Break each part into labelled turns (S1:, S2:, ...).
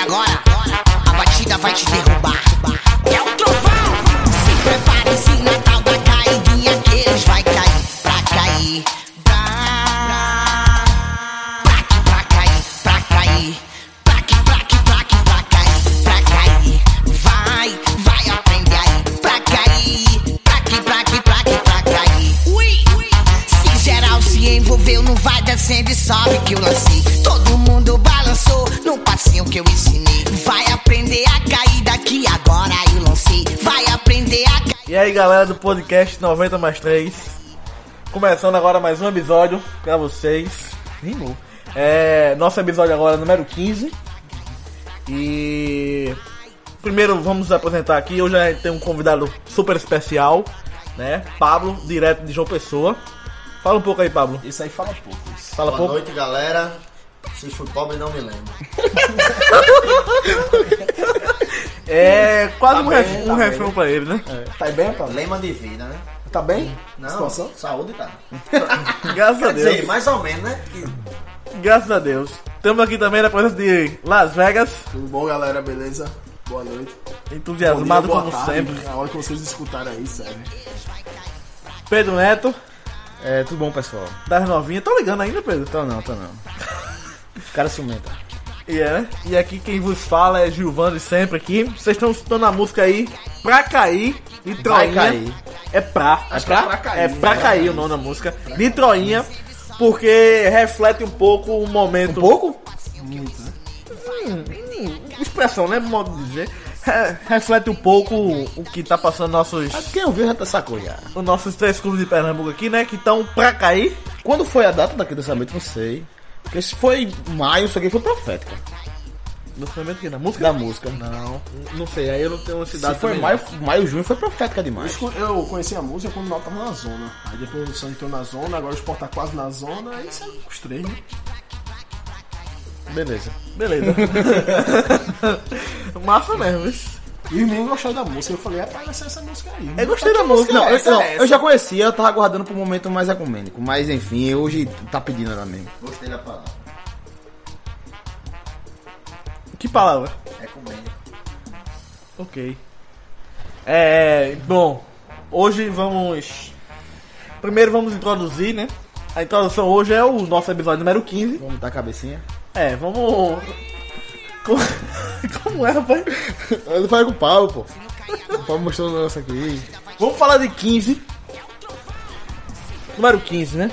S1: agora, a batida vai te derrubar. É o trovão! Se prepare, se Natal da caidinha que eles vai cair, pra cair, pra. Pra que pra cair, pra cair. Pra que, pra que, pra que, pra cair, pra cair. Vai, vai aprender aí, pra cair. Pra que, pra que, pra que, pra cair. Ui, se geral se envolveu, não vai descendo e sobe que eu lancei. Todo mundo balançou no passinho que eu ensinei. Vai aprender a cair daqui agora eu lancei. Vai aprender a cair.
S2: E aí galera do podcast 90 mais 3 Começando agora mais um episódio pra vocês Rimou é, Nosso episódio agora é número 15 E... Primeiro vamos apresentar aqui Hoje a gente tem um convidado super especial né? Pablo, direto de João Pessoa Fala um pouco aí Pablo
S3: Isso aí fala pouco. isso.
S2: Fala um
S4: Boa
S2: pouco
S4: noite, galera. Se fui pobre, não me lembro.
S2: É quase
S3: Tá
S2: um,
S3: bem,
S2: ref- um
S3: tá
S2: refrão
S3: bem.
S2: pra ele né
S3: Tá bem, Pablo?
S4: Lema de vida, né?
S3: Tá bem?
S4: Não,
S3: Situação?
S4: saúde tá.
S2: Graças a
S4: Quer dizer,
S2: Deus
S4: mais ou menos, né? Que-
S2: Graças a Deus Estamos aqui também na presença de Las Vegas
S3: Tudo bom, galera? Beleza? Boa noite.
S2: Entusiasmado
S3: Bom dia, boa
S2: como
S3: tarde.
S2: sempre
S3: Na hora que vocês escutarem aí, sério.
S2: Pedro Neto
S5: É, tudo bom, pessoal?
S2: das novinhas. Tão ligando ainda, Pedro?
S5: Tô não, tô não. O cara ciumenta.
S2: E é, né? E aqui quem vos fala é Gilvando e sempre aqui. Vocês estão escutando a música aí pra cair de
S5: Vai
S2: Troinha.
S5: cair.
S2: É pra. É
S3: que é pra cair,
S2: É pra
S3: né?
S2: cair o nome da música. De Troinha. Porque reflete um pouco o momento. Um pouco?
S5: né?
S2: expressão, né? Modo de dizer. Re- reflete um pouco o que tá passando nossos,
S5: Mas quem ouviu já tá sacou já.
S2: os nossos três clubes de Pernambuco aqui, né? Que estão pra cair.
S5: Quando foi a data daquele lançamento, não sei. Porque se foi em maio, isso aqui foi profética.
S2: Lançamento aqui na música?
S5: Da música. Não.
S2: Não sei, aí eu não tenho
S5: Se
S2: cidade.
S5: foi
S2: também,
S5: maio, maio, junho, foi profética
S3: Eu
S5: demais.
S3: escu- Eu conheci a música quando nós tava na zona. Aí depois o Santos entrou na zona, agora o Sport tá quase na zona, aí saiu com os três, né?
S5: Beleza.
S2: não. Beleza. Massa mesmo, isso.
S3: E os meninos gostaram da música. Eu falei, é pra lançar essa música aí.
S5: É
S2: Eu gostei da música.
S5: Não, eu,
S2: essa
S5: não,
S2: é
S5: eu
S2: essa.
S5: já conhecia, eu tava aguardando pro momento mais ecumênico. Mas enfim, hoje tá pedindo ela mesmo.
S4: Gostei da palavra.
S2: Que palavra?
S4: É comendo.
S2: Ok. É. Bom, hoje vamos. Primeiro vamos introduzir, né? A introdução hoje é o nosso episódio número 15.
S5: Vamos dar a cabecinha.
S2: É, vamos. Como, Como é, rapaz?
S5: Eu não falei com o Paulo, pô. O Paulo mostrou o negócio aqui.
S2: Vamos falar de 15. Número 15, né?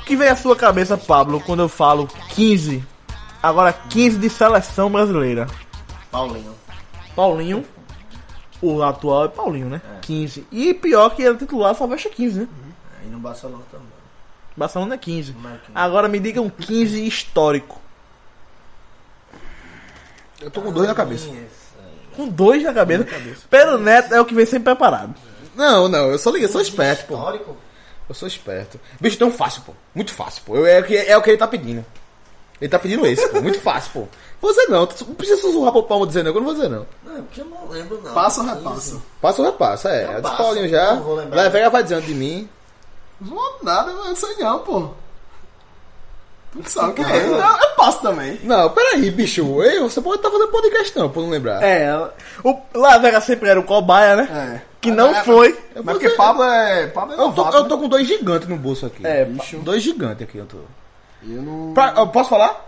S2: O que vem à sua cabeça, Pablo, quando eu falo 15? Agora 15 de seleção brasileira.
S4: Paulinho.
S2: Paulinho. O atual é Paulinho, né? 15. E pior que ele é titular só veste 15, né?
S5: Uhum.
S4: E no Barcelona também.
S2: Barcelona é 15.
S4: Mas que-
S2: Agora me diga um 15 histórico.
S5: Eu tô com dois na cabeça.
S4: Isso aí.
S2: Com dois na cabeça. Pedro Neto é o que vem sempre preparado.
S5: Não, não, eu só liguei, eu sou esperto, pô.
S4: Histórico?
S5: Eu sou esperto. Bicho, tão fácil, pô. Muito fácil, pô. Eu- é, o que- é o que ele tá pedindo. Ele tá pedindo esse, pô. Muito fácil, pô. Você não. Tu não precisa sussurrar pro palmo dizer não, que eu não vou dizer não.
S4: Não, porque eu não lembro, não.
S3: Passa ou
S4: Isso.
S3: repassa?
S5: Passa ou repassa, é. Eu disse
S4: passo,
S5: Paulinho já.
S4: não vou lembrar.
S5: Lá Vega vai dizendo de mim.
S3: Vou nada, mano. Não sei não, pô. Tu que sabe o que é. Não, eu passo também.
S5: Não, peraí, bicho. Ei, você pode estar fazendo podcast não, por não lembrar.
S2: É, o La Vega sempre era o cobaia, né?
S3: É.
S2: Que não foi.
S5: Eu vou
S3: Mas porque
S5: dizer-
S3: Pablo é. Pablo é
S5: Eu tô,
S3: novato.
S5: eu tô com dois gigantes no bolso aqui.
S2: É,
S5: bicho. Dois gigantes aqui, eu tô.
S3: né? Eu não.
S5: Pra- eu posso falar?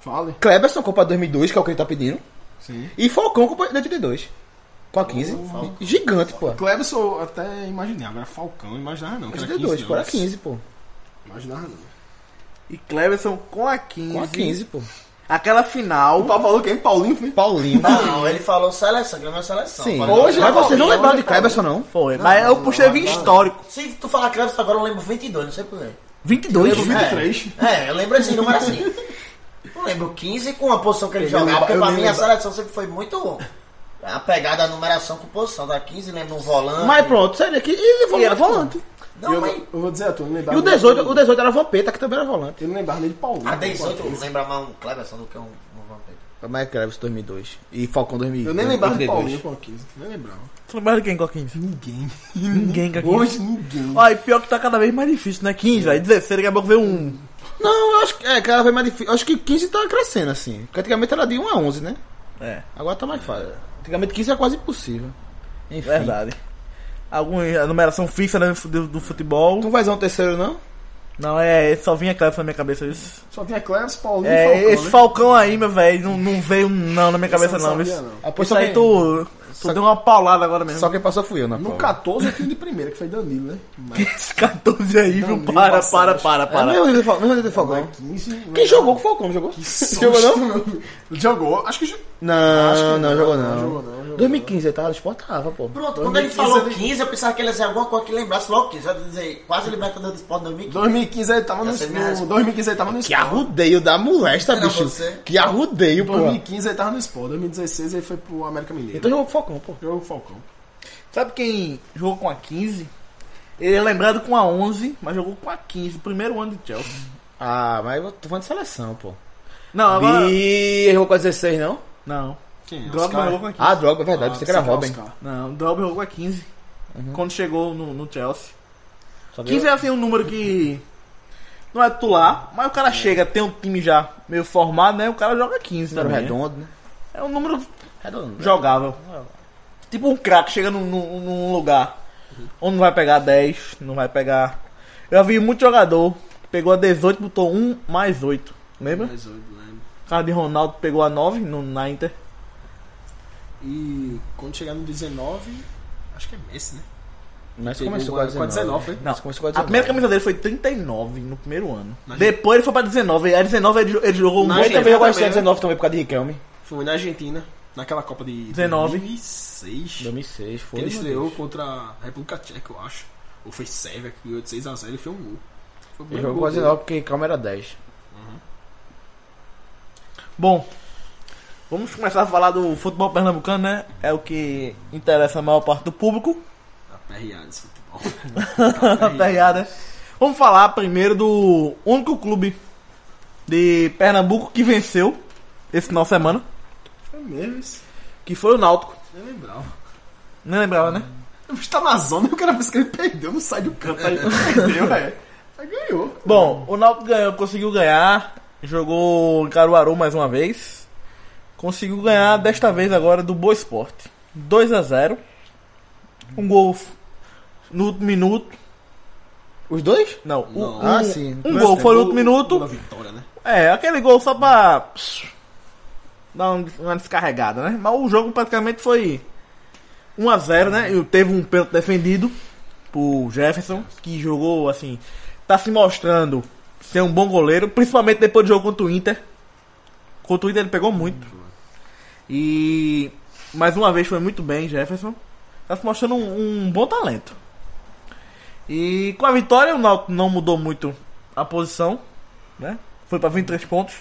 S3: Fale.
S5: Cleberson Copa 2002, que é o que ele tá pedindo.
S3: Sim.
S5: E Falcão Copa 82. Com a 15. Gigante, pô.
S3: Clebson eu até imaginei, agora Falcão eu imaginava não. Que era 15,
S5: 82,
S3: não.
S5: pô. Era 15, pô.
S3: Imaginava não.
S2: E Cleverson com a 15.
S5: Com a 15, pô.
S2: Aquela final.
S3: O Paulo falou quem? Paulinho? foi?
S5: Paulinho.
S4: Ah, Não, ele falou seleção, que não é seleção.
S5: Sim.
S4: Falei,
S3: Hoje
S5: mas
S3: é
S5: vocês não
S3: Paulinho,
S5: lembraram
S3: hoje é
S5: de Cleberson, não?
S2: Foi, mas eu puxei vinho histórico.
S4: Se tu falar Cleves agora, eu lembro 22, não sei por quê.
S2: 22?
S4: Eu lembro-
S3: 23.
S4: É, é, eu lembro assim, número assim. Eu lembro 15 com a posição que ele jogava,
S3: lembro-
S4: porque
S3: eu
S4: pra mim
S3: lembro-
S4: a seleção sempre foi muito apegada à numeração com posição. Da 15 lembra um volante.
S5: Mas pronto, seria que ele
S2: E era
S5: volante.
S2: volante.
S4: Não,
S3: eu,
S4: mas
S3: eu vou dizer a tua, eu não
S5: E
S3: lembrava.
S5: o
S3: nem
S5: 18,
S3: dele.
S5: o 18 era Vampeta, que também era volante.
S3: Eu não lembrava nem de Paulinho.
S4: a 18 lembra mais um Cleverson do que um, um Vampeta.
S5: Mas Cleberson 2002. E Falcão 2002.
S3: Eu nem lembrava de Paulinho com a 15. Nem lembrava.
S2: Tu lembra de quem com a 15?
S3: Ninguém.
S2: Ninguém com a 15.
S3: Hoje É. ninguém.
S5: Ah,
S2: Ó, e pior que tá cada vez mais difícil, né? 15, aí 16, daqui a pouco veio um.
S5: Não, eu acho que. É, cara, vai mais difícil. Eu acho que 15 tá crescendo assim. Porque antigamente era de 1 a 11, né?
S2: É,
S5: Agora tá mais fácil. Antigamente 15 era quase impossível. Enfim.
S2: verdade. Alguma a numeração fixa né, do, do futebol.
S5: Tu não vai usar um terceiro, não?
S2: Não, é, só vinha claro na minha cabeça isso.
S3: Só tinha Clemson, Paulinho
S2: É,
S3: e
S2: esse
S3: Falcão. né?
S2: Falcão aí, meu velho, não, não veio não na minha
S3: Esse eu
S2: cabeça
S3: não
S2: não.
S3: sabia,
S2: Isso,
S3: não.
S5: Ah, pois
S2: isso
S5: só
S2: aí
S5: quem-
S2: tu, tu
S5: só-
S2: deu uma paulada agora mesmo.
S5: Só quem passou fui eu, na
S3: né?
S5: prova.
S3: No 14 eu tinha de primeira, que foi Danilo, né? Mas
S2: Esse 14 aí, viu?
S3: Não, nem
S2: Para,
S3: passagem.
S2: para, para,
S5: É,
S2: para.
S5: mesmo Fal- mesmo do Falcão.
S3: 15. não
S5: Quem
S3: é-
S5: jogou com o Falcão? Jogou?
S3: Susto,
S5: Jogou não?
S3: Jogou, acho que jogou. Acho
S5: Não,
S3: que
S5: não
S3: não,
S5: jogou
S3: não jogou,
S5: não.
S3: não, jogou.
S5: 2015 ele tava no Sport, tava, tá? pô.
S4: Pronto, quando ele
S3: 2015
S4: falou
S3: ele-
S4: 15, eu pensava que ele ia dizer alguma coisa que lembrasse logo 15. Eu ia dizer, quase Libertadores do Esporte 2015.
S3: 2015 ele tava no
S4: Essa é minha
S3: Sport.
S4: resposta.
S3: 2015 ele tava no
S5: Que
S3: Sport.
S5: arrudeio da molesta,
S4: Era
S5: bicho.
S4: você?
S5: Que arrudeio, pô.
S3: 2015 ele tava no Sport. 2016 ele foi pro América Mineiro.
S5: Então jogou com o Falcão, pô.
S3: Jogou o Falcão.
S2: Sabe quem jogou com a 15? Ele é lembrado com a 11, mas jogou com a 15, o primeiro ano de Chelsea.
S5: Ah, mas eu tô falando de seleção, pô.
S2: Não, agora...
S5: E errou com a 16, não?
S2: Não.
S3: Quem é?
S2: Drogba jogou com a 15.
S5: Ah, droga, é verdade. Você que era
S3: Oscar,
S5: Robin.
S3: Oscar.
S2: Não, Drogba jogou com a 15. Quando chegou no, no Chelsea.
S5: Só veio-
S2: 15 é assim um número que não é titular, mas o cara chega, tem um time já meio formado, né? O cara joga 15
S5: Era o
S2: também. né?
S5: redondo, né?
S2: É um número
S5: Redondo.
S2: jogável. Tipo um craque chega num, num- num lugar onde não vai pegar 10, não vai pegar. Eu já vi muito jogador que pegou a 18 botou 1 mais 8. Lembra?
S3: Mas eu lembro.
S2: O cara de Ronaldo pegou a 9 no, na Inter.
S3: E quando chegar no 19, acho que é Messi, né?
S5: Mas
S3: Chegou
S5: começou
S3: com
S5: com
S3: a
S5: a
S3: 19, foi?
S5: 19.
S2: Não,
S5: Mas começou com a
S2: a
S5: 19.
S2: primeira camisa dele foi 39 no primeiro ano.
S3: Imagina.
S2: Depois ele foi pra 19. Aí 19 ele, jo- ele jogou um
S3: Na
S2: gol
S5: Ele
S3: Argentina
S5: também
S2: também.
S5: jogou a
S3: também, né?
S5: 19 também por causa de Riquelme.
S3: Foi na Argentina, naquela Copa de
S2: 19.
S3: 2006.
S5: 2006, foi.
S3: Ele
S5: meu
S3: estreou
S5: Deus.
S3: contra a República Tcheca, eu acho. Ou foi Sérvia, que ganhou de 6x0 e fez um gol. Foi o
S5: Ele
S3: primeiro
S5: jogou
S3: gol
S5: com a
S3: dele.
S5: 19 porque Riquelme era 10.
S2: Bom, vamos começar a falar do futebol pernambucano, né? É o que interessa a maior parte do público.
S3: Aperreado esse futebol.
S2: Aperreada. né? Vamos falar primeiro do único clube de Pernambuco que venceu esse final de semana,
S3: Foi mesmo isso.
S2: que foi o Náutico.
S3: Eu lembrava.
S2: Nem lembrava, né?
S3: O bicho tá na zona e o cara pensa que ele perdeu, não sai do canto
S5: Tá
S3: aí. Perdeu, é. Mas ganhou.
S2: Bom, o Náutico ganhou, conseguiu ganhar, jogou em Caruaru mais uma vez. Conseguiu ganhar desta vez agora do Boa Esporte. 2 a 0. Um gol f- no último minuto.
S5: Os dois?
S2: Não, um-
S3: Não.
S2: um,
S5: Ah, sim.
S2: um gol foi no último
S3: Da
S2: minuto.
S3: vitória, né?
S2: É, aquele gol só pra dar um- uma descarregada, né? Mas o jogo praticamente foi 1 a 0, né? E teve um pênalti defendido por Jefferson, que jogou assim, tá se mostrando ser um bom goleiro, principalmente depois do jogo contra o Inter. Contra o Inter ele pegou muito. E mais uma vez foi muito bem, Jefferson. Tá se mostrando um, um bom talento. E com a vitória o Náutico não mudou muito a posição, né? Foi pra 23 pontos.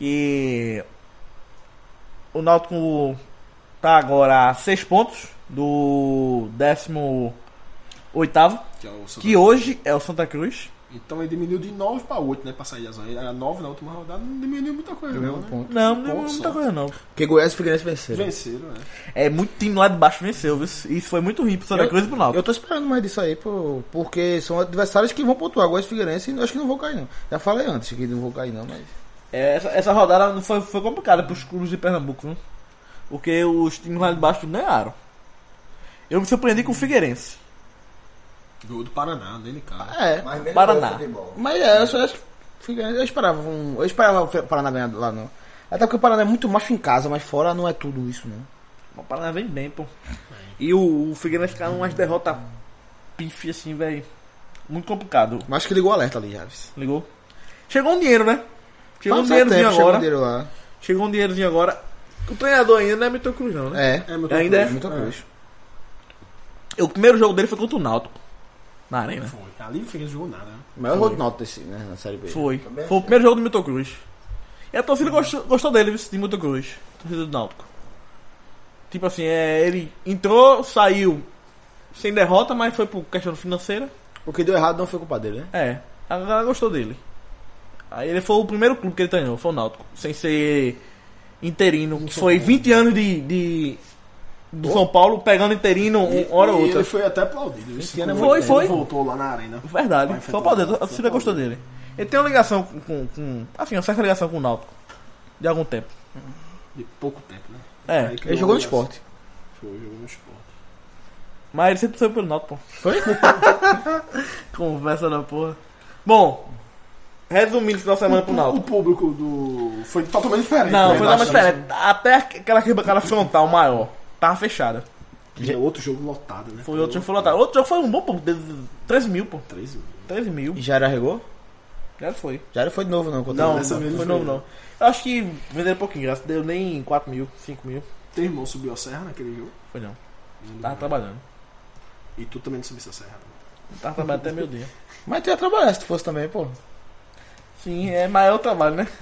S2: E o Náutico tá agora a 6 pontos do 18
S3: Que, é o Santa
S2: que hoje é o Santa Cruz.
S3: Então ele diminuiu de 9 pra 8, né? Pra sair da zona. Ele era 9 na última rodada, não diminuiu muita coisa,
S5: Primeiro
S3: não, né?
S5: ponto.
S2: Não, não é
S3: Pontos
S2: muita
S3: só.
S2: coisa não.
S5: Porque Goiás e Figueirense venceram.
S3: Venceram, né?
S2: É muito time lá de baixo venceu, viu? Isso foi muito ruim pro Santa Cruz e pro Náutico.
S5: Eu tô esperando mais disso aí, pô, porque são adversários que vão pontuar. Goiás e Figueirense eu acho que não vão cair, não. Já falei antes que não vão cair, não, mas...
S2: É, essa, essa rodada não foi, foi complicada pros clubes de Pernambuco, viu? Porque os times lá de baixo tudo ganharam. Eu me surpreendi com o Figueirense.
S3: Gol do Paraná, dele, cara.
S5: É,
S4: Mas melhorou
S2: Paraná.
S4: o futebol.
S5: mas é, eu só acho que Figueirense... Eu esperava, um, eu esperava o Paraná ganhar lá, não. Até porque o Paraná é muito macho em casa, mas fora não é tudo isso, não.
S2: O Paraná vem bem, pô. E o, o Figueirense caiu umas derrotas pife assim, velho. Muito complicado.
S5: Mas acho que ligou o alerta ali, Javes.
S2: Ligou? Chegou um dinheiro, né? Chegou um
S5: Faz
S2: dinheirozinho
S5: tempo, chegou
S2: agora.
S5: um dinheiro lá.
S2: Chegou um dinheirozinho agora. O treinador ainda não é Milton Cruz, não, né?
S5: É,
S3: meu
S2: Ainda é?
S5: muito cruz. É.
S2: O primeiro jogo dele foi contra o Náutico. Na arena.
S3: É, Foi. Ali não fez jogou nada, né?
S5: O maior Rodinaldo desse, né, na Série B.
S2: Foi.
S4: Também.
S2: Foi o primeiro jogo do Milton Cruz. E a torcida gostou, gostou dele, viu, de Milton Cruz. Torcida do Náutico. Tipo assim, é, ele entrou, saiu sem derrota, mas foi por questão financeira.
S5: O que deu errado não foi culpa dele, né?
S2: É, a galera gostou dele. Aí ele foi o primeiro clube que ele treinou, foi o Náutico. Sem ser interino. Foi 20 anos de. de do São Paulo pegando interino uma hora ou
S3: e
S2: outra.
S3: Ele foi até aplaudido. Esse ano é
S2: Foi,
S3: muito bem,
S2: foi.
S3: ele voltou lá na arena.
S2: Verdade,
S3: Vai, foi
S2: São Paulo,
S3: tudo.
S2: a torcida gostou dele. Ele tem uma ligação com, com, com- Assim, uma certa ligação com o Náutico. De algum tempo.
S3: de pouco tempo, né?
S2: É,
S3: Aí criou
S5: Ele jogou
S3: uma
S5: no
S3: ligação.
S5: esporte.
S3: Foi, jogou no esporte.
S2: Mas ele sempre saiu pelo Náutico, pô.
S5: Foi?
S2: Conversa da porra. Bom, resumindo esse final de semana pro
S3: O, o
S2: Náutico.
S3: público do. Foi totalmente diferente.
S2: Não,
S3: né?
S2: foi uma
S3: Bastante.
S2: diferente. Até aquela arquibancada frontal maior tava fechada.
S3: E é outro jogo lotado, né?
S2: Foi outro jogo foi lotado. Outro jogo foi um bom, pô. 13 mil, pô.
S3: 13 mil.
S2: 13 mil.
S5: E Jairo arregou?
S2: Já foi.
S5: Jairo foi de novo, não. contra
S2: Não,
S5: o-
S2: não
S3: dessa vez
S2: foi
S3: foi.
S2: novo, não. Eu acho que venderam pouquinho, graças a Deus. Nem 4 mil, 5 mil.
S3: Teu irmão subiu a serra naquele jogo.
S2: Foi não. Tava trabalhando.
S3: E tu também não subisse a serra. né?
S2: Tava trabalhando até meu dia.
S5: Mas tu ia trabalhar se tu fosse também, pô.
S2: Sim, é maior trabalho, né?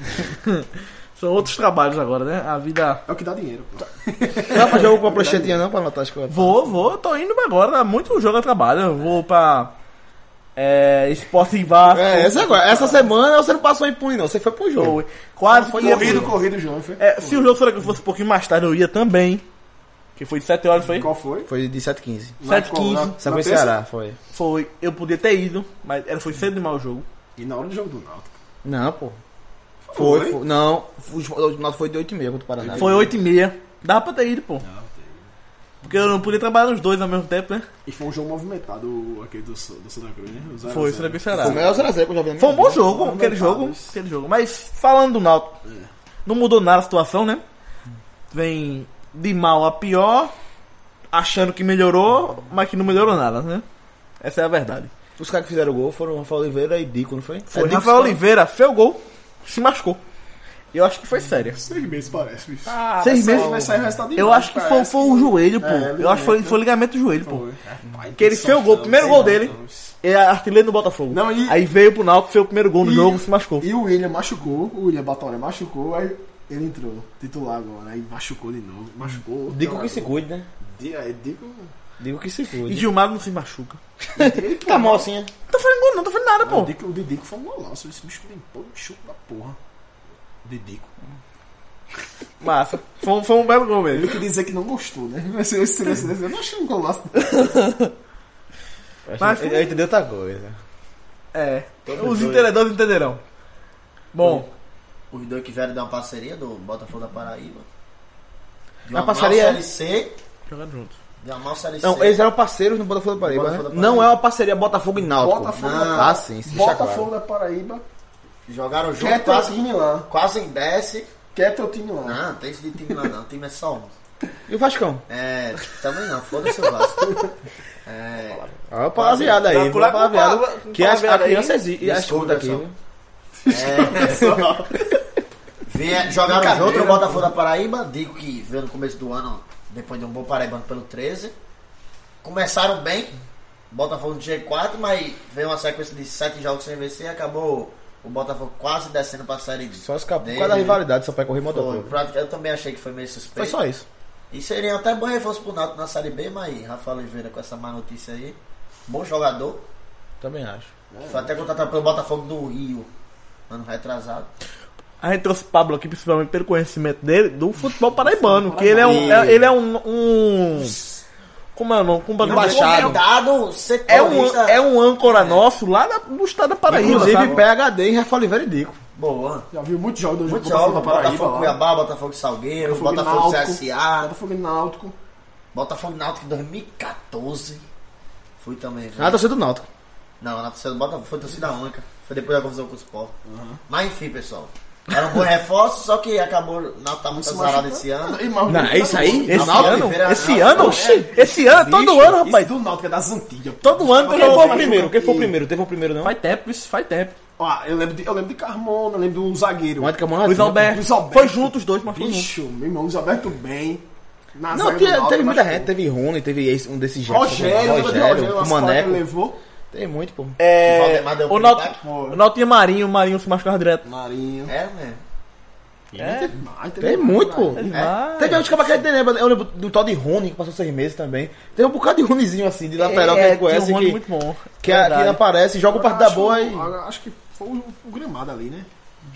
S2: São outros trabalhos agora, né? A vida.
S3: É o que dá dinheiro. Pô.
S5: Não dá pra jogar com a pranchetinha, não, pra anotar as coisas.
S2: Vou, vou, eu tô indo agora. Muito jogo a trabalho. Eu vou pra. É, esporte em Vasco.
S5: É, essa agora. Essa semana você não passou em punho, não. Você foi pro jogo.
S2: Foi. Quase que ia
S3: Corrido,
S2: pro-
S3: corrido, João. Foi?
S2: É, se o jogo fosse- fosse um pouquinho mais tarde, eu ia também. Que foi de 7 horas, foi?
S3: Qual foi?
S5: Foi de 7h15.
S3: Na-
S2: 7h15.
S3: na- na
S5: Sabe foi
S3: terça?
S5: Ceará, foi.
S2: Foi. Eu podia ter ido, mas era, foi cedo demais o jogo.
S3: E na hora do jogo do Náutico.
S5: Não, pô. Foi,
S3: Foi?
S5: foi. Não, o Náutico foi de 8h30 contra o Paraná.
S2: Foi 8h30. Dava pra ter ido, pô. Porque eu não podia trabalhar nos dois ao mesmo tempo, né?
S3: E foi um jogo movimentado o- aquele do, Sa- do Santa Cruz, né? O 0 a 0.
S2: Foi, será que será?
S5: Foi o melhor 0x0 que eu já vi na minha
S2: Foi um bom
S5: vida.
S2: jogo, aquele jogo, É. aquele jogo. Mas falando do Náutico, não mudou nada a situação, né? Vem de mal a pior, achando que melhorou, mas que não melhorou nada, né? Essa é a verdade.
S5: Os caras que fizeram o gol foram o Rafael Oliveira e Dico, não foi?
S2: Foi
S5: É, Dico
S2: Rafael
S5: só-
S2: Oliveira, fez o gol, se machucou. Eu acho que foi sério.
S3: Seis meses parece, bicho.
S2: Seis
S3: Vai
S2: meses.
S3: sair- vai sair o resultado de
S2: Ah, Eu
S3: novo,
S2: acho que foi,
S3: parece
S2: foi o joelho, pô.
S3: É,
S2: Eu acho que foi,
S3: ligamento,
S2: foi o ligamento do joelho,
S3: né?
S2: pô.
S3: Foi. Rapaz,
S2: Que ele fez o gol,
S3: Santana,
S2: primeiro gol dele.
S3: Santana.
S2: É artilheiro no Botafogo.
S3: Não, e-
S2: Aí veio pro Náutico, fez o primeiro gol no
S3: E-
S2: jogo, se machucou.
S3: E o William machucou, o William Batória machucou, aí ele entrou, titular agora, aí machucou de novo, machucou.
S5: Dico que se cuide, né?
S3: Di- é, Digo.
S5: Digo que se
S2: E
S5: cuide.
S2: Gilmar não se machuca.
S5: Tá mal assim, né?
S2: Não tá fazendo gol, não, tá fazendo nada, pô.
S3: O Dico, o Didico foi um golaço, esse bicho limpou um chute da porra. Didico.
S2: Massa. Foi, um- foi um belo gol mesmo.
S3: Ele queria dizer que não gostou, né? Mas eu, eu, eu, eu não achei um golaço.
S2: Mas
S5: Mas
S2: foi-
S5: eu entendi outra coisa.
S2: É. Os entendedores entenderão. Bom,
S4: Os dois que vieram dar uma parceria do Botafogo da Paraíba. De
S5: A parceria- é?
S4: mal CLC,
S2: jogando junto.
S4: de uma mal CLC.
S5: Não, eles eram parceiros no Botafogo da Paraíba,
S4: Botafogo
S5: né?
S4: da Paraíba.
S5: Não é uma parceria Botafogo e Náutico.
S3: Botafogo
S5: Não.
S3: da Paraíba.
S5: Ah, sim. sim, deixa
S3: Botafogo da Paraíba,
S4: Jogaram junto,
S3: quer teu
S4: quase,
S3: time lá.
S4: quase em desce.
S3: Quer teu time lá.
S4: Não, não tem isso de time lá não, o time é só um.
S5: claro. E o Vascão?
S4: É, também não, foda-se o Vasco. É,
S5: Olha o palavreado
S2: Tá,
S5: aí.
S2: pula-
S5: Pula, palavreado,
S2: pula-
S5: que a, a
S2: palavreado aí.
S5: criança exi- escuta
S4: Desculpa,
S5: aqui.
S4: pessoal.
S5: É um.
S4: Vie- É, jogaram junto o Botafogo da Paraíba, digo que veio no começo do ano, depois de um bom paraibano pelo 13. Começaram bem, Botafogo no G4, mas veio uma sequência de sete jogos sem vencer e acabou o Botafogo quase descendo para a Série D.
S5: Só escapou por
S4: Dele,
S5: causa da
S4: né?
S5: rivalidade, só pai correr
S4: Foi,
S5: motor.
S4: prática- eu também achei que foi meio suspeito.
S5: Foi só isso.
S4: E seria até bom reforço pro Nato na Série B, mas Rafael Oliveira com essa má notícia aí. Bom jogador.
S5: Também acho.
S3: É.
S4: Foi até contratado pelo Botafogo do Rio. Ano retrasado.
S2: A gente trouxe o Pablo aqui principalmente pelo conhecimento dele do futebol paraibano, que ele é um. é- ele é um. um- como é o nome? Como é o nome?
S5: Embaixado.
S4: Convidado,
S2: É um,
S4: setorista.
S2: é um âncora nosso lá da, do estado da Paraíba.
S5: Inclusive,
S2: sabe?
S5: PHD em é Rafa Oliveira e Dico.
S2: um
S4: Boa.
S3: Já viu muitos jogos do
S4: Muitos
S3: Botafogo
S4: jogos.
S3: da Paraíba.
S4: Botafogo
S3: lá.
S4: Cuiabá, Botafogo Salgueiro,
S3: Botafogo
S4: Botafogo
S3: Náutico.
S4: CSA,
S3: Botafogo e Náutico.
S4: Botafogo Náutico 2014. Fui também,
S5: Ah,
S4: velho.
S5: torcida do Náutico.
S4: Não, na torcida do Botafogo foi torcida única. Foi depois da confusão com os povos. Mas enfim, pessoal. Era um bom reforço, só que acabou. O Náutico tá muito azarado esse ano.
S3: E mais-
S5: Não, é isso aí?
S2: Esse
S5: Náutico?
S2: ano?
S4: Oliveira,
S2: Esse
S4: Náutico,
S2: ano? Oxi, Esse ano? Todo ano,
S3: Isso
S2: rapaz.
S3: do Náutico é das antigas. pô.
S2: Todo ano
S5: Quem
S2: todo
S5: foi o
S2: ano.
S5: primeiro? Quem foi o primeiro? Teve um primeiro, não?
S2: Faz tempo, isso faz tempo.
S3: Ó, eu lembro de, eu lembro de Carmona, eu lembro do zagueiro.
S5: Mas que é a mão na
S2: Luiz
S5: tinta.
S2: Alberto.
S3: Luiz Alberto.
S2: Foi junto os dois, mas foi junto.
S3: Bicho, meu irmão, Luiz Alberto bem. Na
S5: Não,
S3: zaga
S5: tinha-
S3: do Náutico,
S5: teve muita
S3: mas,
S5: gente.
S3: pô,
S5: Teve Rony, teve esse- um desses jogos.
S3: Rogério, lembra de Rogério,
S5: Rogério, o
S3: umas quatro que ele
S5: Maneco.
S3: levou.
S5: Tem muito, pô.
S2: É,
S4: O Valdemar deu
S2: o
S4: pitaco?
S2: Náutico
S3: Foi.
S2: o Náutico tinha Marinho, o Marinho se machucava direto.
S3: Marinho.
S4: É mesmo.
S2: É,
S3: Mas
S5: Tem muito, pô.
S2: demais.
S5: Teve outros cabas que a gente lembra. né? Eu lembro do tal de Rony, que passou seis meses também. Tem um bocado de Ronyzinho assim, de lateral que a
S2: é,
S5: gente conhece.
S2: tinha um Rony
S5: que,
S2: muito bom.
S5: que, a- que
S2: Verdade.
S5: aparece, joga o parte da
S3: Acho-
S5: boa e.
S3: Acho que foi o, o gramado ali, né?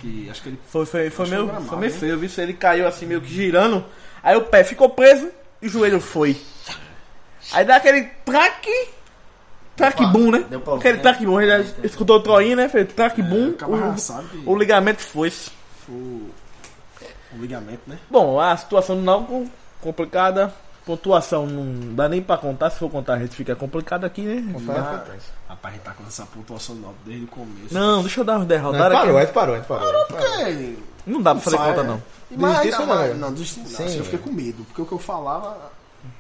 S3: Que acho que ele.
S2: Foi, foi, foi,
S3: Acho
S2: meio,
S3: gramado,
S2: foi meio
S3: né?
S2: feio, viu? Se Ele caiu assim, meio que girando. Aí o pé ficou preso e o joelho foi. Aí dá aquele traque. Traque
S4: Opa,
S2: bum, né?
S4: deu pau,
S2: Aquele
S4: né?
S2: traque bum. Ele já escutou o Troinho, né? Fez traque bum.
S3: acaba
S2: o-
S3: arrasado.
S2: O ligamento foi.
S3: Foi. O ligamento, né?
S2: Bom, a situação do Náutico complicada. Pontuação não dá nem pra contar. Se for contar, a gente fica complicado aqui, né?
S5: Ah, é.
S3: Rapaz, a gente tá com essa pontuação nova desde o começo.
S2: Não, deixa eu dar uns
S5: Não,
S2: derrotadas.
S5: parou, é.
S2: Não,
S5: a gente parou, a gente parou.
S3: Porque.
S2: não dá pra fazer
S3: sai,
S2: conta,
S3: né?
S2: não.
S3: Mas,
S5: Desistiu,
S3: não,
S5: não,
S3: mas-
S5: né?
S3: não, desisti, não.
S5: Sim,
S3: assim, eu fiquei
S5: é.
S3: com medo, porque o que eu falava.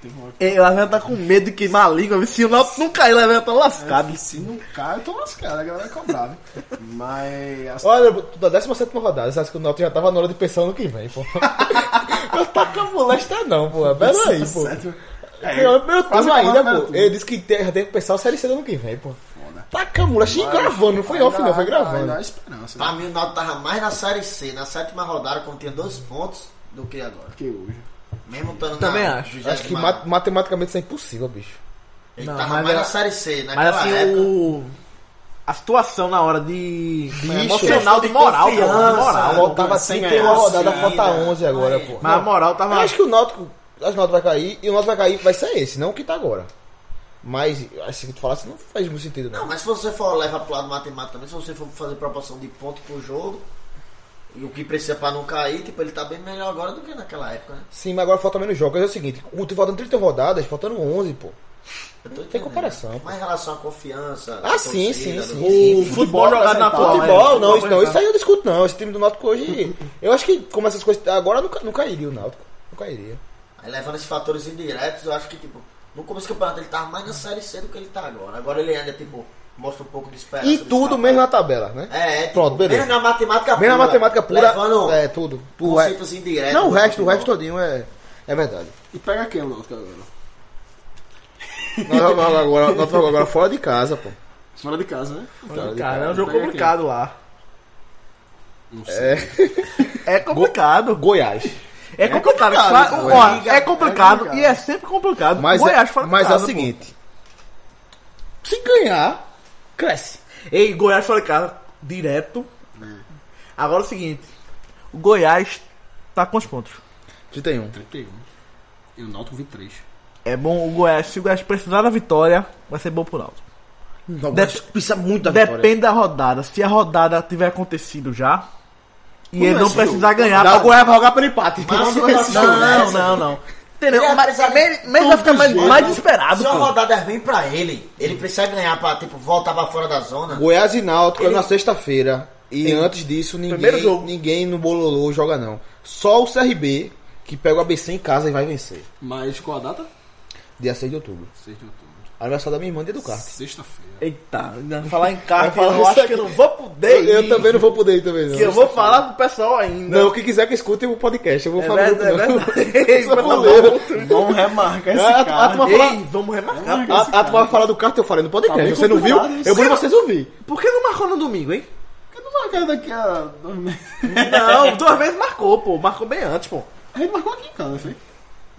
S3: Teve uma hora que-
S2: Ela já tá com medo de queimar a língua. viu? Se o Náutico não cair, ela já tá lascada.
S3: Se não cai, eu tô lascado, a galera é cobrava. Mas. assim,
S5: Olha, tu da 17 rodada, você acha que o Nautilus já tava na hora de pensar no que vem, pô. eu tá com a molesta não, pô. Pera aí, pô.
S3: sério,
S5: É, eu, eu
S3: quase
S5: tava ainda,
S3: acabou,
S5: pô.
S3: né,
S5: Ele disse que tem- já tem que pensar o CLC do ano que vem, pô.
S3: Foda.
S5: Tá camula, xinga gravando, não foi
S3: ainda-
S5: off não, foi
S3: ainda- ainda há
S5: gravando. Tá.
S3: esperança.
S4: Pra
S3: Né?
S4: mim o Náutico tava mais na Série C, na sétima rodada, como tinha 12 pontos, do que agora.
S3: Porque hoje.
S4: Mesmo pelo
S2: Também acho.
S5: Acho que ma- matematicamente isso é impossível, bicho.
S4: Ele
S2: Não,
S4: tava
S2: mas
S4: mais
S2: era-
S4: na Série C, naquela
S2: Mas assim,
S4: época.
S2: o. A situação na hora de.
S5: Bicho,
S2: emocional, de moral, pô, de
S5: Ah,
S2: moral.
S5: voltava
S4: sem
S5: 31
S4: ganhar,
S5: rodada,
S4: sim,
S5: falta
S4: né?
S5: 11 agora,
S4: Aí.
S5: pô.
S2: Mas a moral tava.
S5: Eu acho que o Náutico, acho que o Náutico vai cair, e o Náutico vai cair, vai ser esse, não o que tá agora. Mas, assim que tu falasse, não faz muito sentido,
S4: Não,
S5: não.
S4: mas se você for levar pro lado matemático também, se você for fazer proporção de ponto por jogo, e o que precisa pra não cair, tipo, ele tá bem melhor agora do que naquela época, né?
S5: Sim, mas agora falta menos jogos. É o seguinte, o time faltando 30 rodadas, faltando 11, pô.
S4: Eu tô entendendo.
S5: Tem comparação, pô.
S4: Mas em relação à confiança.
S5: Ah,
S4: à
S5: sim,
S4: torcida,
S5: sim,
S4: do-
S5: sim.
S2: O futebol jogado
S3: Tá,
S2: na tua.
S5: Futebol, não, isso, não, isso aí eu discuto não. Esse time do Náutico hoje. Eu acho que como essas coisas. Agora não, ca- não cairia o Náutico. Não cairia.
S4: Aí levando esses fatores indiretos, eu acho que, tipo, no começo do campeonato ele tava mais na série C do que ele tá agora. Agora ele ainda, tipo, mostra um pouco de esperança.
S5: E
S4: de
S5: tudo
S4: escapar.
S5: mesmo na tabela, né?
S4: É, é tipo,
S5: Pronto, beleza.
S4: Mesmo na matemática
S5: Mesmo na matemática pura.
S4: Levando
S5: É, tudo. Tu é-
S4: conceitos indiretos.
S5: Não, o
S4: do
S5: resto, o resto
S4: futebol.
S5: todinho é. É verdade.
S3: E pega quem, Náutico, agora?
S5: Nós jogamos agora, nós jogamos agora fora de casa, pô.
S3: Fora de casa, né?
S5: Tá,
S2: Cara, é um jogo
S3: Pega
S2: complicado lá.
S3: Não sei.
S2: É complicado.
S5: Goiás.
S2: É complicado,
S5: complicado,
S2: claro.
S5: pô.
S2: Ó,
S3: Liga,
S2: é complicado,
S3: é complicado.
S2: e é sempre complicado.
S5: Mas,
S2: Goiás
S5: é,
S2: fora de
S5: mas é
S2: casa,
S5: o seguinte: se ganhar, cresce.
S2: pô. Ei, Goiás fora de casa, direto. Agora é o seguinte: o Goiás tá com os pontos.
S5: 31.
S3: 31. E o Náutico 23.
S2: É bom o Goiás, se o Goiás precisar da vitória, vai ser bom pro Náutico.
S5: Não,
S2: Dep-
S5: precisa muito da
S2: Depende da rodada. Se a rodada tiver acontecido já, e ele não
S3: é,
S2: precisar ganhar,
S5: assim, Dá, assim,
S2: pra
S5: o Goiás vai jogar pelo empate.
S4: Mas se o
S5: Esse
S4: Goiás-
S5: jogo.
S2: Não,
S4: Nessa,
S2: não, não.
S5: é
S2: Entendeu?
S4: Ele ia
S2: Mas,
S4: precisar
S2: mas,
S4: de
S2: mas vai ficar mais, mais desesperado,
S4: Se uma
S2: pô.
S4: rodada é ruim pra ele, ele precisa ganhar pra, tipo, voltar pra fora da zona.
S5: Goiás e Náutico é na sexta-feira. E antes disso,
S2: Primeiro
S5: ninguém,
S2: jogo.
S5: ninguém no Bololô joga não. Só o CRB que pega o ABC em casa e vai vencer.
S3: Mas qual a data?
S5: Dia 6 de outubro.
S3: 6 de outubro.
S5: Aniversário da minha irmã dia do kart.
S3: Sexta-feira.
S2: Eita, ainda falar em carro,
S5: falar
S2: eu
S5: isso
S2: acho
S5: aqui.
S2: que eu não vou poder.
S5: Eu, eu
S2: ir,
S5: também não vou poder ir também, não.
S2: Que eu vou falar pro pessoal ainda.
S5: Não, quem quiser que escute o podcast. Eu vou
S2: É
S5: falar muito,
S2: verdade,
S5: não.
S2: é verdade.
S5: Eu sou
S2: Mas tá
S5: boleiro.
S3: Vamos remarcar
S5: esse Ah, cara. vamos falar-
S2: Ei, vamos remarcar.
S5: A, a, a tu vai falar do kart, eu falei no podcast.
S3: Tá bem
S5: Você não viu?
S3: complicado, hein?
S5: Eu vou vocês ouvir.
S2: Por que não marcou no domingo, hein?
S3: Eu não marcar daqui a dois meses.
S2: Não, duas vezes marcou, pô. Marcou bem antes, pô.
S3: A gente marcou aqui em casa, foi?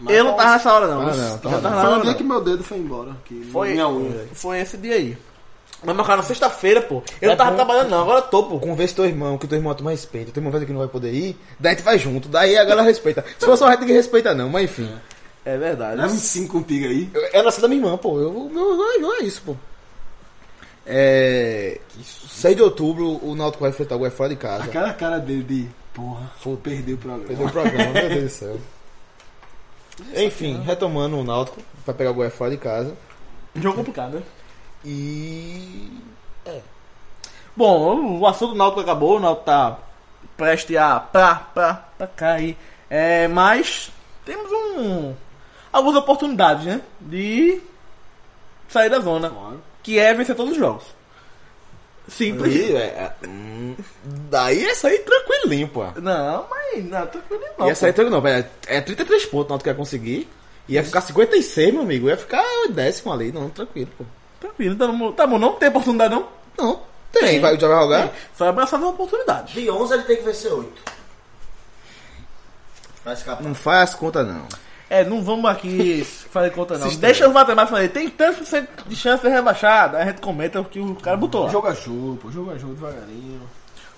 S2: eu não tava nessa hora, não.
S5: Ah, não,
S2: Eu
S5: tava
S2: tava na
S5: não.
S3: Foi
S2: hora,
S3: o dia
S2: não.
S3: que meu dedo foi embora. Que
S2: Foi,
S3: Minha unha.
S2: foi esse dia aí. Mas marcaram na sexta-feira, pô. Eu não tava trabalhando, não. Agora eu tô, pô.
S5: Convence teu irmão, que teu irmão toma respeito. Teu irmão vai dizer que não vai poder ir. Daí a gente vai junto. Daí a galera respeita. Se for só a gente que respeita, não. Mas enfim.
S2: É verdade.
S3: Leva um 5 contigo aí.
S5: Eu- É a nação da minha irmã, pô. Eu, eu, eu- eu- é isso, pô. É. 6 de outubro, o Náutico vai enfrentar o Goiás fora de casa.
S3: Aquela cara dele de. Porra, perdeu o programa.
S5: Perdeu o programa, meu Deus do céu. Enfim, retomando o Náutico, vai pegar o Goiás fora de casa.
S2: Jogo complicado, né?
S5: E.
S2: Bom, o assunto do Náutico acabou, o Náutico tá preste a pra, pra, pra cair. É, mas temos um algumas oportunidades, né? De sair da zona,
S3: Claro.
S2: que é vencer todos os jogos. Simples.
S5: E, é, hum, daí é sair tranquilinho, pô.
S2: é. Não, mas não, tranquilo não.
S5: Ia sair
S2: pô.
S5: tranquilo, não. É, é 33 pontos o Náutico ia conseguir. Ia ficar 56, meu amigo. Ia ficar décimo ali, não, tranquilo, pô.
S2: Tranquilo, tá bom, tá bom, não tem oportunidade não.
S5: Não, tem. Vai, já vai jogar?
S2: Só abraçar as oportunidades.
S4: De 11 ele tem que vencer 8. Vai escapar.
S5: Não faz conta, não.
S2: É, não vamos aqui fazer conta não. Deixa os matemáticos aí. Tem tanto por cento de chance de ser rebaixado. Aí a gente comenta o que o cara botou lá.
S3: Jogo a jogo, pô. Jogo a jogo devagarinho.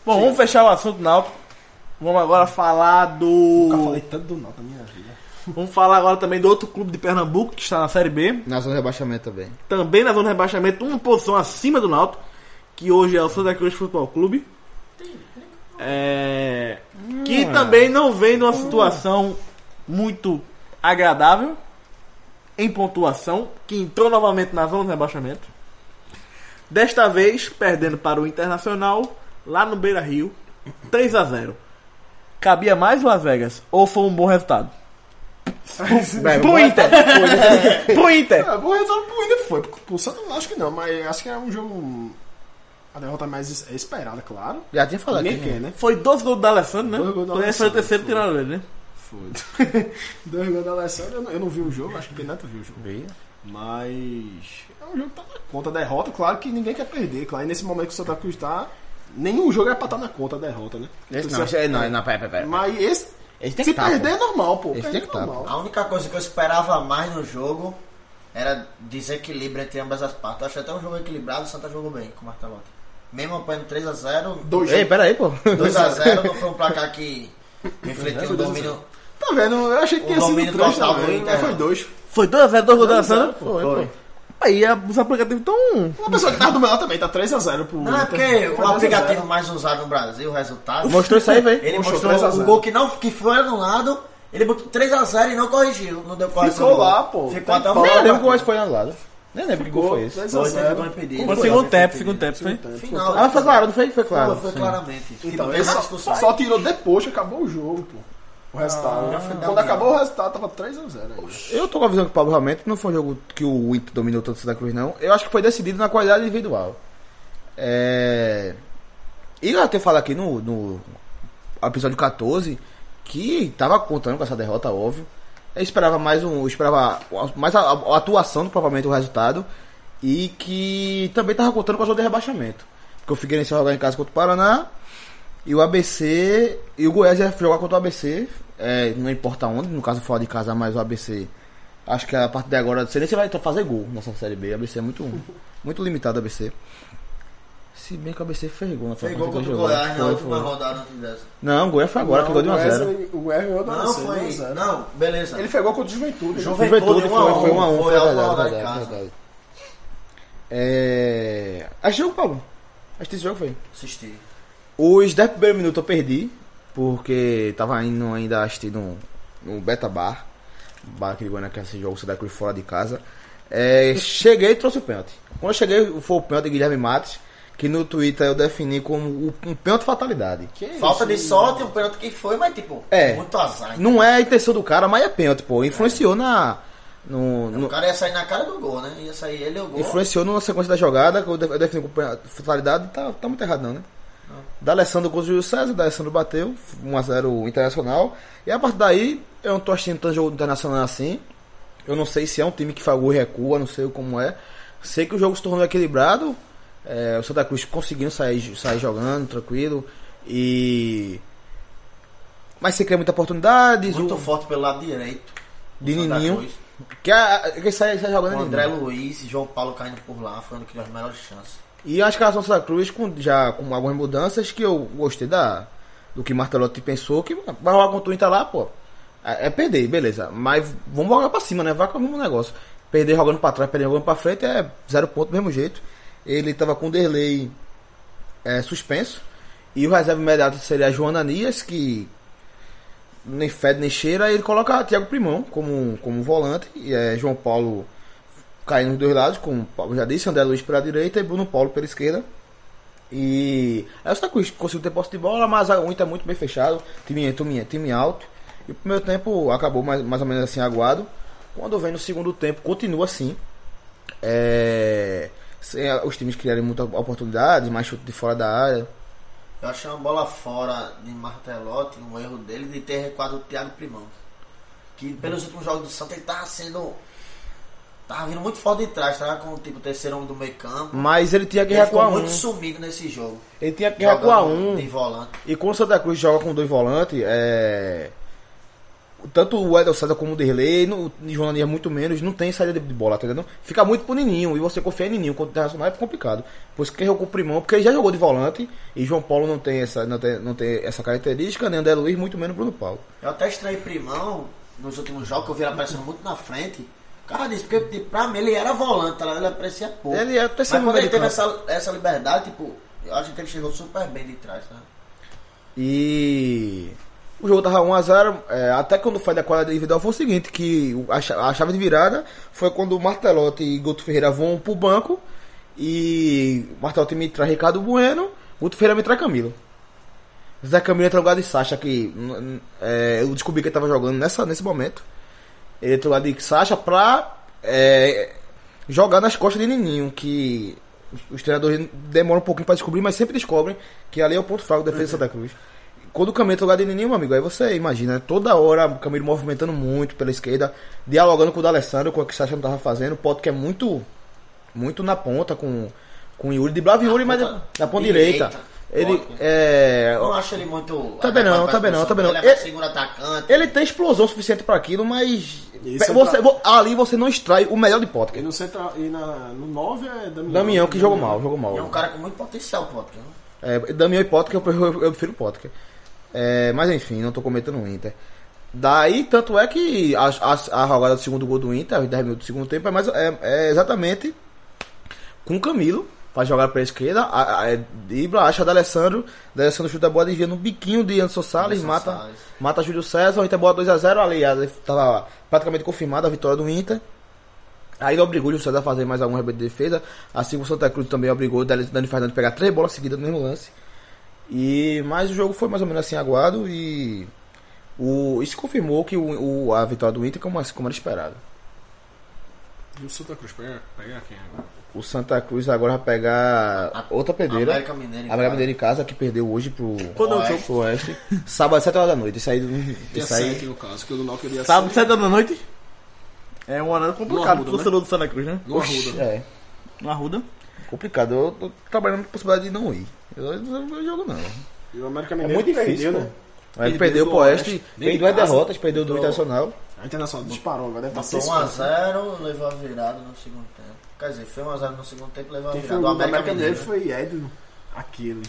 S2: Bom, vamos fechar o assunto Náutico. Vamos agora falar
S3: Nunca
S2: do.
S3: falei tanto do Nauta na minha vida.
S2: Vamos falar agora também do outro clube de Pernambuco que está na Série B,
S5: Na zona de rebaixamento também.
S2: também na zona de rebaixamento, uma posição acima do Náutico, que hoje é o Santa Cruz Futebol Clube. É, que também não vem numa situação muito agradável em pontuação, que entrou novamente na zona de rebaixamento. Desta vez perdendo para o Internacional lá no Beira Rio, 3 a 0. Cabia mais Las Vegas ou foi um bom resultado? Pro
S5: então.
S2: Inter.
S5: né?
S2: Pro Inter.
S3: É, bom resultado pro Inter foi. Pro pro Santos acho que não, mas acho que é um jogo. A derrota mais es- é esperada, claro.
S5: Já tinha falado
S3: Ninguém
S5: aqui, né?
S3: quer, né?
S2: Foi 12 gols do Alessandro, né?
S3: Dois gols do
S2: Quando ele foi o
S3: D'Alessandro,
S2: terceiro
S3: foi.
S2: tirando ele, né?
S3: Foda. Dois gols da Alessandro, eu não, eu não vi o jogo, acho que o Penato viu o jogo. Mas. É um jogo que tá na conta da derrota, claro que ninguém quer perder. Claro, e nesse momento que o Santa Cruz tá. Nenhum jogo é pra estar na conta da derrota, né?
S5: Esse
S3: Então,
S5: não,
S3: se-
S5: esse- é, não, não, pera, pera, pera.
S3: Mas esse.
S5: Esse tem
S3: Se
S5: que tá,
S3: perder
S5: pô.
S3: é normal, pô.
S5: Esse
S3: Perder
S5: tem
S3: é
S5: que tá,
S4: A
S3: normal.
S4: única coisa que eu esperava mais no jogo era desequilíbrio entre ambas as partes. Eu achei até um jogo equilibrado, o Santa jogou bem com o Marta Lota. Mesmo apanhando 3x0,
S3: Dois né?
S5: Ei, pera aí, pô.
S4: 2x0 não foi um placar que refletiu o domínio.
S3: Tá vendo? Eu achei que
S4: O
S3: tinha sido
S4: domínio
S3: três
S4: total
S3: também,
S4: do
S5: né?
S3: mas foi
S4: Inter.
S3: dois.
S2: Foi 2 a 0 2 gols do Alessandro.
S5: Foi, foi.
S2: Aí a- os aplicativos estão
S3: Uma pessoa que tá do melhor também, tá 3x0 pro.
S4: Não, é porque
S3: Inter.
S4: o
S3: Foi 2 a 0.
S4: aplicativo mais usado no Brasil, o resultado.
S5: Mostrou isso aí, velho.
S4: Ele
S3: Mostrou
S4: mostrou
S3: 3 a 0.
S4: o gol que, não, que foi anulado. Ele botou 3x0 e não corrigiu. Não deu correção.
S3: Ficou
S4: do gol.
S3: lá, pô.
S4: Ficou até o
S5: Nem
S4: final.
S5: lembro qual foi anulado. Nem lembro um que gol foi esse.
S3: 2 a
S4: Foi, né? teve
S3: 0.
S4: gol impedido.
S2: no segundo tempo, segundo tempo, foi.
S4: Final.
S5: Ah, mas foi claro, não foi? Foi claro.
S4: Foi, foi
S5: sim.
S4: claramente. Tipo,
S3: Então,
S4: tem
S3: ele
S4: essa
S3: só,
S4: discussão.
S3: só tirou depois que acabou o jogo, pô. O resultado.
S4: Ah, já foi né? da
S3: Quando
S4: manhã.
S3: acabou o resultado, tava 3x0
S5: Eu tô com a visão que o Pablo realmente não foi um jogo que o Inter dominou tanto o Santa Cruz, não. Eu acho que foi decidido na qualidade individual. É... E eu até falo aqui no, no episódio 14 que tava contando com essa derrota, óbvio. Eu esperava mais um. eu esperava mais a, a atuação do que propriamente o resultado. E que também tava contando com a zona de rebaixamento. Porque o Figueirense vai jogar em casa contra o Paraná. E o ABC. E o Goiás ia jogar contra o ABC. é, não importa onde, no caso fora de casa, mas o ABC. Acho que a partir de agora, não sei nem se vai fazer gol nessa série B. O ABC é muito, muito limitado, o ABC. Se bem que o ABC fez gol na
S4: Fez gol
S5: partida é que
S4: É contra o
S5: jogou.
S4: Goiás na
S5: Foi,
S4: última
S5: foi.
S4: rodada antes dessa.
S5: Não, o Goiás foi agora, que
S3: o
S5: ganhou de 1x0.
S3: Wesley- O Wesley
S5: Ah,
S3: ganhou de 1 a
S4: Não,
S3: 0
S4: foi.
S3: 1 a 0.
S4: Não, beleza.
S3: Ele pegou contra o Juventude. né?
S4: Juventude.
S5: Juventude
S4: um a
S5: foi,
S4: um,
S5: foi 1 a 1
S4: foi
S5: foi
S4: a
S5: verdade,
S4: bola lá em
S5: verdade,
S4: casa.
S5: verdade. É... Acho que jogo, Pablo. Acho que esse jogo foi.
S4: Assisti.
S5: Os 10 primeiros minutos eu perdi, porque tava indo ainda assistir no, no Beta Bar. Bar que Goiânia que esse jogo Santa Cruz fora de casa. É, cheguei e trouxe o pênalti. Quando eu cheguei, foi o pênalti de Guilherme Matos, que no Twitter eu defini como o- um pênalti fatalidade.
S4: Falta de sorte, o pênalti que foi, mas tipo,
S5: É.
S4: muito azar.
S5: Não é a intenção do cara, mas é pênalti, pô. Influenciou na. No,
S4: O
S5: no,
S4: cara ia sair na cara do gol, né? Ia sair ele e o gol.
S5: influenciou na sequência da jogada, que eu def- eu defini com pe- fatalidade, tá, tá muito errado não, né?
S4: Ah.
S5: Da Alessandro contra o Júlio César, da Alessandro bateu, 1x0 Internacional. E a partir daí, eu não tô assistindo tanto jogo do internacional assim. Eu não sei se é um time que faz gol e recua, não sei como é. Sei que o jogo se tornou equilibrado. é, o Santa Cruz conseguindo sair, sair jogando, tranquilo. E. Mas você cria muita oportunidade.
S4: Muito
S5: o-
S4: forte pelo lado direito.
S5: de
S4: Santa
S5: Nininho.
S4: Cruz.
S5: Que, a, que sai, sai jogando
S4: Com
S5: é
S4: o
S5: Nininho.
S4: André Luiz e João Paulo caindo por lá, foi um das melhores chances.
S5: E a escalação do Santa Cruz, com, já com algumas mudanças, que eu gostei da, do que Martelotti pensou, que vai rolar contra o Inter lá, pô. É é perder, beleza. Mas vamos jogar pra cima, né? Vai com o mesmo negócio. Perder jogando pra trás, perder jogando pra frente é zero ponto do mesmo jeito. Ele tava com o Derlei é, suspenso. E o reserva imediato seria a Joana Nias, que nem fede nem cheira. Ele coloca Thiago Primão como, como volante. E é João Paulo caindo nos dois lados, como o Paulo já disse, André Luiz pela direita e Bruno Paulo pela esquerda. E é aí o Santa Cruz conseguiu ter posse de bola, mas o Inter é muito bem fechado, time, time, time alto. E o primeiro tempo acabou mais, mais ou menos assim aguado. Quando vem no segundo tempo, continua assim. É, sem a- os times criarem muitas oportunidades, mais chute de fora da área.
S4: Eu achei uma bola fora de Martelotti, um erro dele de ter recuado o Thiago Primão. Que pelos últimos jogos do Santa ele tava sendo. Tava vindo muito forte de trás, tava com tipo o terceiro homem do meio campo.
S5: Mas ele tinha que
S4: Ele ficou
S5: recuar um.
S4: muito sumido nesse jogo.
S5: Ele tinha que recuar
S4: Jogando
S5: um.
S4: De volante.
S5: E quando o Santa Cruz joga com dois volantes, é... tanto o Edel César como o Derlei, não- o João Anias muito menos, não tem saída de de bola, tá entendendo? Fica muito pro Nininho, e você confia em Nininho contra o Internacional é complicado. Pois quem jogou o primão, porque ele já jogou de volante, e João Paulo não tem essa, não tem, não tem essa característica, nem André Luiz, muito menos Bruno Paulo.
S4: Eu até estranhei Primão nos últimos jogos, que eu vi ele aparecendo muito na frente. O cara disse, porque tipo, pra mim ele era volante, tá ligado? ele aparecia pouco.
S5: Ele é
S4: Mas
S5: terceiro
S4: quando ele
S5: meio de
S4: teve
S5: campo.
S4: essa, essa liberdade, tipo, eu acho que ele chegou super bem de trás, né?
S5: E o jogo tava 1x0, é, até quando foi da quadra individual foi o seguinte, que o- a, cha- a chave de virada foi quando o Martelotti e Guto Ferreira vão pro banco e o Martelotti me traz Ricardo Bueno, Guto Ferreira me traz Camilo. Zé Camilo entra no lugar de Sacha, que n- n- é, eu descobri que ele tava jogando nessa, nesse momento. Ele entra no lugar de Sacha pra é, jogar nas costas de Nininho, que os- os treinadores demoram um pouquinho pra descobrir, mas sempre descobrem que ali é o ponto fraco da defesa da Santa Cruz. Quando o Camilo entra no lugar de Nininho, meu amigo, aí você imagina, né? toda hora o Camilo movimentando muito pela esquerda, dialogando com o D'Alessandro, com o que o Sacha não tava fazendo, o Pote que é muito muito na ponta com, com o Yuri. Driblava o Yuri, mas
S4: ponta
S5: na ponta direita.
S4: direita.
S5: Ele,
S4: Ótimo.
S5: é,
S4: Eu não acho ele muito.
S5: Também Tá não,
S4: adequado pra
S5: também não,
S4: função.
S5: também não.
S4: Ele é mais
S5: Ele-
S4: segundo atacante.
S5: ele tem explosão suficiente pra aquilo, mas
S3: Esse é o
S5: você,
S3: tra-
S5: vo- ali você não extrai o melhor de
S3: E
S5: Potter.
S3: no, central, e na, no 9 é Damião.
S5: Damião que jogou mal, jogou
S4: É um
S5: mal.
S4: cara com muito potencial, pô. porque um não-
S5: É, Damião e Potter, eu, prefiro- eu prefiro Potter. É, mas enfim, não tô comentando o Inter. Daí, tanto é que a, a, a jogada do segundo gol do Inter, aos 10 minutos do segundo tempo, é, mais, é, é exatamente com o Camilo. Faz jogar pra esquerda, a, a, é, dribla, acha da Alessandro, da Alessandro chuta a bola, desvia no biquinho de Anderson Salles,
S4: Anderson
S5: mata,
S4: Salles.
S5: mata Júlio César, o Inter bota 2x0, ali ali tava praticamente confirmada a vitória do Inter. Aí ele obrigou o Júlio César a fazer mais algum rebate de defesa, assim como o Santa Cruz também obrigou o Dani Dani Fernandes a pegar três bolas seguidas no mesmo lance. E, mas o jogo foi mais ou menos assim aguado e o, isso confirmou que o, o- a vitória do Inter como, como era esperado.
S3: E o Santa Cruz, pega, pega quem é. agora?
S5: O Santa Cruz agora vai pegar
S4: A-
S5: outra pedreira.
S4: América Mineiro. em
S5: A América
S4: casa.
S5: Mineiro em casa que perdeu hoje pro
S2: Quando é o
S5: Oeste. Pro Oeste. Sábado às 7 horas da noite. Isso aí.
S3: Dia
S5: Isso aí
S3: 7, no caso, que o do Náutico ele ia
S2: Sábado,
S3: ser
S2: 7 da noite? É um horário complicado
S3: Arruda,
S2: pro torcedor do Santa Cruz, né?
S3: no Arruda.
S5: é
S2: No Arruda.
S5: complicado. Eu tô trabalhando com a possibilidade de não ir. Eu, eu não jogo não.
S3: E o América
S5: É
S3: Mineiro
S5: muito difícil.
S3: perdeu,
S5: pô.
S3: né?
S5: Aí
S3: Perdeu
S5: perdeu
S3: do
S5: pro Oeste,
S3: Oeste,
S5: tem
S3: dentro
S5: duas
S3: de casa.
S5: derrotas, perdeu do Internacional.
S3: A Internacional é disparou, agora deve
S4: Passou
S3: passar
S4: 1x0, levou a virada no segundo tempo. Quer dizer, foi 1x0 no segundo tempo, levou a
S3: Quem foi
S4: virada.
S3: o
S4: O
S3: gol do
S4: América,
S3: América Mineiro
S4: Mineiro.
S3: foi Edno, aquele.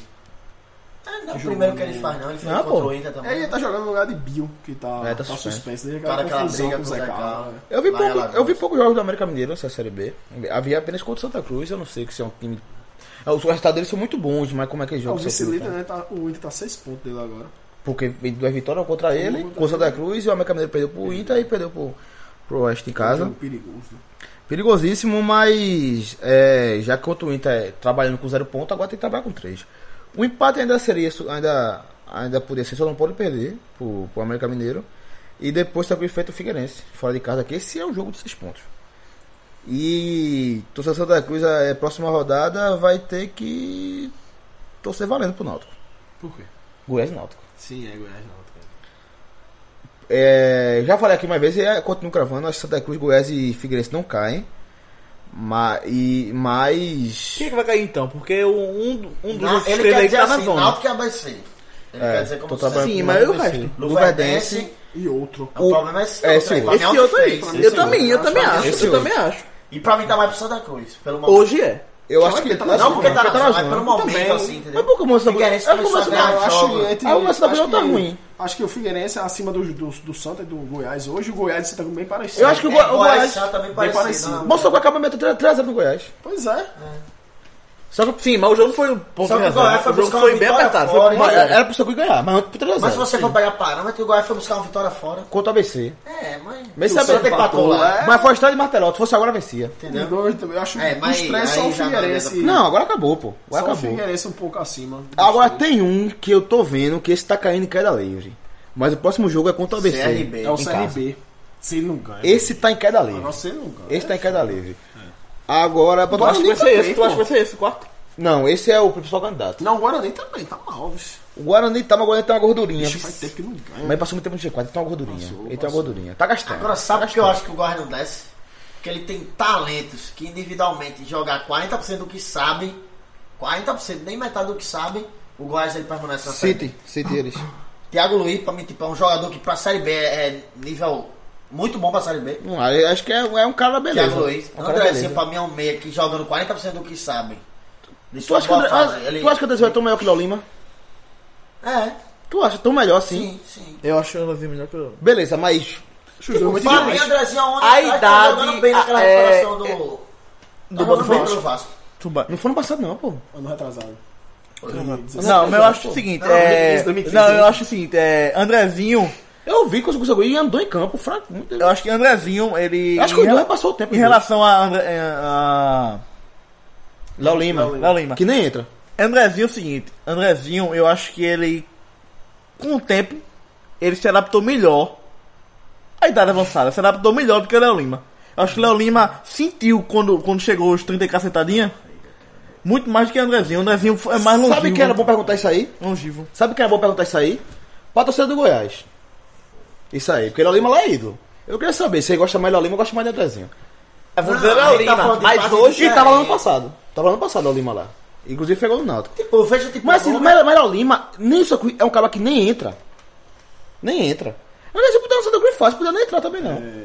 S4: É, não é o
S3: Jogou
S4: primeiro que
S3: no-
S4: ele faz, não. Ele foi
S5: Não,
S4: contra
S5: pô.
S4: o Inter também.
S3: É, ele tá jogando no lugar de Bill, que tá,
S5: É, tá
S3: tá,
S5: suspenso.
S3: suspenso desde
S4: O cara,
S3: aquela
S4: aquela
S3: confusão com
S4: briga
S3: o Zé Carlos.
S5: Eu vi,
S4: Lá
S5: pouco,
S4: em Alagoas.
S5: eu vi poucos jogos do América Mineiro nessa Série B. Havia apenas contra o Santa Cruz, eu não sei que se é um time. Ah, Os resultados deles são muito bons, mas como é que eles
S3: É, O
S5: jogam? esse time,
S3: vice-líder,
S5: tá?
S3: né? Tá, o Inter tá 6 pontos dele agora.
S5: Porque vem duas vitórias contra ele,
S3: contra
S5: com o Santa Cruz, e o América Mineiro perdeu pro Inter e perdeu pro, pro Oeste em casa.
S3: Jogo Perigoso.
S5: Perigosíssimo, mas é, já que o Inter é trabalhando com zero ponto, agora tem que trabalhar com três. O empate ainda seria, su- ainda, ainda poderia ser, só não pode perder pro, pro América Mineiro. E depois também feito o Figueirense, fora de casa aqui. Esse é um jogo de seis pontos. E torcer Santa Cruz, a próxima rodada vai ter que torcer valendo pro Náutico.
S3: Por quê?
S5: Goiás e Náutico.
S3: Sim, é Goiás não. cara.
S5: É, já falei aqui mais vezes e é, continuo cravando. Acho que Santa Cruz, Goiás e Figueirense não caem. Mas. E, mas
S2: Quem é que vai cair então? Porque o- um, um dos
S4: Na-
S2: outros
S4: ele
S2: três
S4: quer
S2: aí
S4: dizer
S2: tá na
S4: assim,
S2: zona.
S4: Náutico e ABC. Ele
S5: É,
S4: quer dizer
S5: tô
S4: como
S5: trabalhando
S4: sempre.
S5: com
S2: Sim, mas eu
S5: Luverdense.
S2: resto.
S5: Luverdense.
S4: Luverdense.
S3: E outro.
S4: O problema é esse
S5: É,
S4: outro aí.
S5: sim.
S4: Pra mim é
S2: Esse
S4: os
S2: outro aí.
S4: três.
S2: Eu também, eu
S3: Esse
S2: também
S3: outro.
S2: acho. Eu também acho.
S4: E pra mim tá mais pro Santa Cruz. Pelo momento.
S2: Hoje é.
S5: Eu acho que.
S4: Não, porque tá na
S5: tá
S4: zona, mas pelo momento,
S5: Também.
S4: assim, entendeu?
S5: Mas por que o Moça
S4: Figueirense
S5: Gabriel-
S4: começou
S5: é porque o
S4: a
S5: Moça
S4: ganhar
S5: Gabriel-
S4: jogos.
S5: acho que- Ah, o Moça Gabriel tá
S3: que-
S5: ruim.
S3: Acho que o Figueirense é acima do, do, do Santa e do Goiás hoje. O Goiás e o Santa Cruz bem parecido.
S5: Eu acho que o
S4: É,
S5: Goi- o
S4: Goiás
S5: Goiás.
S4: já tá bem
S3: Bem
S4: parecido.
S3: parecido.
S4: né?
S5: Moça Gabriel acaba metendo 3 a 0 no Goiás.
S3: Pois é.
S2: Só que, sim, mas o jogo não foi um pouco
S4: Só que o
S2: reserva.
S4: Goiás foi
S2: O jogo
S4: buscar
S2: foi
S4: uma
S2: bem
S4: vitória
S2: apertado.
S4: fora,
S2: Foi
S4: hein?
S2: por
S5: Mas
S2: mais-
S5: era pro Santa Cruz ganhar, mas não pro 3 a 0
S4: Mas se você for pegar parâmetro, o Goiás foi buscar uma vitória fora.
S5: Contra o ABC.
S4: É, mas.
S5: Mas,
S4: o
S5: sabe-
S4: Santa empatou lá.
S5: Mas foi a história de martelo. Se fosse agora, vencia.
S3: Os
S4: Entendeu?
S3: dois também. Eu acho
S4: É,
S3: que
S4: mas
S3: os três
S4: aí
S3: são o
S4: já
S3: Figueirense.
S5: Não, agora acabou, pô. Agora
S3: Só o
S5: acabou.
S3: Figueirense um pouco acima. dos
S5: Agora
S3: três.
S5: tem um que eu tô vendo que esse tá caindo em queda livre. Mas o próximo jogo é contra o ABC.
S4: CRB.
S3: É o
S5: em casa.
S3: CRB. Se ele não ganha.
S5: Esse tá em queda livre.
S3: Agora se ele não ganha.
S5: Esse tá em queda livre. Agora, pra
S2: Tu acha que vai ser
S5: também,
S2: esse? Tu acha que
S5: pô.
S2: vai ser esse o quarto?
S5: Não, esse é o principal candidato.
S3: Não, o Guarani também tá mal, bicho.
S5: O Guarani tá, mas o Guarani tem uma gordurinha.
S3: Bicho, faz tempo que não ganha.
S5: Hum. Mas ele passou muito tempo no G4, ele tem é uma gordurinha.
S3: Passou,
S5: ele tem uma
S3: passou.
S5: gordurinha. Tá gastando.
S4: Agora, sabe o que eu acho que o Goiás não desce? Que ele tem talentos que individualmente jogar 40% do que sabe, 40%, nem metade do que sabe, o Goiás ele permanece na Série B.
S5: City, City eles.
S4: Thiago Luiz, pra mim, tipo, é um jogador que pra Série B é é nível muito bom pra Série B.
S5: Não, eu acho que é, é um cara da beleza.
S4: Thiago Luiz.
S5: É um cara da
S4: Andrezinho,
S5: beleza.
S4: pra mim, é um meia que jogando 40% do que sabe. De
S5: Tu
S4: sua
S5: acha que o
S4: boa
S5: André-
S4: fase.
S5: ah, tu acha que o André vai tão melhor que o Léo Lima?
S4: É,
S5: Tu acha tão melhor assim?
S4: sim, sim.
S2: Eu acho que eu vi melhor que eu.
S5: Beleza, mas
S3: Acho os dois muito
S4: Pra mim,
S3: iguais.
S4: Andrezinho, é ontem,
S2: A
S4: ele
S2: idade,
S4: tá jogando bem naquela
S2: a- é,
S4: recuperação do...
S2: do
S4: tá jogando bem
S2: Botafogo.
S4: pelo Vasco.
S2: Tuba.
S5: não foi no passado não, pô.
S3: Ano retrasado.
S2: Não, mas eu acho o seguinte, é... Não, eu acho o seguinte, é... Andrezinho,
S5: Eu vi que o Gustavo Guia andou em campo, fraco. Muito...
S2: eu acho que Andrezinho, ele...
S5: Acho que o
S2: em,
S5: Dudu
S2: rela-
S5: passou o tempo.
S2: em relação a... André- eh, a...
S5: Léo Lima.
S2: Léo Lima.
S5: Que nem entra.
S2: Andrezinho é o seguinte, Andrezinho, eu acho que ele, com o tempo, ele se adaptou melhor à idade avançada, se adaptou melhor do que o Léo Lima. Eu acho que o Léo Lima sentiu quando, quando chegou os 30 e cacetadinha, muito mais do que o Andrezinho. O Andrezinho é mais longivo.
S5: Sabe quem era bom perguntar isso aí?
S2: Longivo.
S5: Sabe quem era bom perguntar isso aí? Pra torcida do Goiás. Isso aí, porque Léo Lima lá é ídolo. Eu queria saber se ele gosta mais de Léo Lima ou gosta mais de Andrezinho.
S2: É, vou
S4: Não, dizer Léo a gente tá Lima, falando de mas passe hoje-
S5: E
S4: diferente.
S5: tava lá no passado. Tava lá no passado Léo Lima lá. Inclusive pegou no Náutico.
S4: Tipo, veja tipo.
S5: Mas assim,
S4: o
S5: o
S4: homem-
S5: Melo Melo Lima, nem o Santa Cruz, é um cara que nem entra. Nem entra. Aliás, se puder no Santa Cruz fácil, puder nem entrar também
S4: É.
S5: não.
S3: é,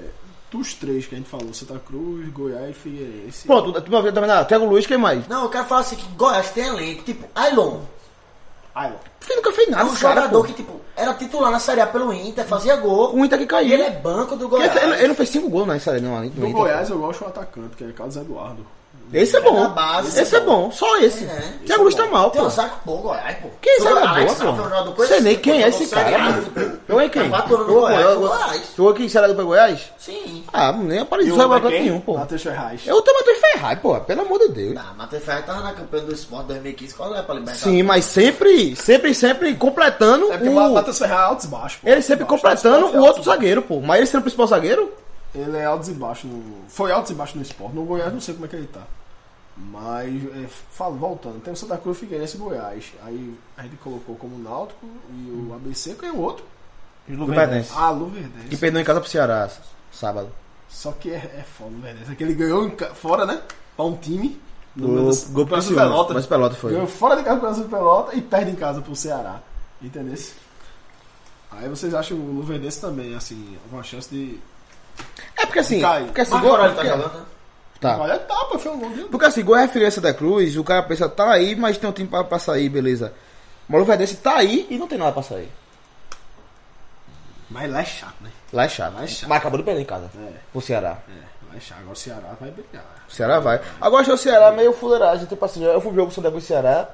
S3: Dos três que a gente falou, Santa Cruz, Goiás e Figueirense.
S5: Pronto, tu tá vai ver também nada. Thiago Luiz, quem mais?
S4: Não, eu quero falar assim, que Goiás tem elenco, tipo, Ailon.
S3: Ailon.
S5: Porque nunca fez
S4: É
S5: nada,
S4: um
S5: esse cara,
S4: jogador
S5: pô.
S4: que, tipo, era titular na Série A pelo Inter, fazia gol.
S5: O Inter que é-
S4: E
S5: caiu.
S4: ele é banco do
S5: Ele,
S4: Goiás.
S5: ele- ele não fez cinco gols na série, né? não, além do
S3: Do
S5: Inter.
S3: Goiás eu gosto do atacante, que é Carlos Eduardo.
S5: Esse é bom.
S4: na base,
S5: esse é bom. Só esse.
S4: É, né?
S5: Thiago Luiz tá mal,
S4: Tem
S5: pô.
S4: um saco bom, Goiás, pô.
S5: Quem é
S4: Jogou- Alex
S5: essa
S4: Sá foi um
S5: boa,
S4: jogador
S5: pô?
S4: coisa
S5: Sei nem
S4: assim,
S5: quem é
S4: jogou
S5: esse
S4: Série
S5: cara,
S4: A,
S5: mano.
S4: tipo,
S5: Eu é quem?
S4: Quatro anos no
S5: Jogou
S4: Goiás,
S5: Goiás.
S4: Goiás.
S5: Jogou aqui em Ceará do Goiás?
S4: Sim.
S5: Ah, nem
S3: E
S5: apareceu
S3: o
S5: em
S3: outro
S5: lugar
S3: é quem?
S5: nenhum, pô.
S3: Matheus Ferraz.
S5: Eu também tô ferrado, pô. Pelo amor de Deus.
S4: Ah, Matheus Ferreira tava na campanha do Sport 2015, qual é pra libertar?
S5: Sim, mas sempre, sempre, sempre completando
S3: É porque o
S5: o...
S3: Matheus Ferraz é altos e baixos. pô.
S5: Ele sempre
S3: Baixo,
S5: completando
S3: é altos e
S5: o outro
S3: baixos.
S5: zagueiro, pô. Mas ele sendo o principal zagueiro?
S3: Ele é altos e baixos. no- Foi altos e baixos no esporte. No Goiás não sei como é que ele tá. Mas, é, falo, voltando, tem o Santa Cruz, Figueirense e Goiás. Aí a gente colocou como Náutico e o ABC que é o outro.
S2: é, né?
S5: Luverdense.
S3: Ah,
S5: Que
S3: Luverdense.
S5: perdeu em casa pro Ceará s- sábado.
S3: Só que é, é foda, Luverdense. É que ele ganhou em ca- fora, né? Pra um time. No
S5: Gol-
S3: meio da-
S5: gol pro
S3: Brasil
S5: Criciúma,
S3: Pelota.
S5: mas Pelota foi.
S3: Ganhou fora de casa pro Brasil Pelota e perde em casa pro Ceará. Entendeu? Aí vocês acham o Luverdense também, assim, uma chance de.
S5: É porque assim,
S3: Cai.
S5: porque assim,
S4: Mas
S5: gol,
S4: agora ele tá
S5: porque-
S4: jogando, né?
S5: tá.
S3: é. Olha, tá, pô, foi um gol dele.
S5: Porque assim, Goiás referência da Cruz, o cara pensa, tá aí, mas tem um time pra, pra sair, beleza. Mas o Luverdense tá aí e não tem nada pra sair.
S3: Mas lá é chato, né?
S5: Lá é chato.
S3: Lá é chato.
S5: Mas acabou de perder em casa. né?
S3: É.
S5: Pro Ceará.
S3: É, vai achar. Agora o Ceará vai brigar.
S5: O Ceará vai. Agora achei o Ceará meio fuleiragem. Tipo assim, eu fui pro jogo Santa Cruz e Ceará.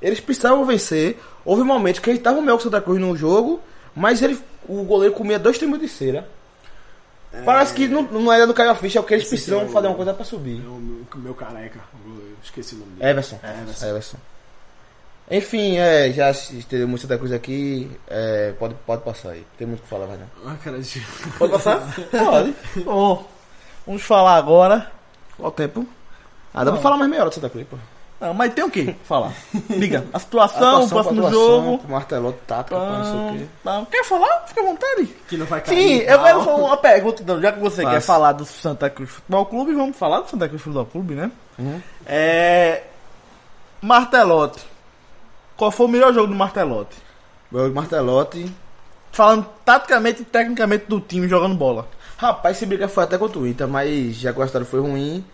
S5: Eles precisavam vencer. Houve momentos que eles estavam melhor que o Santa Cruz no jogo, mas ele, o goleiro comia dois times de cera. Parece que não, não era do Caio a Ficha, é porque eles
S3: É. Esse
S5: precisam
S3: que é o-
S5: fazer uma coisa pra subir.
S3: Meu, meu, meu careca, o goleiro, esqueci o nome dele.
S5: Everson. É.
S3: Everson.
S5: Everson. Enfim, é, já teve muito Santa Cruz aqui. é, pode, pode passar aí. Tem muito o que falar, né? mas não.
S3: Ah, cara de.
S2: Pode passar?
S5: Pode.
S2: Bom, vamos falar agora.
S5: Qual o tempo? Ah, dá pra falar mais meia hora do Santa Cruz, pô.
S2: Não, Ah, mas tem o que falar. Diga, a situação, o
S5: Atuação,
S2: próximo
S5: atuação,
S2: jogo.
S5: Martelo, tática, pá, não sei o quê.
S2: Tá, Quer falar? Fica à vontade.
S3: Que não vai cair.
S2: Sim,
S3: e
S2: eu
S3: tal.
S2: quero fazer uma pergunta, então, já que você
S5: Faça.
S2: quer falar do Santa Cruz Futebol Clube, vamos falar do Santa Cruz Futebol Clube, né?
S5: Uhum.
S2: É... Martelote. Qual foi o melhor jogo do Martelote?
S5: Meu Martelotti.
S2: Falando taticamente e tecnicamente do time jogando bola.
S5: Rapaz, esse briga foi até contra o Inter, mas já que o resultado foi ruim,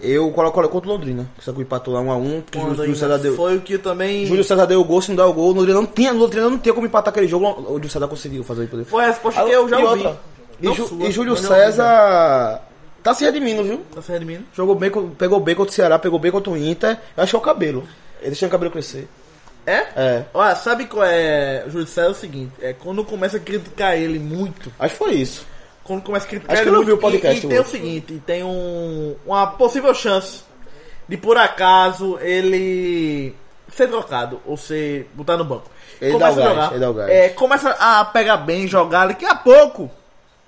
S5: eu coloco contra o Londrina. que Só que empatou lá 1x1, porque o Júlio César deu.
S2: Foi o que também...
S5: Júlio César deu o gol, se não dá o gol, o Londrina não tinha, o Londrina não tinha como empatar aquele jogo, o Júlio César conseguiu fazer o poder.
S2: Foi a resposta que eu já
S5: e
S2: ouvi.
S5: outra, E,
S2: Não
S5: Ju-
S2: sua,
S5: e Júlio
S2: mas eu ouvi né?
S5: César tá se redimindo, viu?
S2: já. Tá certo, menino?
S5: Jogou bem, co- pegou bem contra o Ceará, pegou bem contra o Inter. Eu acho que é o cabelo. Ele deixando o cabelo crescer.
S2: É?
S5: É.
S2: Olha, sabe qual é, Júlio César? É o seguinte, é quando começa a criticar ele muito,
S5: Acho que foi isso.
S2: quando começa a criticar
S5: Acho que
S2: ele
S5: eu não vi
S2: muito,
S5: o
S2: E,
S5: podcast
S2: e tem o
S5: hoje.
S2: seguinte, tem um, uma possível chance de por acaso ele ser trocado ou ser botar no banco.
S5: Ele dá o gás, ele dá o gás.
S2: É, começa a pegar bem, jogar daqui a pouco.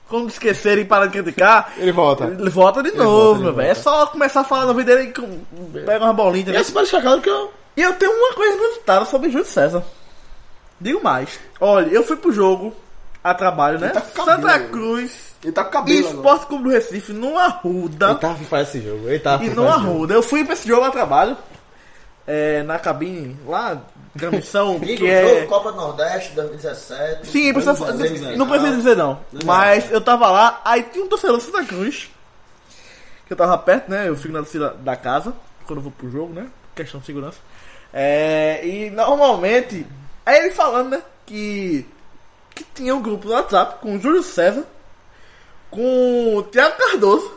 S2: Quando esquecerem e parar de criticar,
S5: Ele volta.
S2: Ele volta de novo,
S5: volta,
S2: meu
S5: ele
S2: velho. É só começar a falar na vida dele e com- pega uma bolinha,
S5: E
S2: entendeu?
S5: esse parece que é claro que eu.
S2: E eu tenho uma coisa inusitada sobre Júlio César. Digo mais. Olha, eu fui pro jogo a trabalho, né?
S3: tá com cabelo,
S2: Santa
S3: velho.
S2: Cruz
S3: Ele tá com
S2: e
S3: cabelo. agora.
S2: Esporte Clube do Recife no Arruda.
S5: Ele tava pra esse jogo. Ele
S3: tá
S5: tava
S2: E
S5: pra
S2: no
S5: esse jogo.
S2: Arruda. Eu fui pra esse jogo a trabalho. é, na cabine lá, transmissão, que
S4: Liga,
S2: é.
S4: jogo, Copa do Nordeste 2017.
S2: Sim, precisa,
S3: Não precisa
S2: não precisa dizer não. Mas eu tava lá, aí tinha um torcedor do Santa Cruz. Que eu tava perto, né? Eu fico na torcida da casa, quando eu vou pro jogo, né? Questão de segurança. É, e normalmente, é ele falando, né? Que, que tinha um grupo no WhatsApp com o Júlio César, com o Thiago Cardoso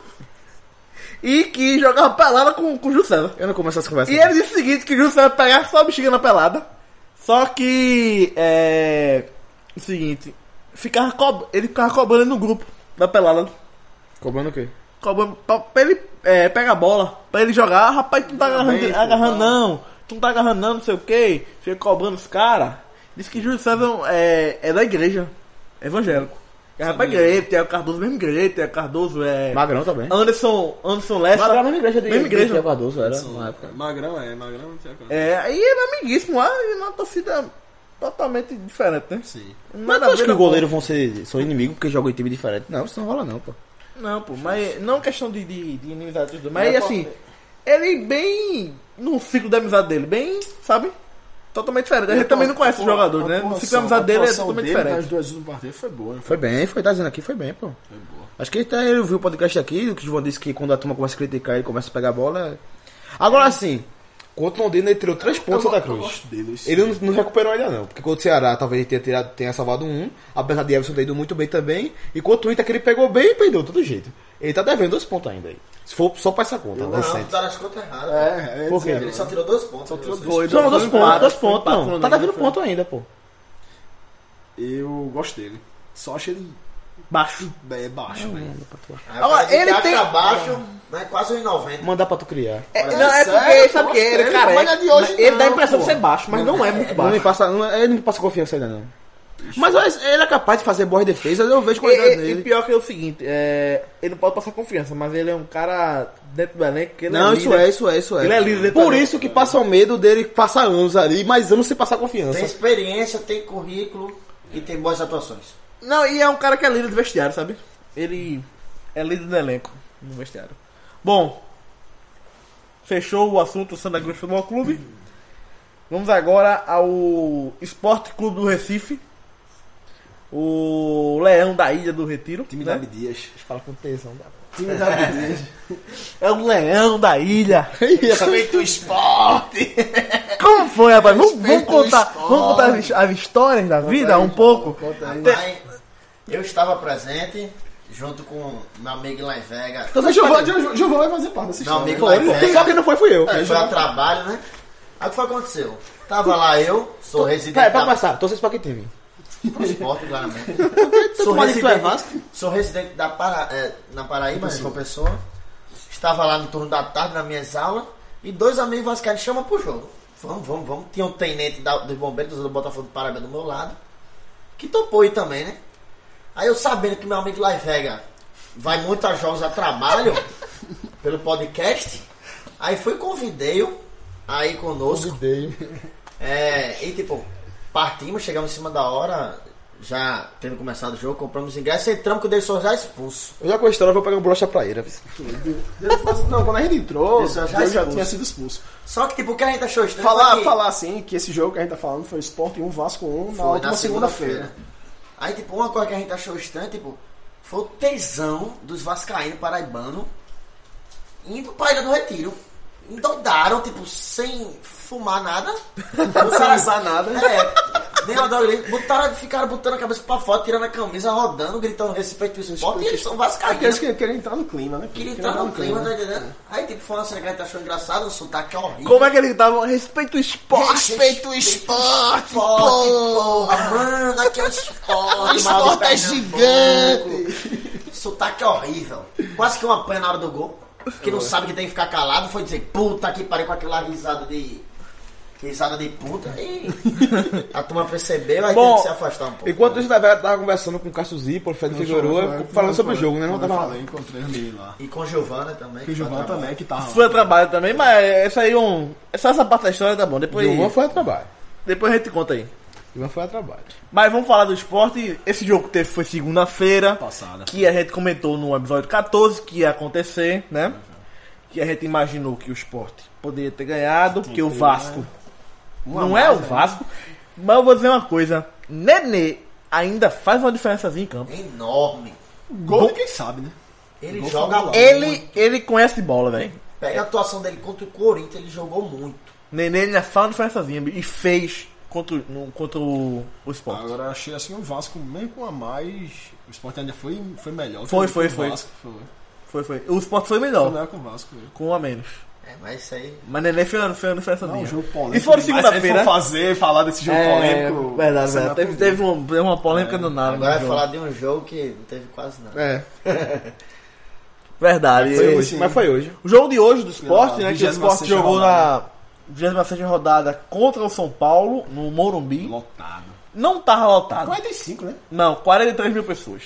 S2: e que jogava pelada com, com o Juscelia.
S5: Eu não começo essa conversa.
S2: E ele disse o seguinte, que o Juscelia pegava só a bexiga na pelada. Só que, é... O seguinte, ficava co- ele ficava cobrando no grupo da pelada.
S5: Cobrando o quê?
S2: Cobrando pra, pra ele é, pegar a bola, pra ele jogar. Rapaz, tu não tá agarrando,
S3: bem, pô,
S2: agarrando
S3: tá.
S2: não. Tu não tá agarrando não, não sei o que. Fica cobrando os caras. Diz que Júlio César é, é da igreja, é evangélico. É pra igreja, tem o Cardoso, mesmo igreja, tem o Cardoso, é...
S5: Magrão também.
S2: Anderson, Anderson Lessa.
S5: Magrão é a mesma igreja de
S2: Mesma igreja.
S5: de Cardoso, era na época.
S3: Magrão é, magrão não tinha como.
S2: É, aí é amiguíssimo lá, e uma torcida totalmente diferente, né?
S3: Sim.
S5: Mas
S2: Nada
S5: tu
S2: a ver,
S5: acha que
S2: não,
S5: os goleiros vão ser são inimigos porque jogam em time diferente? Não, isso não rola não, pô.
S2: pô. Não, pô, mas não questão de, de, de inimizade tudo, mas
S3: Mas, pô,
S2: assim, ele bem no ciclo da amizade dele, bem, sabe? Totalmente diferente. A
S3: Então,
S2: gente também não conhece os jogadores, né? No ciclo da amizade dele é totalmente
S3: As
S2: diferente.
S3: duas últimas partidas foi boa, né?
S5: Foi bem, foi, tá dizendo aqui, foi bem, pô.
S3: Foi boa.
S5: Acho que ele, tá, ele viu o podcast aqui, o que o João disse que quando a turma começa a criticar, ele começa a pegar a bola. é- Agora sim, contra É o Londrina ele tirou três pontos
S3: Eu
S5: da
S3: go- eu
S5: Cruz.
S3: gosto dele, esse
S5: Ele não, não recuperou ainda não, porque contra o Ceará talvez ele tenha, tirado, tenha salvado um, apesar de Everson ter ido muito bem também, e contra o Inter que ele pegou bem e perdeu, de todo jeito. Ele tá devendo dois pontos ainda aí. Se for só pra essa conta, né,
S4: Não, tu
S5: recente.
S4: tá nas contas erradas.
S3: É, é.
S5: Por quê?
S3: zero,
S4: Ele
S3: né?
S4: só tirou dois pontos.
S3: tirou
S4: viu?
S3: dois.
S5: Não, dois
S2: Foi
S5: pontos,
S2: empate,
S5: dois
S2: foi
S5: pontos, não.
S2: empatando,
S5: Tá
S2: né?
S5: devendo
S2: Foi.
S5: ponto ainda, pô.
S3: Eu gosto dele. Só acho ele
S2: Baixo.
S3: é baixo, velho.
S4: Aí
S2: Agora,
S4: parece que
S2: ele
S4: acha
S2: tem-
S4: abaixo, mas né, quase 1,90.
S5: Mandar pra tu criar.
S2: É,
S4: Olha,
S2: não, é
S3: sério,
S2: porque,
S3: eu
S2: sabe o que?
S3: gosto
S2: Ele é
S3: dele, mas
S2: careca.
S3: não é de hoje
S2: Ele dá a
S3: não,
S2: impressão de
S3: pô.
S2: ser baixo, mas não é muito
S5: Não me
S2: baixo.
S5: passa, não, ele não me passa confiança ainda não. Mas olha, ele é capaz de fazer boas defesas, eu
S2: E,
S5: vejo
S2: e-
S5: qualidade
S2: e
S5: nele.
S2: pior que é o seguinte, é, ele não pode passar confiança, mas ele é um cara dentro do elenco que ele
S5: Não,
S2: é
S5: isso
S2: líder.
S5: é, isso é, isso é.
S2: Ele é líder
S5: Por
S2: também.
S5: isso que passa o medo dele passar anos ali, mas anos sem passar confiança.
S4: Tem experiência, tem currículo e tem boas atuações.
S2: Não, e é um cara que é líder do vestiário, sabe? Ele é líder do elenco no vestiário. Bom, fechou o assunto Santa Cruz Futebol Clube. Vamos agora ao Esporte Clube do Recife. O Leão da Ilha do Retiro.
S3: Time
S2: né?
S3: da Abdias.
S2: Fala com tesão. né?
S3: Time da Abdias.
S2: É o Leão da Ilha.
S4: Feito
S5: um
S4: o esporte.
S2: Como foi, rapaz? Vamos, vamos
S4: Respeita o
S2: contar,
S4: esporte.
S2: vamos contar as, as histórias da vida um pouco.
S4: Tá, Mas eu estava presente junto com meu amigo lá em Vegas.
S5: Então, você
S3: Giovão
S5: pode...
S3: Giovão- Giovão vai fazer parte desse né?
S4: Não, amigo,
S5: Foi, não tem- só quem não foi, fui eu.
S4: É, foi a trabalho, né? Aí o que foi que aconteceu? Tava lá eu, sou residente
S5: Pera, pra
S4: da
S5: é, passar, torce pra que time?
S4: pro esporte, claramente.
S5: Tu
S4: sou,
S5: fala que tu é
S4: residente,
S5: Vasco?
S4: sou residente da Para, é, na Paraíba, em João Pessoa. Estava lá no turno da tarde, nas minhas aulas, e dois amigos vascaínos chamam pro jogo. Vamos, vamos, vamos. Tinha um tenente da, dos bombeiros do Botafogo do Paraíba do meu lado, que topou ir também, né? Aí eu sabendo que meu amigo lá em Vega vai muito a jogos a trabalho, pelo podcast, aí fui convidei-o aí conosco. É, e tipo, partimos, chegamos em cima da hora, já tendo começado o jogo, compramos ingresso, entramos com o Deilson já expulso.
S5: Eu já com a história, eu vou pegar um brocha pra ele.
S3: Não, quando a gente entrou,
S4: Isso, já
S3: eu já
S4: expulso.
S3: tinha sido expulso.
S4: Só que tipo, o que a gente achou estranho
S3: Falar,
S4: foi que
S3: falar assim, que esse jogo que a gente tá falando foi Sport 1, Vasco 1, na
S4: foi
S3: última segunda-feira.
S4: Aí tipo, uma coisa que a gente achou estranha, tipo, foi o tesão dos vascaínos paraibano indo pra Ilha do Retiro. Então daram, tipo, sem fumar nada. Os caras-
S3: usar nada. né?
S4: É, nem rodar o direito. Botaram, ficaram botando a cabeça pra fora, tirando a camisa, rodando, gritando respeito ao esporte. E eles são vascaínos.
S3: Aqueles que querem É, entrar no clima, né?
S4: Queria
S3: Querem
S4: entrar no clima, tá entendendo? Aí, tipo, foi uma cena que a gente achou engraçado, um sotaque horrível.
S2: Como é que ele tava? Respeita o esporte.
S4: Respeito o esporte, porra, mano, aqui é o esporte, o esporte é gigante. Sotaque horrível. Quase que eu apanho na hora do gol. Que não sabe que tem que ficar calado, foi dizer, puta que pariu com aquela risada de. Risada de puta. E a turma percebeu, aí
S5: Bom,
S4: tem que se afastar um pouco.
S5: Enquanto isso, eu tava conversando com o Cássio Zipo, o Fred Figueroa, falando sobre o jogo, né? Não
S3: Eu
S5: tava...
S3: falei, encontrei o menino lá.
S4: E com Giovana também. um
S3: E o Giovanni também, né? que tava
S2: Foi
S3: lá.
S2: a trabalho também, mas essa aí é um. Essa, essa parte da história tá bom. Depois,
S5: Ivan foi a trabalho.
S2: depois a gente conta aí.
S5: Ivan foi a trabalho.
S2: Mas vamos falar do esporte. Esse jogo que teve foi segunda-feira.
S3: Passada.
S2: Que a gente comentou no episódio 14 que ia acontecer, né? Que a gente imaginou que o esporte poderia ter ganhado, porque o Vasco. não é o
S5: né?
S2: Vasco. Mas eu vou dizer uma coisa. Nenê ainém ainda faz uma diferençazinha em campo.
S4: Enorme.
S3: Gol ninguém sabe, né?
S4: Ele
S3: Gol
S4: joga
S3: foi
S4: lá.
S2: Ele, ele conhece bola, velho.
S4: Pega É, a atuação dele contra o Corinthians, ele jogou muito.
S2: Nenê ainda faz uma diferençazinha bicho, e fez contra, o- no, contra o, o esporte.
S3: Agora achei assim o Vasco meio com a mais. O Sport ainda foi, foi melhor.
S2: Foi,
S3: que o
S2: foi, foi.
S3: Vasco, foi.
S2: Foi, foi. O Sport foi
S3: Foi
S2: melhor,
S3: melhor que o Vasco. velho.
S2: com um a menos.
S4: É, mas isso aí.
S2: Mas Nenê foi uma, foi uma diferença
S3: Não, um jogo polêmico.
S2: E fora
S3: demais. Se ele
S2: segunda-feira.
S3: for fazer, falar desse jogo
S2: É,
S3: polêmico.
S2: verdade,
S3: você É, não
S2: verdade. Teve,
S3: aprendeu.
S2: teve uma, teve uma polêmica do nada.
S4: Agora
S2: no
S4: vai
S2: Ah, jogo.
S4: falar de um jogo que não teve quase nada.
S5: É,
S2: Verdade. é
S5: foi
S2: eu-
S5: hoje.
S3: sim.
S5: Mas foi hoje.
S2: O jogo de hoje do esporte,
S3: Pela
S2: né? Que o
S3: 26ª
S2: esporte jogou
S3: rodada.
S2: na 26 rodada contra o São Paulo, no Morumbi.
S3: Lotado.
S2: Não tava lotado.
S3: 45, né?
S2: Não, 43 mil pessoas.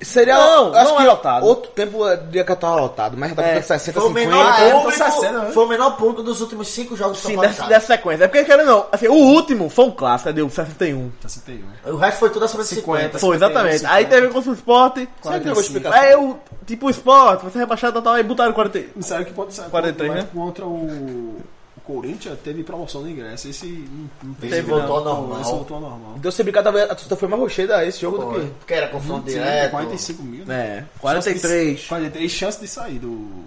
S5: Seria.
S2: Não,
S5: acho
S2: não
S5: que
S2: é lotado.
S5: Outro tempo eu diria que eu tava lotado, mas já tá
S2: É,
S5: com 60,
S2: foi o
S5: 50.
S2: menor
S4: Ah,
S2: público-
S4: é, então tá
S3: sério, um né?
S4: Foi o menor público dos últimos cinco jogos do São
S2: Sim,
S4: Paulo.
S2: dessa,
S4: sabe?
S2: dessa sequência. É porque, querendo ou não, assim, o último foi um clássico, deu 61.
S3: Já citei um.
S4: O resto foi tudo acima de 50.
S3: 50.
S2: Foi, exatamente.
S3: 51,
S2: Aí teve contra o esporte.
S5: Será que eu vou explicar?
S2: Aí o, tipo, o esporte, você rebaixado total, aí botaram 40.
S3: Sério que pode ser.
S2: 43,
S3: mas
S2: né?
S3: Contra o... o Corinthians teve promoção de ingresso. Esse não, não teve.
S4: Esse voltou ao
S3: não.
S4: normal.
S3: Esse voltou ao normal.
S5: Deu se brincar, talvez a torcida foi mais rocheira esse jogo
S4: Foi.
S5: do que.
S4: Porque era é, confronto
S3: Sim,
S4: direto.
S3: 45 mil, né?
S2: É, 43
S3: 43 chances de sair do.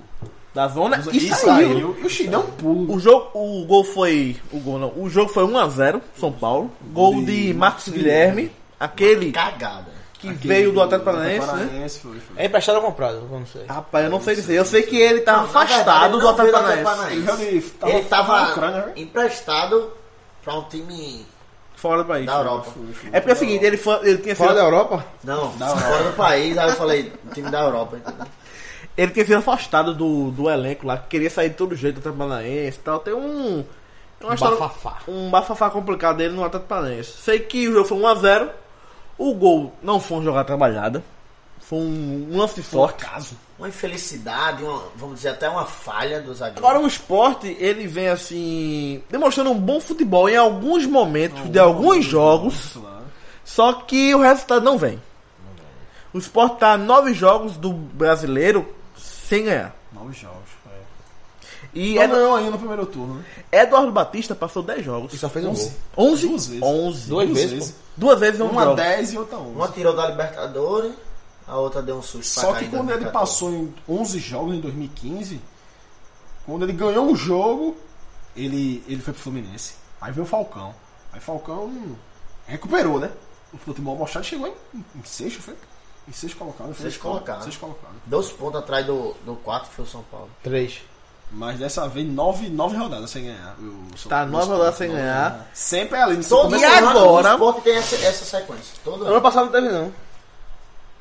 S2: da zona
S3: Mas
S2: e
S3: aqui
S2: saiu.
S3: E o Chile deu um pulo.
S2: O jogo, o gol foi, o gol não, o jogo foi 1 a 0 São Paulo. Gol de,
S3: De
S2: Marcos
S3: Marcos
S2: Guilherme, aquele
S4: Cagada.
S2: que veio do Atlético
S3: do
S2: Paranaense, né?
S3: Paranaense, foi, foi.
S5: É emprestado ou comprado? Eu Não sei.
S2: Rapaz, eu não sei dizer. Eu sei que ele tá
S4: Não, na verdade,
S2: afastado
S4: ele
S2: do
S4: não veio
S2: Atlético
S4: do Atlético
S2: Paranaense.
S3: Ele
S4: Paranaense.
S3: realmente tava,
S4: Ele
S3: na
S4: tava
S3: Ucrânia, né?
S4: emprestado pra um time
S2: Fora do país.
S4: da Europa.
S2: É porque é o seguinte, ele, foi, ele tinha
S5: Fora da
S2: sido,
S5: Europa?
S4: Não, fora do país. Aí eu falei, um time da Europa. entendeu?
S2: ele tinha sido afastado do, do elenco lá, que queria sair de todo jeito do Atlético Paranaense e tal. Tem um... tem uma história-
S5: bafafá.
S2: Um bafafá complicado dele no Atlético Paranaense. Sei que o jogo foi 1x0. O gol não foi uma jogada trabalhada. Foi um lance de sorte.
S4: Uma infelicidade, uma- vamos dizer, até uma falha do zagueiro.
S2: Agora o esporte, ele vem assim, demonstrando um bom futebol em alguns momentos de alguns jogos,
S3: Claro.
S2: só que o resultado não vem. O esporte tá a nove jogos do brasileiro sem ganhar.
S3: Nove jogos. É.
S2: E é Edu-
S3: Não ganhou ainda no primeiro turno, né?
S2: Eduardo Batista passou 10 jogos.
S5: E só fez um
S3: Onze.
S5: gol.
S2: 11?
S3: Duas vezes.
S2: 11.
S5: Duas
S3: Duas
S5: vezes,
S3: vezes.
S5: pô.
S2: Duas vezes um
S3: Uma
S2: jogo.
S3: 10 e outra 11.
S4: Uma tirou da Libertadores, a outra deu um susto pra
S3: Só
S4: cair
S3: que
S4: da
S3: quando ele
S4: Libertadores.
S3: passou em 11 jogos em 2015, quando ele ganhou um jogo, ele, ele foi pro Fluminense. Aí veio o Falcão. Aí Falcão hum, recuperou, né? O futebol mostrado chegou em, em sexto, foi? Em sexto colocado. foi?
S4: Sexto colocado.
S3: Sexto colocado.
S4: Dois pontos atrás do, do 4 foi o São Paulo.
S5: Três.
S3: Mas dessa vez, nove, nove rodadas sem ganhar. O São
S2: Tá
S3: Paulo.
S2: nove rodadas sem
S3: Nove
S2: ganhar.
S3: rodadas. Sempre é ali. No
S4: Todo
S3: começo-
S2: E
S4: ano
S2: agora?
S4: o esporte tem essa, essa sequência. Todo
S5: Ano
S4: ano.
S5: passado não teve, não.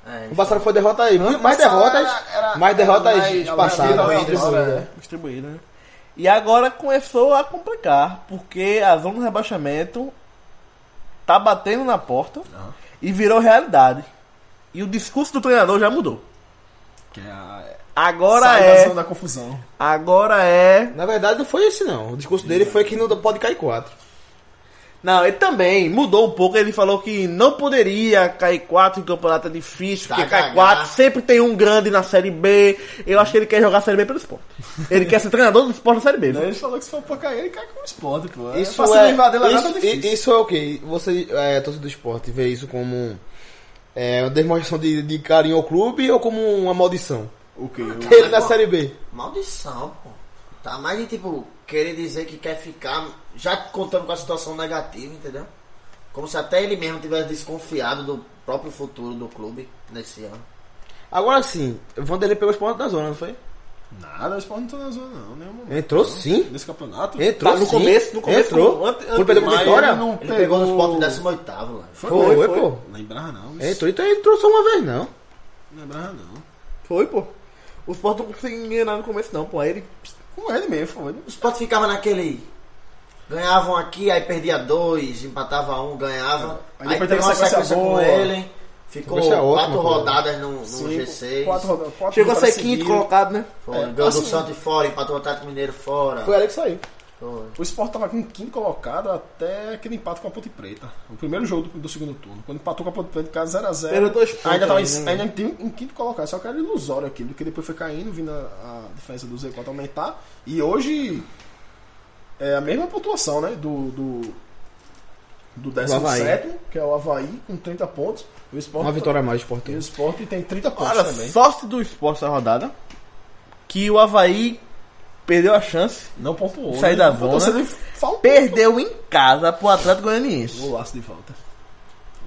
S4: É,
S5: O passado foi derrota aí. Muito- Mais
S3: passado
S5: derrotas.
S3: era- era-
S5: mais derrotas
S3: era mais-
S5: passadas.
S3: era mais
S5: entre os
S3: derrotas,
S5: dois, né?
S2: Distribuído, né? E agora começou a complicar, porque a zona do rebaixamento tá batendo na porta e virou realidade. E o discurso do treinador já mudou.
S3: Que é a
S2: Agora
S3: saída da
S2: é.
S3: zona da confusão.
S2: Agora é.
S5: Na verdade, não foi esse, não. O discurso dele foi que não pode cair quatro.
S2: Não, ele também mudou um pouco. Ele falou que não poderia cair quatro em campeonato é difícil, porque
S4: Tá,
S2: cai
S4: cagar.
S2: quatro sempre tem um grande na Série B. Eu acho que ele quer jogar a Série B pelo esporte. Ele quer ser treinador do esporte na Série B. viu?
S3: Ele falou que se for pra cair, ele cai com o esporte, pô.
S5: Isso
S3: pra se
S5: é,
S3: livrar dele agora tá
S5: isso,
S3: difícil.
S5: i- isso é o que Você, é, torcedor do esporte, vê isso como é, uma demonstração de, de carinho ao clube ou como uma maldição?
S3: O quê? O-
S5: Ele na Série B.
S4: Maldição, pô. Tá mais de tipo, querer dizer que quer ficar, já contando com a situação negativa, entendeu? Como se até ele mesmo tivesse desconfiado do próprio futuro do clube nesse ano.
S5: Agora sim, o Vanderlei pegou os pontos da zona, não foi?
S3: Nada, o esporte não tá na zona, não. Nenhum momento.
S5: Entrou sim.
S3: Nesse campeonato?
S5: Entrou
S2: É Tá, no
S5: sim.
S2: começo, no começo,
S5: Entrou.
S2: com- ante-
S5: Quando perdeu com
S3: mas
S5: vitória?
S3: ele não
S4: Ele pegou no
S3: Sport
S4: Sport 18 lá.
S3: Foi,
S5: Foi,
S3: foi,
S5: foi, pô.
S3: Lembrava não.
S2: É,
S3: isso.
S5: Entrou, então ele entrou só uma vez, não.
S3: Lembrava não.
S2: Foi, pô. O Sport não conseguiu enganar no começo, não, pô. Aí ele.
S3: Com ele mesmo, foi.
S4: O Sport ficava naquele. Ganhavam aqui, aí perdia dois, empatava um, ganhava.
S3: Aí
S4: Aí,
S3: depois
S4: teve
S3: teve
S4: uma
S3: sequência
S4: sequência com
S3: boa.
S4: ele. Ficou
S5: Sequência é ótima, pô.
S4: quatro rodadas no, no G6.
S3: Quatro rodadas. quatro
S2: Chegou a ser
S3: rodadas
S2: quinto
S3: seguidas.
S2: colocado, né?
S4: Foi,
S3: É,
S4: ganhou
S3: assim-
S4: do Santos fora, empatou o Atlético Mineiro fora.
S5: Foi ali que saiu.
S4: Foi.
S3: O Sport tava com quinto colocado até aquele empate com a Ponte Preta. O primeiro jogo do, do segundo turno. Quando empatou com a Ponte Preta, casa 0x0.
S2: Perdeu dois pontos
S3: Ainda tava em,
S2: ainda, né?
S3: ainda tem em quinto colocado. Só que era ilusório aquilo, porque depois foi caindo, vindo a, a diferença do Z4 aumentar. E hoje é a mesma pontuação, né? Do, do, do
S5: Havaí.
S3: 17, que é o Havaí, com 30 pontos. E o Sport,
S5: Uma vitória a mais, do
S3: e o
S5: esporte.
S3: Sport tem 30 pontos
S2: Olha,
S3: também.
S2: sorte do esporte essa rodada. Que o Havaí perdeu a chance,
S3: Não pontuou.
S2: Sai
S3: né?
S2: da
S3: A torcida Faltou.
S2: perdeu em casa pro Atlético Goianiense.
S3: Golaço de volta.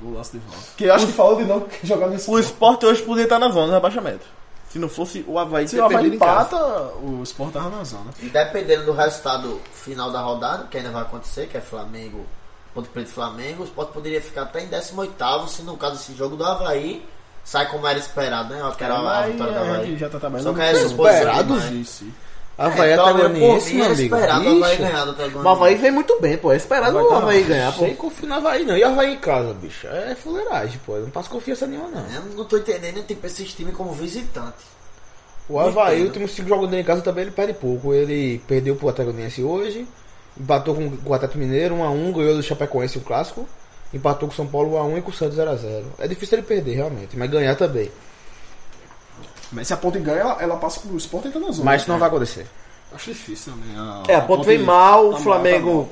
S3: Golaço de volta. Que acho que falou de não jogar no
S2: O esporte hoje podia estar na zona do rebaixamento. Se não fosse o Havaí
S3: Se
S2: ter
S3: o Havaí
S2: perdido em casa.
S3: empata, o Sport tava na zona.
S4: E dependendo do resultado final da rodada, que ainda vai acontecer, que é Flamengo, Ponte Preta e Flamengo, o Sport poderia ficar até em 18 se no caso esse jogo do Havaí sai como era esperado, né? Eu acho que era a
S3: É, Mas
S4: vitória do
S3: a
S4: Havaí.
S3: gente já tá trabalhando.
S4: Só que
S3: com
S4: é
S3: isso.
S4: esperado,
S3: Mas-
S4: né?
S3: sim.
S5: Havaí
S4: então,
S5: É, até
S4: eu, por
S5: Goianiense,
S4: mim,
S5: meu
S4: é
S5: amigo.
S4: esperado o Havaí
S5: Bicho.
S4: ganhar do Atlético
S2: O Havaí
S4: Goianiense.
S2: vem muito bem, pô. É esperado
S3: Havaí
S2: o
S3: tá
S2: Havaí
S3: mal.
S2: ganhar,
S5: Pô,
S2: pô.
S5: Sem confio na Havaí, não. E Havaí em casa, bicho? É fuleiragem, pô. Eu não passo confiança nenhuma, não.
S4: Eu não tô entendendo tipo, esses times como visitante.
S5: O Havaí,
S4: Entendo.
S5: o último cinco jogos dele em casa também ele perde pouco. Ele perdeu pro Atlético Goianiense hoje, empatou com com o Atlético Mineiro 1x1, ganhou do Chapecoense o clássico, empatou com o São Paulo 1x1 e com o Santos 0x0. É difícil ele perder, realmente, mas ganhar também.
S3: Mas se a Ponte ganha, ela, ela passa pro Sport e tá na zona.
S5: Mas isso não vai acontecer.
S3: Acho difícil também. A,
S2: É, a Ponte vem mal,
S3: tá
S2: o
S3: mal,
S2: Flamengo
S3: tá mal.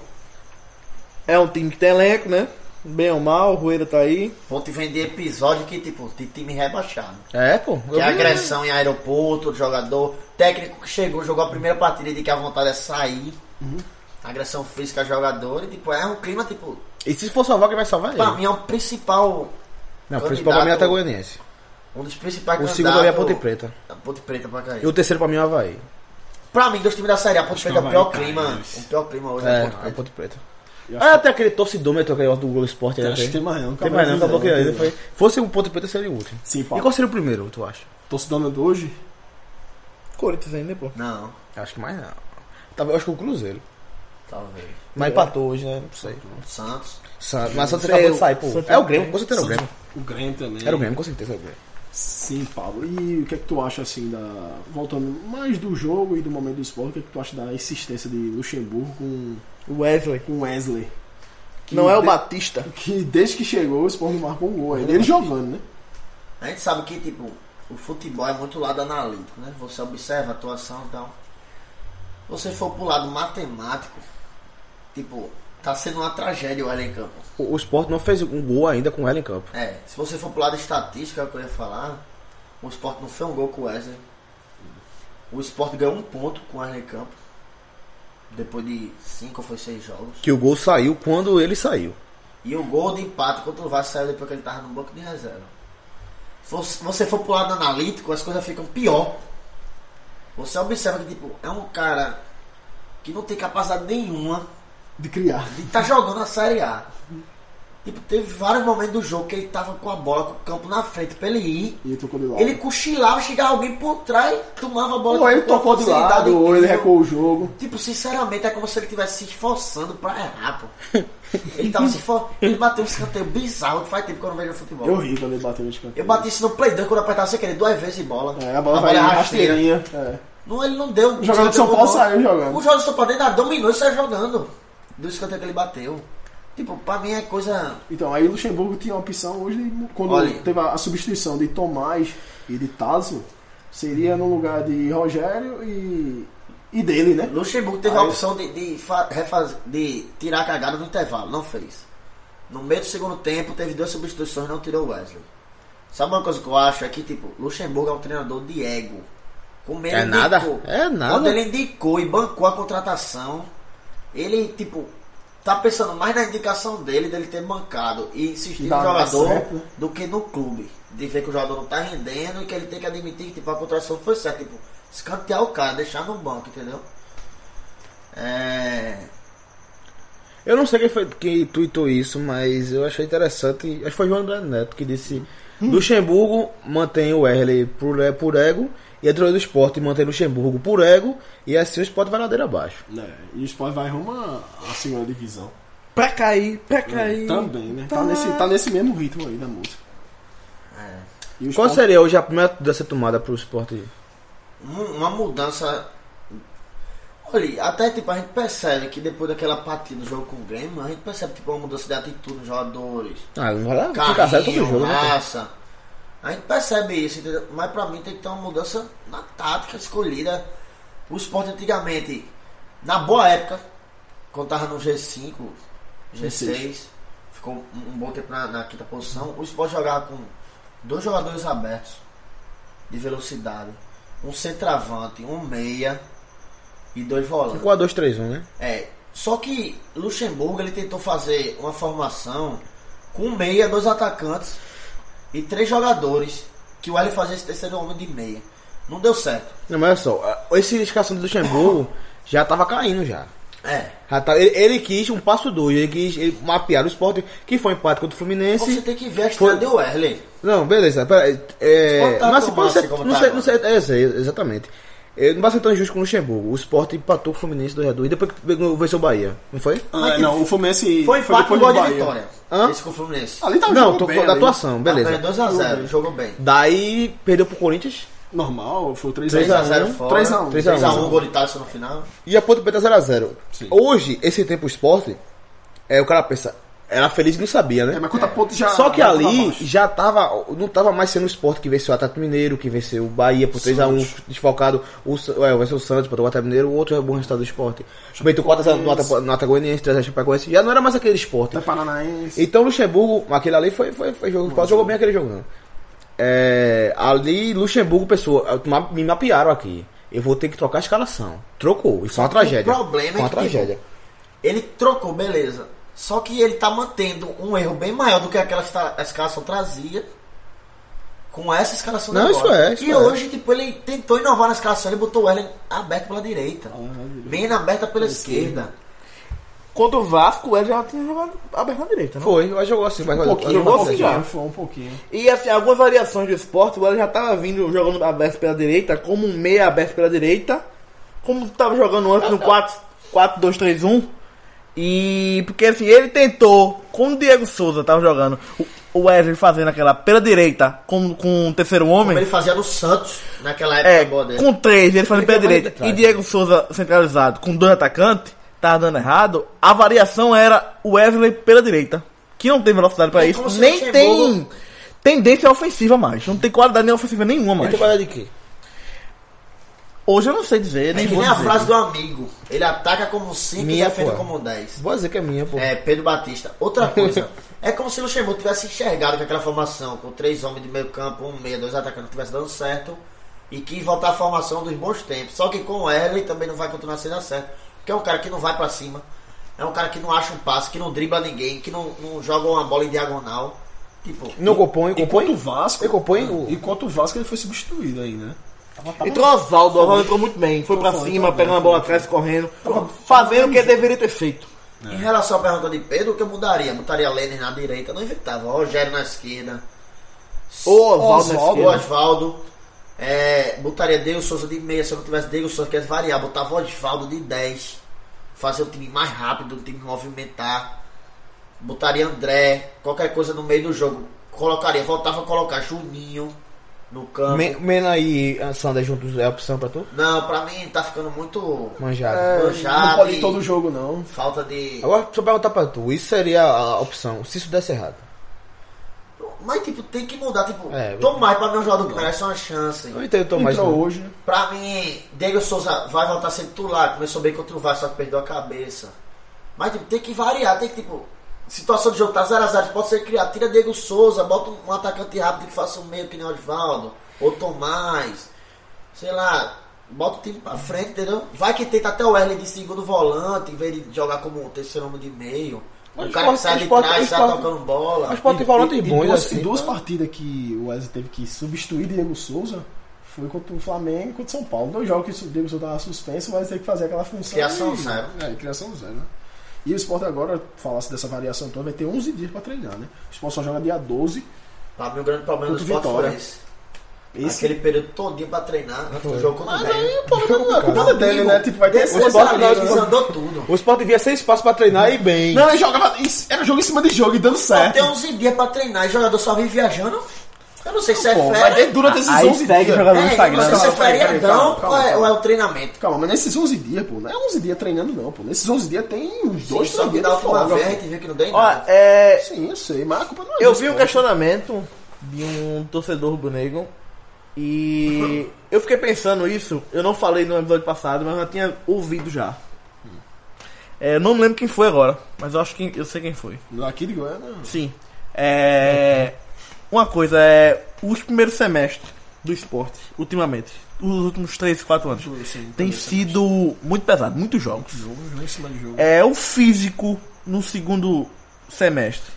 S2: é um time que tem elenco, né? Bem ou mal, o Rueda tá aí.
S4: Ponte vender episódio que, tipo, tem time rebaixado.
S5: É, pô.
S4: Que é
S5: Eu vi-
S4: agressão em aeroporto, do jogador. Técnico que chegou, jogou a primeira partida e de que a vontade é sair.
S5: Uhum.
S4: Agressão física a jogador. E, tipo, é um clima, tipo,
S5: E se for salvar, quem vai salvar é
S4: pra
S5: ele?
S4: mim é o principal.
S5: Não, o
S4: candidato-
S5: principal pra mim é o Atlético Goianiense.
S4: Um dos principais
S5: O segundo ali é a Ponte
S4: candidatos-
S5: Preta.
S4: A Ponte Preta pra cair.
S5: E o terceiro pra mim é o Havaí.
S4: Pra mim, dos times da Série A, a Ponte Preta é o
S3: Havaí
S4: pior
S3: cai,
S4: clima.
S3: mas-
S4: O pior clima hoje é,
S5: É,
S4: a Ponte
S5: é a
S4: Preta.
S5: Ponte Preta. Ah, até aquele torcidômetro que é o do Globo Esporte. né,
S3: tá Acho que tem mais não.
S5: Tem mais não,
S4: tá
S5: acabou
S4: é
S5: que
S3: não,
S5: ele foi. Fosse o Ponte Preta, seria o último.
S3: Sim,
S5: E
S3: pá.
S5: qual seria o primeiro, tu acha?
S3: Torcedor do hoje,
S2: Corinthians ainda, pô.
S4: Não,
S5: Acho que mais não. Talvez, acho que o Cruzeiro.
S4: talvez.
S5: Mas empatou hoje, né? Não sei.
S4: O Santos.
S5: Santos, mas Santos
S2: Não sei,
S5: acabou
S2: eu-
S5: de sair, pô.
S2: Santos
S5: É o
S2: não
S5: Grêmio,
S2: tem.
S5: com certeza era o Grêmio.
S3: o Grêmio também.
S5: Era o Grêmio, com certeza era o Grêmio.
S3: Sim, Paulo. E o que é que tu acha, assim, da... Voltando mais do jogo e do momento do esporte, o que é que tu acha da insistência de Luxemburgo com,
S2: O Wesley.
S3: com Wesley? Que
S2: Não é o
S3: de-
S2: Batista.
S3: Que desde que chegou, o esporte marcou um gol. ainda. Ele jogando, né?
S4: A gente sabe que, tipo, o futebol é muito lado analítico, né? Você observa a atuação e tal. Se você for pro lado matemático, tipo, tá sendo uma tragédia o Alien Campo.
S5: O, o Sport não fez um gol ainda com ela em campo.
S4: É, se você for pro lado estatístico, é o que eu ia falar. O Sport não fez um gol com o Wesley. O Sport ganhou um ponto com o Wesley Campo. Depois de cinco ou foi seis jogos.
S5: Que o gol saiu quando ele saiu.
S4: E o gol de empate contra o Vasco saiu depois que ele tava no banco de reserva. Se você- você for pro lado analítico, as coisas ficam pior. Você observa que, tipo, é um cara que não tem capacidade nenhuma
S3: De criar.
S4: de tá jogando a Série A. Tipo, teve vários momentos do jogo que ele tava com a bola, com o campo na frente pra ele ir.
S3: E ele tocou de lado.
S4: Ele cochilava, chegava alguém por trás, tomava a bola.
S3: Ou ele
S4: com uma
S3: tocou de
S4: facilidade
S3: lado, ou ele
S4: incrível.
S3: recuou o jogo.
S4: Tipo, sinceramente, é como se ele estivesse se esforçando pra errar, pô. Ele tava se for... Ele bateu um escanteio bizarro, que faz tempo que eu não vejo futebol.
S3: Eu ri quando É ele bateu no escanteio.
S4: Eu bati isso no Play 2 quando eu apertava sem querer duas vezes em bola.
S3: É, a bola vai rasteirinha. É.
S4: Não, ele não deu.
S3: O jogador de São Paulo saiu jogando.
S4: O jogador de São Paulo ainda dominou e saiu jogando. Do escanteio que ele bateu. Tipo, pra mim é coisa...
S3: Então, aí o Luxemburgo tinha a opção hoje, de- quando
S4: Olha.
S3: teve a, a substituição de Tomás e de Tasso, seria no lugar de Rogério e, e dele, né?
S4: Luxemburgo teve a
S3: Aí-
S4: opção de, de, fa- refaz- de tirar a cagada no intervalo, não fez. No meio do segundo tempo, teve duas substituições, não tirou o Wesley. Sabe uma coisa que eu acho? É que, tipo, Luxemburgo é um treinador de ego. Como ele
S5: É
S4: indicou-
S5: nada, é nada.
S4: Quando ele indicou e bancou a contratação, ele, tipo, tá pensando mais na indicação dele, dele ter bancado e insistir
S3: Dá-
S4: no
S3: dá
S4: jogador
S3: certo, né?
S4: do que no clube. De ver que o jogador não tá rendendo e que ele tem que admitir que tipo, a contratação foi certa. Tipo, escantear o cara, deixar no banco, entendeu? É.
S5: Eu não sei quem foi que tweetou isso, mas eu achei interessante. Acho que foi João André Neto que disse: Luxemburgo mantém o Wesley por, e- por ego e a diretoria do esporte mantém Luxemburgo por ego e assim o esporte vai ladeira abaixo.
S3: É, e o Sport vai rumo à à segunda divisão.
S2: Pra cair, pra cair.
S3: É, Também, né? Tá nesse, tá nesse mesmo ritmo aí da música.
S4: É.
S3: E o
S5: Qual
S3: Sport-
S5: seria hoje a primeira medida a ser tomada pro esporte?
S4: um- uma mudança. Olha, até tipo, a gente percebe que depois daquela partida do jogo com o Grêmio, a gente percebe tipo, uma mudança de atitude nos jogadores.
S5: Ah, não vai lá ficar certo todo
S4: Carrinho,
S5: jogo, né? pô?
S4: raça. A gente percebe isso, entendeu? Mas pra mim tem que ter uma mudança na tática escolhida. O esporte antigamente, na boa época, quando tava no G5, G6, ficou um, um bom tempo na, na quinta posição, o esporte jogava com dois jogadores abertos de velocidade, um centroavante, um meia e dois volantes.
S5: 4-2-3-1, né?
S4: É, só que Luxemburgo ele tentou fazer uma formação com meia, dois atacantes e três jogadores. Que o L fazia esse terceiro homem de meia. Não deu certo.
S5: Não, mas olha só, a- esse escassão do Luxemburgo já tava caindo já.
S4: É.
S5: Já tá- ele, ele quis um passo dois, ele quis ele mapear o esporte, que foi um empate contra o Fluminense.
S4: Você tem que ver a história
S5: Foi-
S4: do Werley.
S5: Não, beleza. Pera, aí, é,
S4: Sport tá
S5: mas
S4: tão
S5: se não
S4: massa
S5: ser,
S4: como
S5: não
S4: tá
S5: ser,
S4: agora.
S5: não ser, é, sei, exatamente. É, não vai ser tão justo com o Luxemburgo. O Sport empatou com o Fluminense 2x2 e depois que pegou- venceu o Bahia, não foi?
S3: Ah, não, o Fluminense
S4: Foi empate com
S3: depois
S4: gol
S3: do
S4: de
S3: Bahia.
S4: vitória.
S5: Hã?
S4: Esse com o Fluminense. Tá,
S3: Ali tá
S5: não, tô
S3: bem,
S5: falando da
S3: ali.
S5: atuação, beleza.
S4: 2x0, jogou bem.
S5: Daí perdeu pro Corinthians
S3: Normal, foi 3x0.
S4: 3x0 fora.
S3: 3x1.
S5: 3x1.
S4: 3x1, gol de Tyson no final.
S5: e a Ponte Preta 0x0.
S3: Sim.
S5: Hoje, esse tempo o Sport, é, o cara pensa, era feliz e não sabia, né?
S3: É, mas conta ponto já.
S5: Só que
S3: já tá
S5: ali
S3: baixo.
S5: já tava. Não tava mais sendo o esporte que venceu o Atlético Mineiro, que venceu o Bahia por 3x1, desfalcado. O, Sa- é, venceu o Santos, botou o Atlético Mineiro, o outro é o bom resultado do esporte. Meteu 4x0 no Ata- no Atagoaniense, 3x0 no Chapecoense. Já não era mais aquele esporte.
S3: Até É Paranaense.
S5: Então Luxemburgo, aquele ali foi, foi, foi jogo. O esporte jogou bem aquele jogo, não. É, ali, Luxemburgo, pessoa, ma- me mapearam aqui. Eu vou ter que trocar a escalação. Trocou. Isso é uma tragédia.
S4: problema é
S5: Foi uma
S4: que, tipo,
S5: tragédia.
S4: Ele trocou, beleza. Só que ele tá mantendo um erro bem maior do que aquela esca- escalação trazia. Com essa escalação
S5: Não,
S4: de
S5: isso
S4: agora.
S5: é, isso
S4: E
S5: é.
S4: hoje, tipo, ele tentou inovar na escalação. Ele botou o Ellen aberto pela direita.
S5: Ah,
S4: bem aberta pela esquerda.
S2: Contra o Vasco, o Hélio já tinha jogado aberto na direita, né?
S5: Foi, mas jogou assim, mas
S3: um pouquinho,
S5: jogou
S3: um
S5: assim.
S2: já.
S3: pouquinho, foi um pouquinho.
S2: E assim, algumas variações do esporte, o Hélio já tava vindo jogando aberto pela direita, como um meia aberto pela direita, como tava jogando antes no 4 4-2-3-1. E porque assim, ele tentou, como o Diego Souza tava jogando, o- o Wesley fazendo aquela pela direita com, com o terceiro homem.
S4: Como ele fazia no Santos, naquela época
S2: É,
S4: boa dele.
S2: com três, ele fazendo pela
S5: foi mais
S2: direita
S5: atrás,
S2: e Diego Souza centralizado com dois atacantes, tava dando errado. A variação era o Wesley pela direita, que não tem velocidade pra
S4: É
S2: isso,
S4: como se
S2: nem
S4: o
S2: tem
S4: Luxemburgo-
S2: tendência ofensiva mais, não tem qualidade nem ofensiva nenhuma
S5: Ele
S2: mais.
S5: tem qualidade é de quê?
S2: Hoje eu não sei dizer, nem
S4: É que
S2: vou
S4: nem a
S2: dizer.
S4: frase do amigo. Ele ataca como 5 e
S5: Minha,
S4: defende
S5: pô.
S4: como 10.
S5: Vou dizer que é minha, pô.
S4: É, Pedro Batista. Outra coisa. é como se o Luxemburgo tivesse enxergado que aquela formação com três homens de meio campo, um meia, dois atacantes, tivesse dando certo. E que voltar à formação dos bons tempos. Só que com o Erley também não vai continuar sendo certo. Porque é um cara que não vai pra cima. É um cara que não acha um passe, que não dribla ninguém, que não, não joga uma bola em diagonal. Tipo,
S5: Não compõe, compõe.
S3: Enquanto o Vasco.
S5: Ele compõe o-
S3: Enquanto o Vasco ele foi substituído aí, né?
S2: Entrou o Oswaldo, o Oswaldo entrou muito bem, foi pra cima, pegando a bola atrás, correndo, fazendo o que ele deveria ter feito.
S4: em relação à pergunta de Pedro, o que eu mudaria? Botaria Lênin na direita, não inventava. Rogério na esquerda.
S2: Ou Oswaldo na
S3: Oswaldo,
S4: O
S2: esquerda.
S4: Osvaldo. É, botaria Diego Souza de meia. Se eu não tivesse Diego Souza, quisesse variar, botava o Osvaldo de 10. Fazer o time mais rápido, o time movimentar. Botaria André, qualquer coisa no meio do jogo. Colocaria, voltava a colocar Juninho no campo.
S5: Me- Mena e Sander juntos é opção pra tu?
S4: Não, pra mim tá ficando muito
S5: Manjado.
S3: não
S4: manjado.
S3: pode
S4: e
S3: ir todo jogo, não.
S4: Falta de.
S5: É. Agora, deixa eu perguntar pra tu, isso seria a opção, se isso desse errado.
S4: Mas tipo, tem que mudar. Tipo,
S5: É,
S4: tomar pra mim um jogador que merece uma chance.
S5: Eu entendo, Tomás.
S3: Entrou
S5: não.
S3: hoje.
S4: Pra mim, Diego Souza vai voltar a ser titular. Começou bem contra o Vasco, só que perdeu a cabeça. Mas tipo, tem que variar, tem que, tipo, situação de jogo tá 0x0, pode ser criado. Tira Diego Souza, bota um, um atacante rápido que faça um meio que nem o Osvaldo, ou Tomás, sei lá, bota o time pra frente, entendeu? Vai que tenta até o L de segundo volante, em vez de jogar como um terceiro homem de meio.
S5: Mas
S4: o cara que
S5: esporte-
S4: sai de
S5: esporte-
S4: trás, sai
S5: esporte-
S4: tocando bola.
S5: Mas pode ter volantes
S3: e
S5: bons
S3: duas,
S5: assim.
S3: e duas partidas que o Wesley teve que substituir Diego Souza foi contra o Flamengo e contra o São Paulo. Dois jogos que o Diego Souza estava suspenso, mas teve que fazer aquela função.
S4: Criação
S3: e-
S4: zero.
S3: É, criação zero, né? E o Sport agora, falasse dessa variação toda, vai ter 11 dias pra treinar, né? O Sport só joga dia 12.
S4: Pra mim, o grande problema do
S3: Contra o
S4: esporte foi
S3: Vitória.
S4: esse.
S3: Esse
S4: Aquele período todinho pra treinar, antes do jogo contra o Grêmio.
S3: não é culpa dele, né? Tipo, vai ter esse
S4: Você
S5: Sport
S4: sabe,
S5: não,
S4: ele
S5: não.
S4: desandou tudo.
S5: O Sport devia ser espaço pra treinar e bem.
S3: Não, ele jogava. isso- Era jogo em cima de jogo e dando
S4: Só
S3: certo.
S4: tem 11 dias pra treinar e o jogador só vive viajando. Eu não sei se é
S3: Pô, mas
S4: férias.
S3: ele durante esses
S2: Aí
S3: 11
S2: segue
S3: dias.
S2: jogando no
S4: É, eu
S2: Instagram.
S4: não sei se é
S3: Calma, peraí, peraí,
S4: feriadão
S3: calma,
S4: ou
S3: calma,
S4: é-
S3: calma.
S4: ou é o treinamento.
S3: Calma, mas nesses 11 dias, pô, não é 11 dias treinando, não, pô. Nesses 11 dias tem uns
S4: Sim,
S3: dois,
S4: só
S3: três
S4: que
S3: dias
S4: da
S3: de
S4: última
S3: folga.
S4: vez a gente viu que não deu em
S2: Ó,
S4: nada.
S2: é,
S3: Sim, eu sei, mas a culpa não é
S2: Eu
S3: disso,
S2: vi um
S3: pô.
S2: questionamento de um torcedor rubro-negro e eu fiquei pensando isso. Eu não falei no episódio passado, mas eu já tinha ouvido já. É, eu não lembro quem foi agora, mas eu acho que eu sei quem foi.
S3: Aqui de Goiânia.
S2: Sim. É, uma coisa é os primeiros semestres do esporte, ultimamente, os últimos 3, 4 anos,
S3: Sim,
S2: tem
S3: primeiro
S2: sido muito pesado, muitos jogos
S3: Jogo, jogo em cima de jogo.
S2: é o físico no segundo semestre.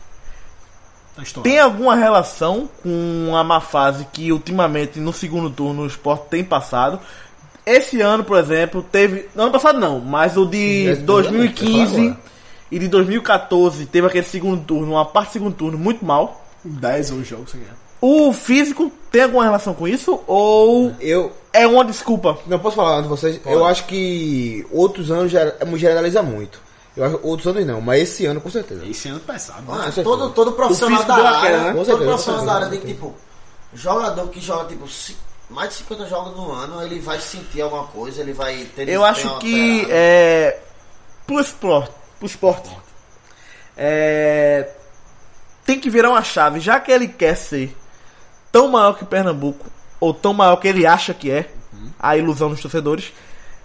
S3: Tá estourado.
S2: Tem alguma relação com a má fase que ultimamente no segundo turno o esporte tem passado? Esse ano, por exemplo, teve. Ano passado não, mas o de
S5: Sim, é,
S2: 2015
S5: agora.
S2: e de 2014 teve aquele segundo turno, uma parte do segundo turno muito mal.
S3: 10 ou jogos você ganha.
S2: O físico tem alguma relação com isso? Ou
S5: Eu
S2: é uma desculpa?
S5: não posso falar de vocês. Eu acho que outros anos gera- generaliza muito. Eu acho, outros anos não, mas esse ano com certeza.
S3: Esse ano é pesado.
S4: Mano,
S3: Né?
S5: certeza.
S4: Ah, todo, todo profissional
S2: físico deu
S4: da
S2: uma
S4: área,
S2: queda, né?
S5: Com
S4: todo
S5: certeza,
S4: profissional
S5: com
S4: da área
S5: certeza.
S4: tem que, tipo, jogador que joga, tipo, ci- mais de 50 jogos no ano, ele vai sentir alguma coisa, ele vai ter...
S2: Eu acho
S4: desempenho
S2: que
S4: alterado.
S2: é. Pro esporte. Pro esporte. É. Tem que virar uma chave, já que ele quer ser tão maior que Pernambuco, ou tão maior que ele acha que é,
S5: Uhum.
S2: a ilusão dos torcedores,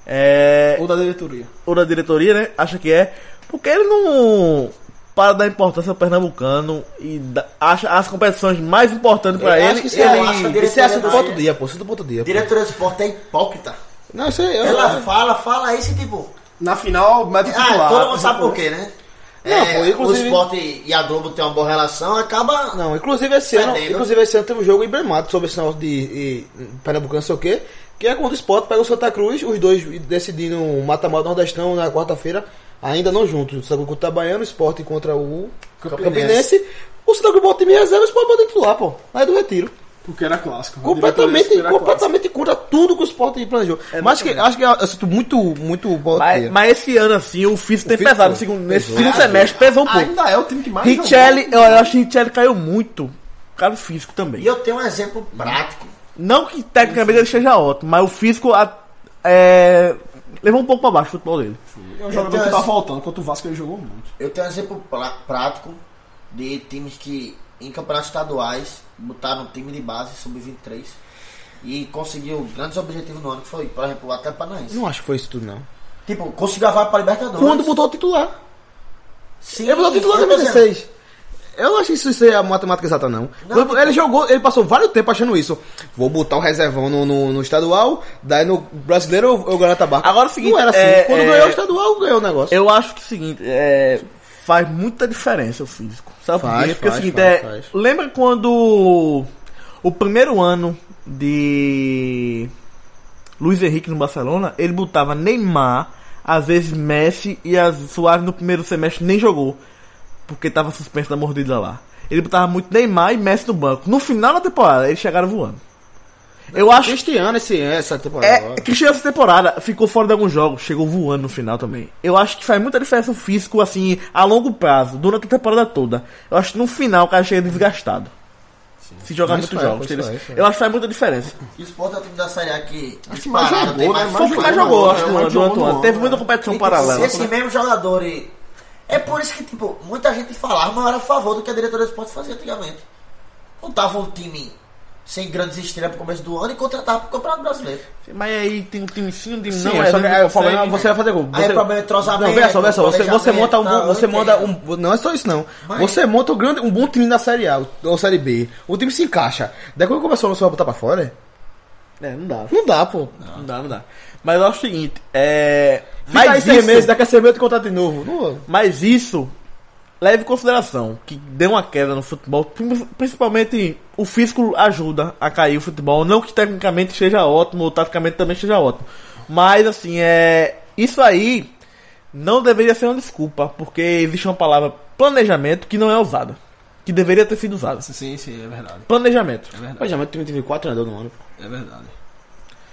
S2: é,
S3: Ou da diretoria.
S2: ou da diretoria, né? Acha que é, porque ele não para dar importância ao pernambucano e dá- acha as competições mais importantes pra
S5: Eu
S2: ele.
S5: acho que isso
S4: eu
S5: é-
S4: acho que a
S5: Isso é
S4: diretoria
S5: assunto
S4: da
S5: pro outro
S4: área-
S5: dia, pô. Assunto pro outro dia. pô.
S4: Diretoria do esporte é hipócrita.
S5: Não, isso aí. Eu,
S4: Ela fala, fala isso e, tipo...
S3: Na final, mete o titular.
S4: Ah, todo mundo
S3: tipo,
S4: sabe por quê, né?
S5: Não,
S4: É,
S5: pô, inclusive-
S4: O esporte e a Globo tem uma boa relação, acaba...
S5: Não, inclusive esse ano,
S4: Perdendo.
S5: inclusive esse ano teve um jogo emblemático sobre esse negócio de, de Pernambucano, não sei o quê, que é quando o Sport pega o Santa Cruz, os dois decidindo um mata-mata do Nordestão na quarta-feira, ainda não juntos. O Santa Cruz contra o Baiano, o Sport contra o
S3: Campinense.
S5: Campinense. O Santa Cruz bota o time em reserva e o Sport bota titular, pô. Aí é do retiro.
S3: Porque era clássico. A diretoria
S5: Completamente,
S3: era clássico.
S5: completamente contra tudo que o Sport planejou. Mas acho que, acho que é um assunto muito, muito bom.
S2: Mas, mas esse ano, assim, o físico tem
S5: físico
S2: pesado. no
S5: foi.
S2: segundo- nesse
S5: Pesou.
S2: segundo
S5: Pesou.
S2: semestre pesou um pouco.
S3: Ainda é o time que mais
S2: Richelli, eu, eu acho que Richelli caiu muito. por causa do físico também.
S4: E eu tenho um exemplo prático.
S2: Não que tecnicamente ele seja ótimo, mas o físico a- é, levou um pouco pra baixo o futebol dele.
S3: jogou. É um
S2: Então,
S3: jogador que tá faltando. Contra o Vasco ele jogou muito.
S4: Eu tenho um exemplo pra- prático de times que em campeonatos estaduais botaram um time de base, sub-23, e conseguiu grandes objetivos no ano, que foi, por exemplo, até Paranaense.
S5: Não acho que foi isso tudo, não.
S4: Tipo, conseguiu a vaga para Libertadores.
S5: Quando botou o titular.
S4: Sim,
S3: É,
S5: Ele botou o titular em
S4: eu tô dizendo.
S5: 2016. Eu não acho que isso seja a matemática exata, não. Quando ele jogou, ele passou vários tempos achando isso. Vou botar o reservão no, no, no estadual, daí no brasileiro eu, eu garanto a barca.
S2: Agora é o seguinte,
S5: não era assim.
S2: é,
S5: Quando
S2: é-
S5: ganhou o estadual, ganhou o negócio.
S2: Eu acho que é o seguinte, é, faz muita diferença o físico. Sabe por
S5: Faz,
S2: quê? Porque é o
S5: faz,
S2: seguinte,
S5: faz,
S2: é,
S5: faz.
S2: lembra quando o primeiro ano de Luiz Henrique no Barcelona, ele botava Neymar, às vezes Messi e as Suárez no primeiro semestre nem jogou, porque tava suspenso da mordida lá. Ele botava muito Neymar e Messi no banco. No final da temporada, eles chegaram voando. Eu acho
S5: Este ano, esse, essa temporada.
S2: é, que chegou essa temporada, ficou fora de alguns jogos, chegou voando no final também. Eu acho que faz muita diferença o físico, assim, a longo prazo, durante a temporada toda. Eu acho que no final o cara chega desgastado. Se jogar
S5: Isso
S2: muitos
S5: é,
S2: jogos,
S5: isso
S2: entendeu?
S5: é, isso é.
S2: Eu acho que faz muita diferença.
S4: E o Sport é o time da Série A que
S3: que mais
S4: disparado,
S3: jogou,
S4: tem
S3: né?
S4: mais
S3: Mais
S2: Foi o que mais jogou, eu acho,
S3: jogou,
S2: durante o
S3: jogou
S2: ano.
S3: no
S2: Teve
S3: ano,
S2: muita
S3: né?
S2: competição
S4: Então,
S2: paralela.
S4: Se esse mesmo jogador. e- É por isso que, tipo, muita gente falava, mas era é a favor do que a diretoria do esporte fazia antigamente. Montava um time sem grandes estrelas pro começo do ano e contratava pro Campeonato Brasileiro.
S2: Mas aí tem um timezinho de
S5: Sim, não, é, só que, é, o problema é você vai fazer gol.
S4: Aí
S5: Você-
S4: é problema de entrosamento,
S5: Não, veja só, veja só. Você, você
S4: planejamento,
S5: monta um
S4: tá,
S5: bom.
S4: eu
S5: Você
S4: entendo.
S5: monta um. Não é só isso, não.
S4: Mas-
S5: Você monta um, grande, um bom time na Série A ou Série B. O time se encaixa. Daí quando começou a você vai botar pra fora?
S2: É, não dá.
S5: Não dá, pô.
S2: Não dá, não dá. Mas eu acho o seguinte, é.
S5: Mas aí
S2: Mas
S5: seis meses,
S2: isso,
S5: daqui a seis meses eu te contrato de novo. Não,
S2: mas isso leve em consideração que deu uma queda no futebol, prim- principalmente o físico ajuda a cair o futebol, não que tecnicamente seja ótimo ou taticamente também seja ótimo, mas assim é isso aí não deveria ser uma desculpa, porque existe uma palavra planejamento que não é usada, que deveria ter sido usada.
S3: Sim, sim, é verdade.
S2: Planejamento.
S3: É verdade.
S5: Mas já, mas o time teve quatro treinadores no ano.
S3: É verdade.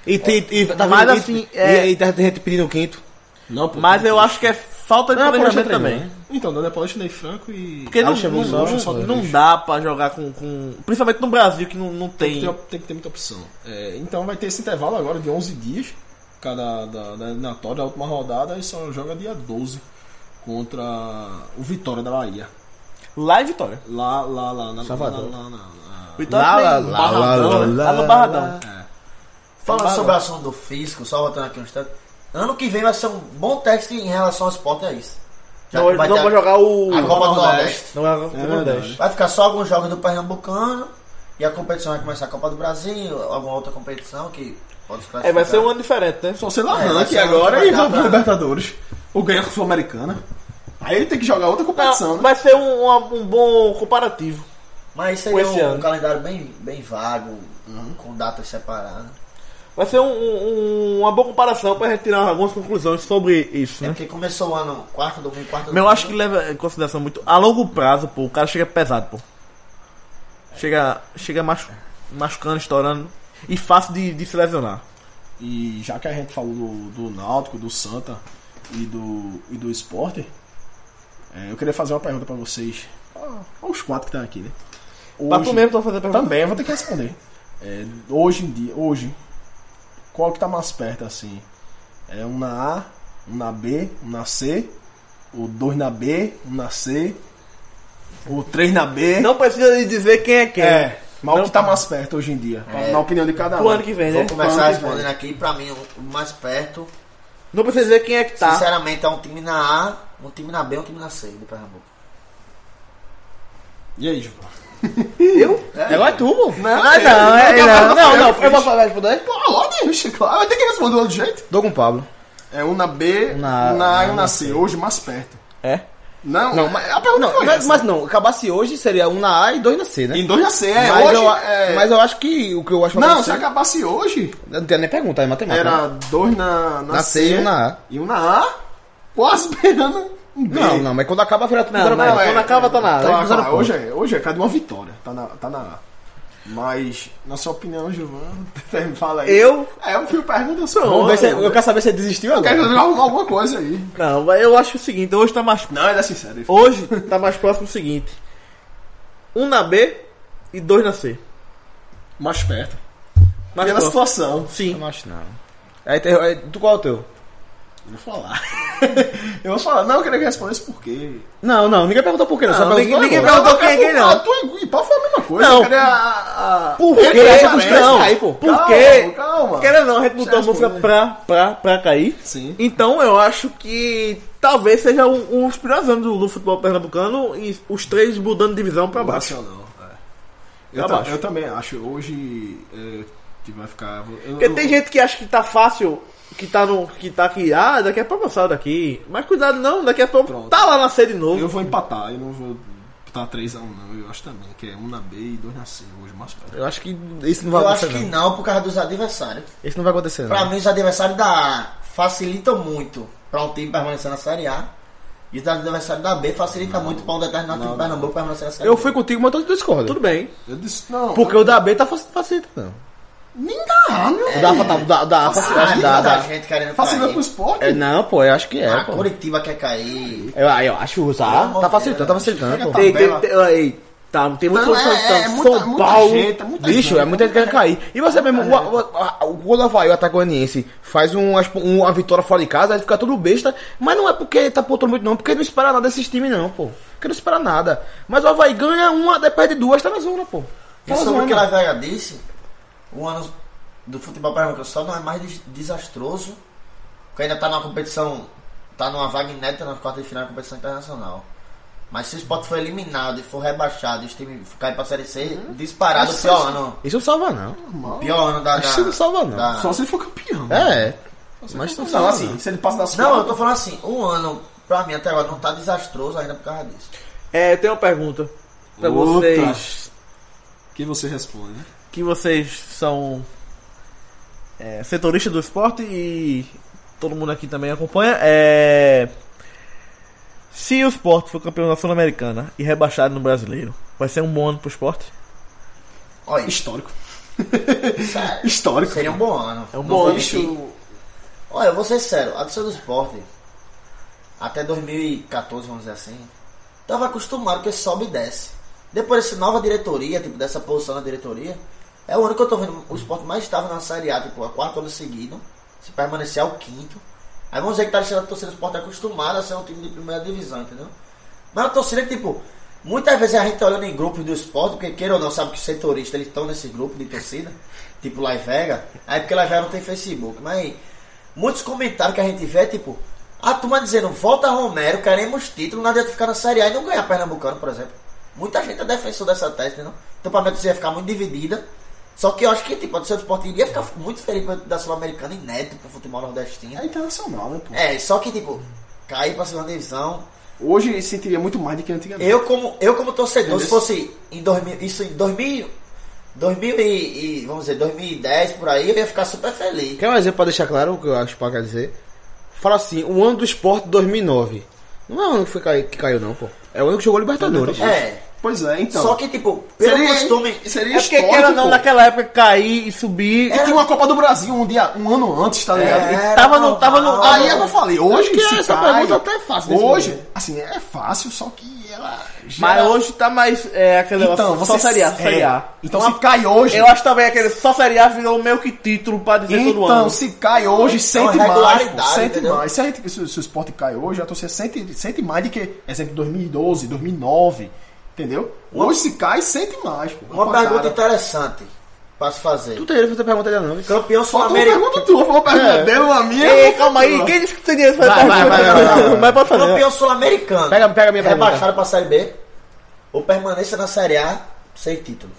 S5: E, tem, e tá
S2: Mas
S5: vendo
S2: assim,
S5: isso?
S2: é-
S5: E, e tá tem gente pedindo o quinto.
S3: Não, pô.
S2: Mas eu acho que é falta de
S5: Não,
S2: planejamento
S5: pode treinar,
S2: também.
S5: né?
S3: Então, Daniel Paulista, Ney Franco e. é
S2: Porque não,
S5: Alexandre
S2: não,
S5: Gonçalves,
S2: não-
S3: né,
S5: Gonçalves.
S2: não dá pra jogar com, com- Principalmente no Brasil, que não, não
S3: Tem,
S2: tem.
S3: que ter- tem que ter muita opção. É, então vai ter esse intervalo agora de 11 dias, cada da, da eliminatória, da última rodada, e só joga dia 12 contra o Vitória da Bahia.
S2: Lá em Vitória.
S3: Lá, lá, lá, na
S5: Salvador.
S3: Lá, lá, lá, lá.
S2: Vitória
S5: Lá,
S2: tem
S5: lá,
S2: um
S5: lá,
S2: barradão,
S5: lá,
S2: né?
S5: lá,
S2: Lá no
S5: lá,
S2: Barradão.
S4: Falando
S2: Fala,
S4: sobre o
S2: não.
S4: assunto do físico, só voltando aqui um instante. Ano que vem vai ser um bom teste em relação ao esporte, é isso. Já
S2: Não,
S4: que vai
S2: não
S4: ter
S2: vai
S4: a-
S2: jogar o.
S4: a Copa do Nordeste.
S2: Não vai jogar o
S3: É
S2: Nordeste.
S4: Vai ficar só alguns jogos do Pernambucano e a competição vai começar a Copa do Brasil, alguma outra competição que pode se
S2: É, vai ser
S4: classificar.
S2: um ano diferente, né?
S3: Só sei lá,
S4: É, vai
S3: ranking
S4: ser
S3: agora
S4: outro
S3: e vai
S4: campeonato.
S3: pro Libertadores. Ou ganha com a Sul-Americana. Aí ele tem que jogar outra competição,
S2: Não,
S3: né?
S2: vai ser um, um, um bom comparativo.
S4: Mas
S2: Com
S4: seria
S2: esse
S4: um,
S2: ano.
S4: um calendário bem, bem vago, com datas separadas.
S2: Vai ser um- um- uma boa comparação pra gente tirar algumas conclusões sobre isso,
S4: É
S2: né?
S4: porque começou o ano quarto domingo,
S2: Mas
S4: quarto domingo.
S2: eu acho que leva em consideração muito. A longo prazo, pô, o cara chega pesado, pô. Chega, chega machu- machucando, estourando. E fácil de, de se lesionar.
S3: E já que a gente falou do, do Náutico, do Santa e do, e do Sporter, é, eu queria fazer uma pergunta pra vocês. Ah, Os quatro que estão aqui, né?
S2: Pra
S3: Hoje-
S2: tu mesmo, tu vai fazer a pergunta.
S3: Também eu vou ter que responder. É, hoje em dia, hoje, qual que tá mais perto assim? É um na A, um na B, um na C, ou dois na B, um na C, ou três na B.
S2: Não precisa de dizer quem é quem.
S3: é, mas o
S2: Não.
S3: que tá mais perto hoje em dia?
S4: É.
S3: Na opinião de cada
S2: Pro
S3: um.
S2: ano que vem, né?
S4: Vou começar
S3: Quantos,
S4: respondendo
S3: velho?
S4: aqui, pra mim, o mais perto,
S2: Não precisa dizer quem é que tá.
S4: sinceramente, é um time na A, um time na B e um time na C de Pernambuco.
S3: E aí, João?
S5: Agora é tu, pô.
S2: Ah, não, é, não, não, não, eu vou falar.
S5: tipo, né?
S3: Pô, logo isso, claro. Ah, Vai ter que responder do outro jeito.
S5: Tô com o Pablo.
S3: É um na B, um na, A e um na C. Hoje mais perto.
S2: É?
S3: Não, mas a pergunta
S5: Não,
S3: foi
S5: mas,
S3: essa.
S5: mas não, acabasse hoje seria um na A e dois na C, né?
S3: Em dois na C, é.
S5: mas,
S3: hoje,
S5: eu, a-
S3: é...
S5: mas eu acho que o que eu acho pra
S3: Não,
S5: você-
S3: se acabasse hoje,
S5: Eu não tenho nem pergunta, é matemática.
S3: Era dois na, na,
S5: Na C e um na A.
S3: E um na A, quase beirando um B.
S5: Não, não, mas quando acaba a feira tudo
S2: Não, mas
S5: trabalha.
S2: quando acaba, tá na
S3: Tá,
S5: Tá
S2: área.
S5: em zero
S3: tá,
S5: ponto.
S3: hoje, é, hoje é cada uma vitória, tá na, tá na A. Mas, na sua opinião, Giovanni, fala aí.
S2: Eu?
S3: É, eu fui pergunta, eu sou
S5: Vamos ver se
S3: eu,
S5: eu quero saber se ele desistiu agora.
S3: quero arrumar alguma coisa aí.
S2: Não, mas eu acho o seguinte, hoje tá mais.
S3: Não, ele é sincero. ele-
S2: Hoje tá mais próximo o seguinte. Um na B e dois na C.
S3: Mais perto.
S2: Mais
S3: Pela
S2: próximo.
S3: situação.
S5: Eu
S2: Sim.
S5: não acho não. Aí, tem- aí, tu qual é o teu?
S3: Eu vou falar. eu vou falar. Não, eu queria que respondesse por quê.
S5: Não, não, ninguém perguntou por quê, não.
S2: Não,
S5: só perguntou
S2: ninguém- ninguém
S5: agora.
S2: perguntou quem é quem, não.
S3: Ah, tu e- e pau foi a mesma coisa.
S2: Não.
S3: Eu queria a... a-
S2: Por
S3: Eu
S2: quê?
S3: queria saber isso
S2: Não,
S3: aí, pô.
S2: por
S3: Calma,
S2: quê?
S3: calma.
S2: Querendo ou não, a gente botou a
S3: Deixa eu
S2: música pra, pra, pra cair.
S3: Sim.
S2: Então eu acho que talvez seja um, um dos piores anos do, do futebol pernambucano e os três mudando de divisão pra baixo.
S3: Nacional, é. Eu,
S2: Pra
S3: ta-
S2: baixo.
S3: eu também acho. Hoje é, que vai ficar. eu-
S2: Porque
S3: eu-
S2: tem gente que acha que tá fácil, que tá no. que tá aqui, ah, daqui a pouco eu saio daqui. Mas cuidado não, daqui a pouco
S3: Pronto.
S2: tá lá na C de novo.
S3: Eu vou empatar, eu não vou botar 3x1, não. Eu acho também que é 1 na B e 2 na C hoje, mais perto.
S5: Eu acho que isso não vai
S4: Eu acho
S5: acontecer.
S4: que
S5: não.
S4: não, por causa dos adversários.
S5: Isso não vai acontecer,
S4: Pra
S5: não.
S4: mim, os adversários da A facilitam muito pra um time permanecer na Série A. E os adversários da B facilitam muito pra um determinado time de Pernambuco permanecer na Série
S5: Eu
S4: B.
S5: fui contigo, mas eu discordo.
S2: Tudo bem.
S3: Eu disse, não.
S5: Porque o da B tá faci- facilita, não.
S3: Nem dá, meu.
S2: É,
S5: O da A tá. o Da, o da A
S4: Ah,
S5: facilita.
S4: tem
S5: da-
S4: muita
S5: da-
S4: gente querendo
S3: Facilita pro
S4: cair.
S3: esporte.
S5: É, não, pô, eu acho que é,
S4: A
S5: pô.
S4: Curitiba quer cair.
S5: Eu, aí eu acho que o
S4: Pelo
S5: Zá
S2: ah,
S4: amor
S5: tá facilitando, tá
S4: de Deus,
S5: facilitando, pô.
S3: chega
S2: Tem,
S3: Tabela.
S2: tem, tem, aí, tá, tem muita
S3: Não,
S2: posição
S3: é-
S2: tá,
S3: é
S2: São
S3: muita- muita
S2: Paulo.
S3: gente, é muita-
S5: Bicho, é muita gente querendo cair. E você mesmo, o, o, a- o gol do Havaí, o ataconiense, faz um, as- uma vitória fora de casa, aí fica tudo besta. Mas não é porque tá pontuando muito, não, porque não espera nada desses times, não, pô. Porque não espera nada. Mas o Havaí ganha uma, daí perde duas, tá na zona, pô. Tá
S4: E
S5: na
S4: sobre o que
S5: zona.
S4: a Vega disse, o ano do futebol pernambucano só não é mais des- desastroso, porque ainda tá numa competição, tá numa vaga inédita nas quartas de final da competição internacional. Mas se o esporte for eliminado e for rebaixado e os times caem pra Série C, disparado o pior ano.
S5: Isso não salva, não.
S4: O pior ano da...
S5: Acho
S4: da-
S5: que não salva, não.
S4: da-
S3: Só se for campeão.
S5: É. Mas não
S3: Não,
S5: salva,
S3: assim,
S5: não.
S3: se ele passa das
S4: Não, eu
S3: quatro-
S4: tô falando assim, um ano pra mim até agora não tá desastroso ainda por causa disso.
S2: É, eu tenho uma pergunta pra
S3: Puta.
S2: vocês.
S3: Que você responde. né?
S2: Que vocês são é, setoristas do esporte e todo mundo aqui também acompanha. É, se o esporte for campeão da Sul-Americana e rebaixado no brasileiro, vai ser um bom ano pro esporte?
S4: Olha, isso
S3: Histórico.
S4: é-
S3: Histórico.
S4: seria um bom ano.
S2: É um
S4: Não
S2: bom
S4: vou
S2: ano.
S4: mentir. Olha, eu vou ser sério, a torcida do esporte, até 2014, vamos dizer assim, tava acostumado que sobe e desce. Depois dessa nova diretoria, tipo, dessa posição na diretoria, é o ano que eu tô vendo o esporte mais estável na Série A, tipo, há quatro anos seguidos, se permanecer ao quinto. Aí vamos dizer que tá deixando a torcida do esporte acostumada a ser um time de primeira divisão, entendeu? Mas a torcida, tipo, muitas vezes a gente tá olhando em grupos do esporte, porque queira ou não, sabe que os setoristas eles estão nesse grupo de torcida, tipo Live Vega, aí porque Live Vega não tem Facebook, mas muitos comentários que a gente vê, tipo, a turma dizendo, volta Romero, queremos título, não adianta ficar na Série A e não ganhar Pernambucano, por exemplo. Muita gente é defensor dessa tese, entendeu? Então pra mim a torcida ia ficar muito dividida. Só que eu acho que, tipo, a torcida do esporte iria ficar muito feliz da Sul-Americana inédito pro futebol nordestino.
S3: É internacional, né, pô?
S4: É, só que tipo, cair pra segunda divisão
S3: Hoje sentiria muito mais do que antigamente.
S4: Eu como, eu como torcedor, se
S3: Entendeu?
S4: fosse em 2000, isso em 2000, 2000 e, e, vamos dizer, 2010 por aí, eu ia ficar super feliz.
S5: Quer um exemplo pra deixar claro o que eu acho que o Paulo quer dizer? Fala assim, o ano do esporte 2009. Não é o ano que, foi cair- que caiu, não, pô. É o ano que jogou Libertadores.
S4: É.
S3: Pois é, então.
S4: Só que tipo, pelo
S3: Seria-
S4: costume,
S3: Seria
S2: É porque
S3: histórico,
S2: queira ou não,
S3: pô.
S2: naquela época cair e subir.
S3: E tinha uma Copa do Brasil um dia, um ano antes,
S2: É.
S3: tá ligado? E
S4: era
S2: tava no- tava no-
S4: normal.
S3: Aí é eu não
S2: É
S3: falei, hoje
S5: Acho que
S3: se
S5: essa
S3: cai,
S5: pergunta até é fácil nesse
S3: Hoje,
S5: momento.
S3: assim, é fácil, só que ela
S2: Mas
S3: gera-
S2: hoje tá mais. É aquele
S3: então,
S2: negócio.
S3: você
S2: Só Série A,
S3: é,
S2: Série A.
S3: Então se cai hoje,
S2: Eu acho também aquele só Série A virou meio que título pra dizer todo
S3: então
S2: ano. É
S3: se cai hoje, sente mais, pô,
S4: regularidade,
S3: sente
S4: entendeu?
S3: mais. Se, a gente, se, o- se o esporte cai hoje, a torcida sente, sente mais do que, exemplo, 2012, 2009, entendeu? Hoje se cai, sente mais, pô.
S4: Uma
S3: Pra
S4: pergunta
S3: cara.
S4: interessante pra se fazer.
S5: Tu teria que fazer pergunta dela, não.
S4: Campeão É.
S3: Falta uma
S4: sul-americano.
S3: pergunta tua, falou uma
S5: É.
S3: pergunta dela, uma minha.
S2: Ei,
S3: uma
S2: calma
S3: tua.
S2: aí, quem disse que seria essa
S5: Vai, vai, vai, vai, vai, vai.
S2: Mas pode fazer.
S4: Campeão sul-americano.
S5: Pega- pega a minha pergunta.
S4: Rebaixado pra Série B ou permaneça na Série A sem título.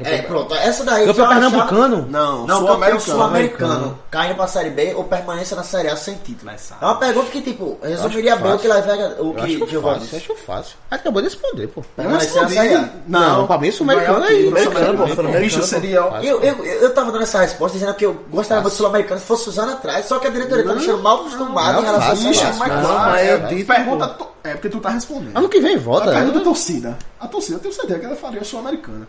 S4: É, pronto. Essa daí
S5: Campeão
S4: já- já-
S5: pernambucano?
S3: Não,
S4: Não,
S3: sul-americano.
S4: campeão sul-americano. Caindo pra Série B ou permaneça na Série A sem título.
S3: sabe.
S4: É uma pergunta que, tipo, resumiria
S5: acho
S4: bem o que Las Vegas, o
S5: Eu acho
S4: que
S5: que eu
S4: Giovanni
S5: faço, eu
S4: disse.
S5: acho fácil. Aí acabou de responder, pô.
S3: Eu não é
S4: Permanecer na
S3: respondi.
S4: Série A.
S5: Não, pra mim, sul-americano
S3: Maior
S5: é
S3: título,
S5: isso.
S3: sul-americano,
S5: Sul-americano,
S3: pô. Bicho,
S2: pô.
S3: seria...
S4: Eu, eu, eu tava dando essa resposta dizendo que eu gostaria muito do sul-americano se fosse usando atrás, só que a diretoria tá me deixando mal acostumada
S5: não,
S4: em relação a
S5: fácil,
S3: Bicho,
S4: isso.
S5: fácil.
S3: mas
S5: Não,
S3: claro,
S5: mas
S3: é,
S5: eu disse,
S3: pergunta... tu- É porque tu tá respondendo.
S5: Ano que vem,
S3: A
S5: volta.
S3: pergunta da
S5: né?
S3: torcida. A torcida, eu tenho certeza que ela faria a sul-americana.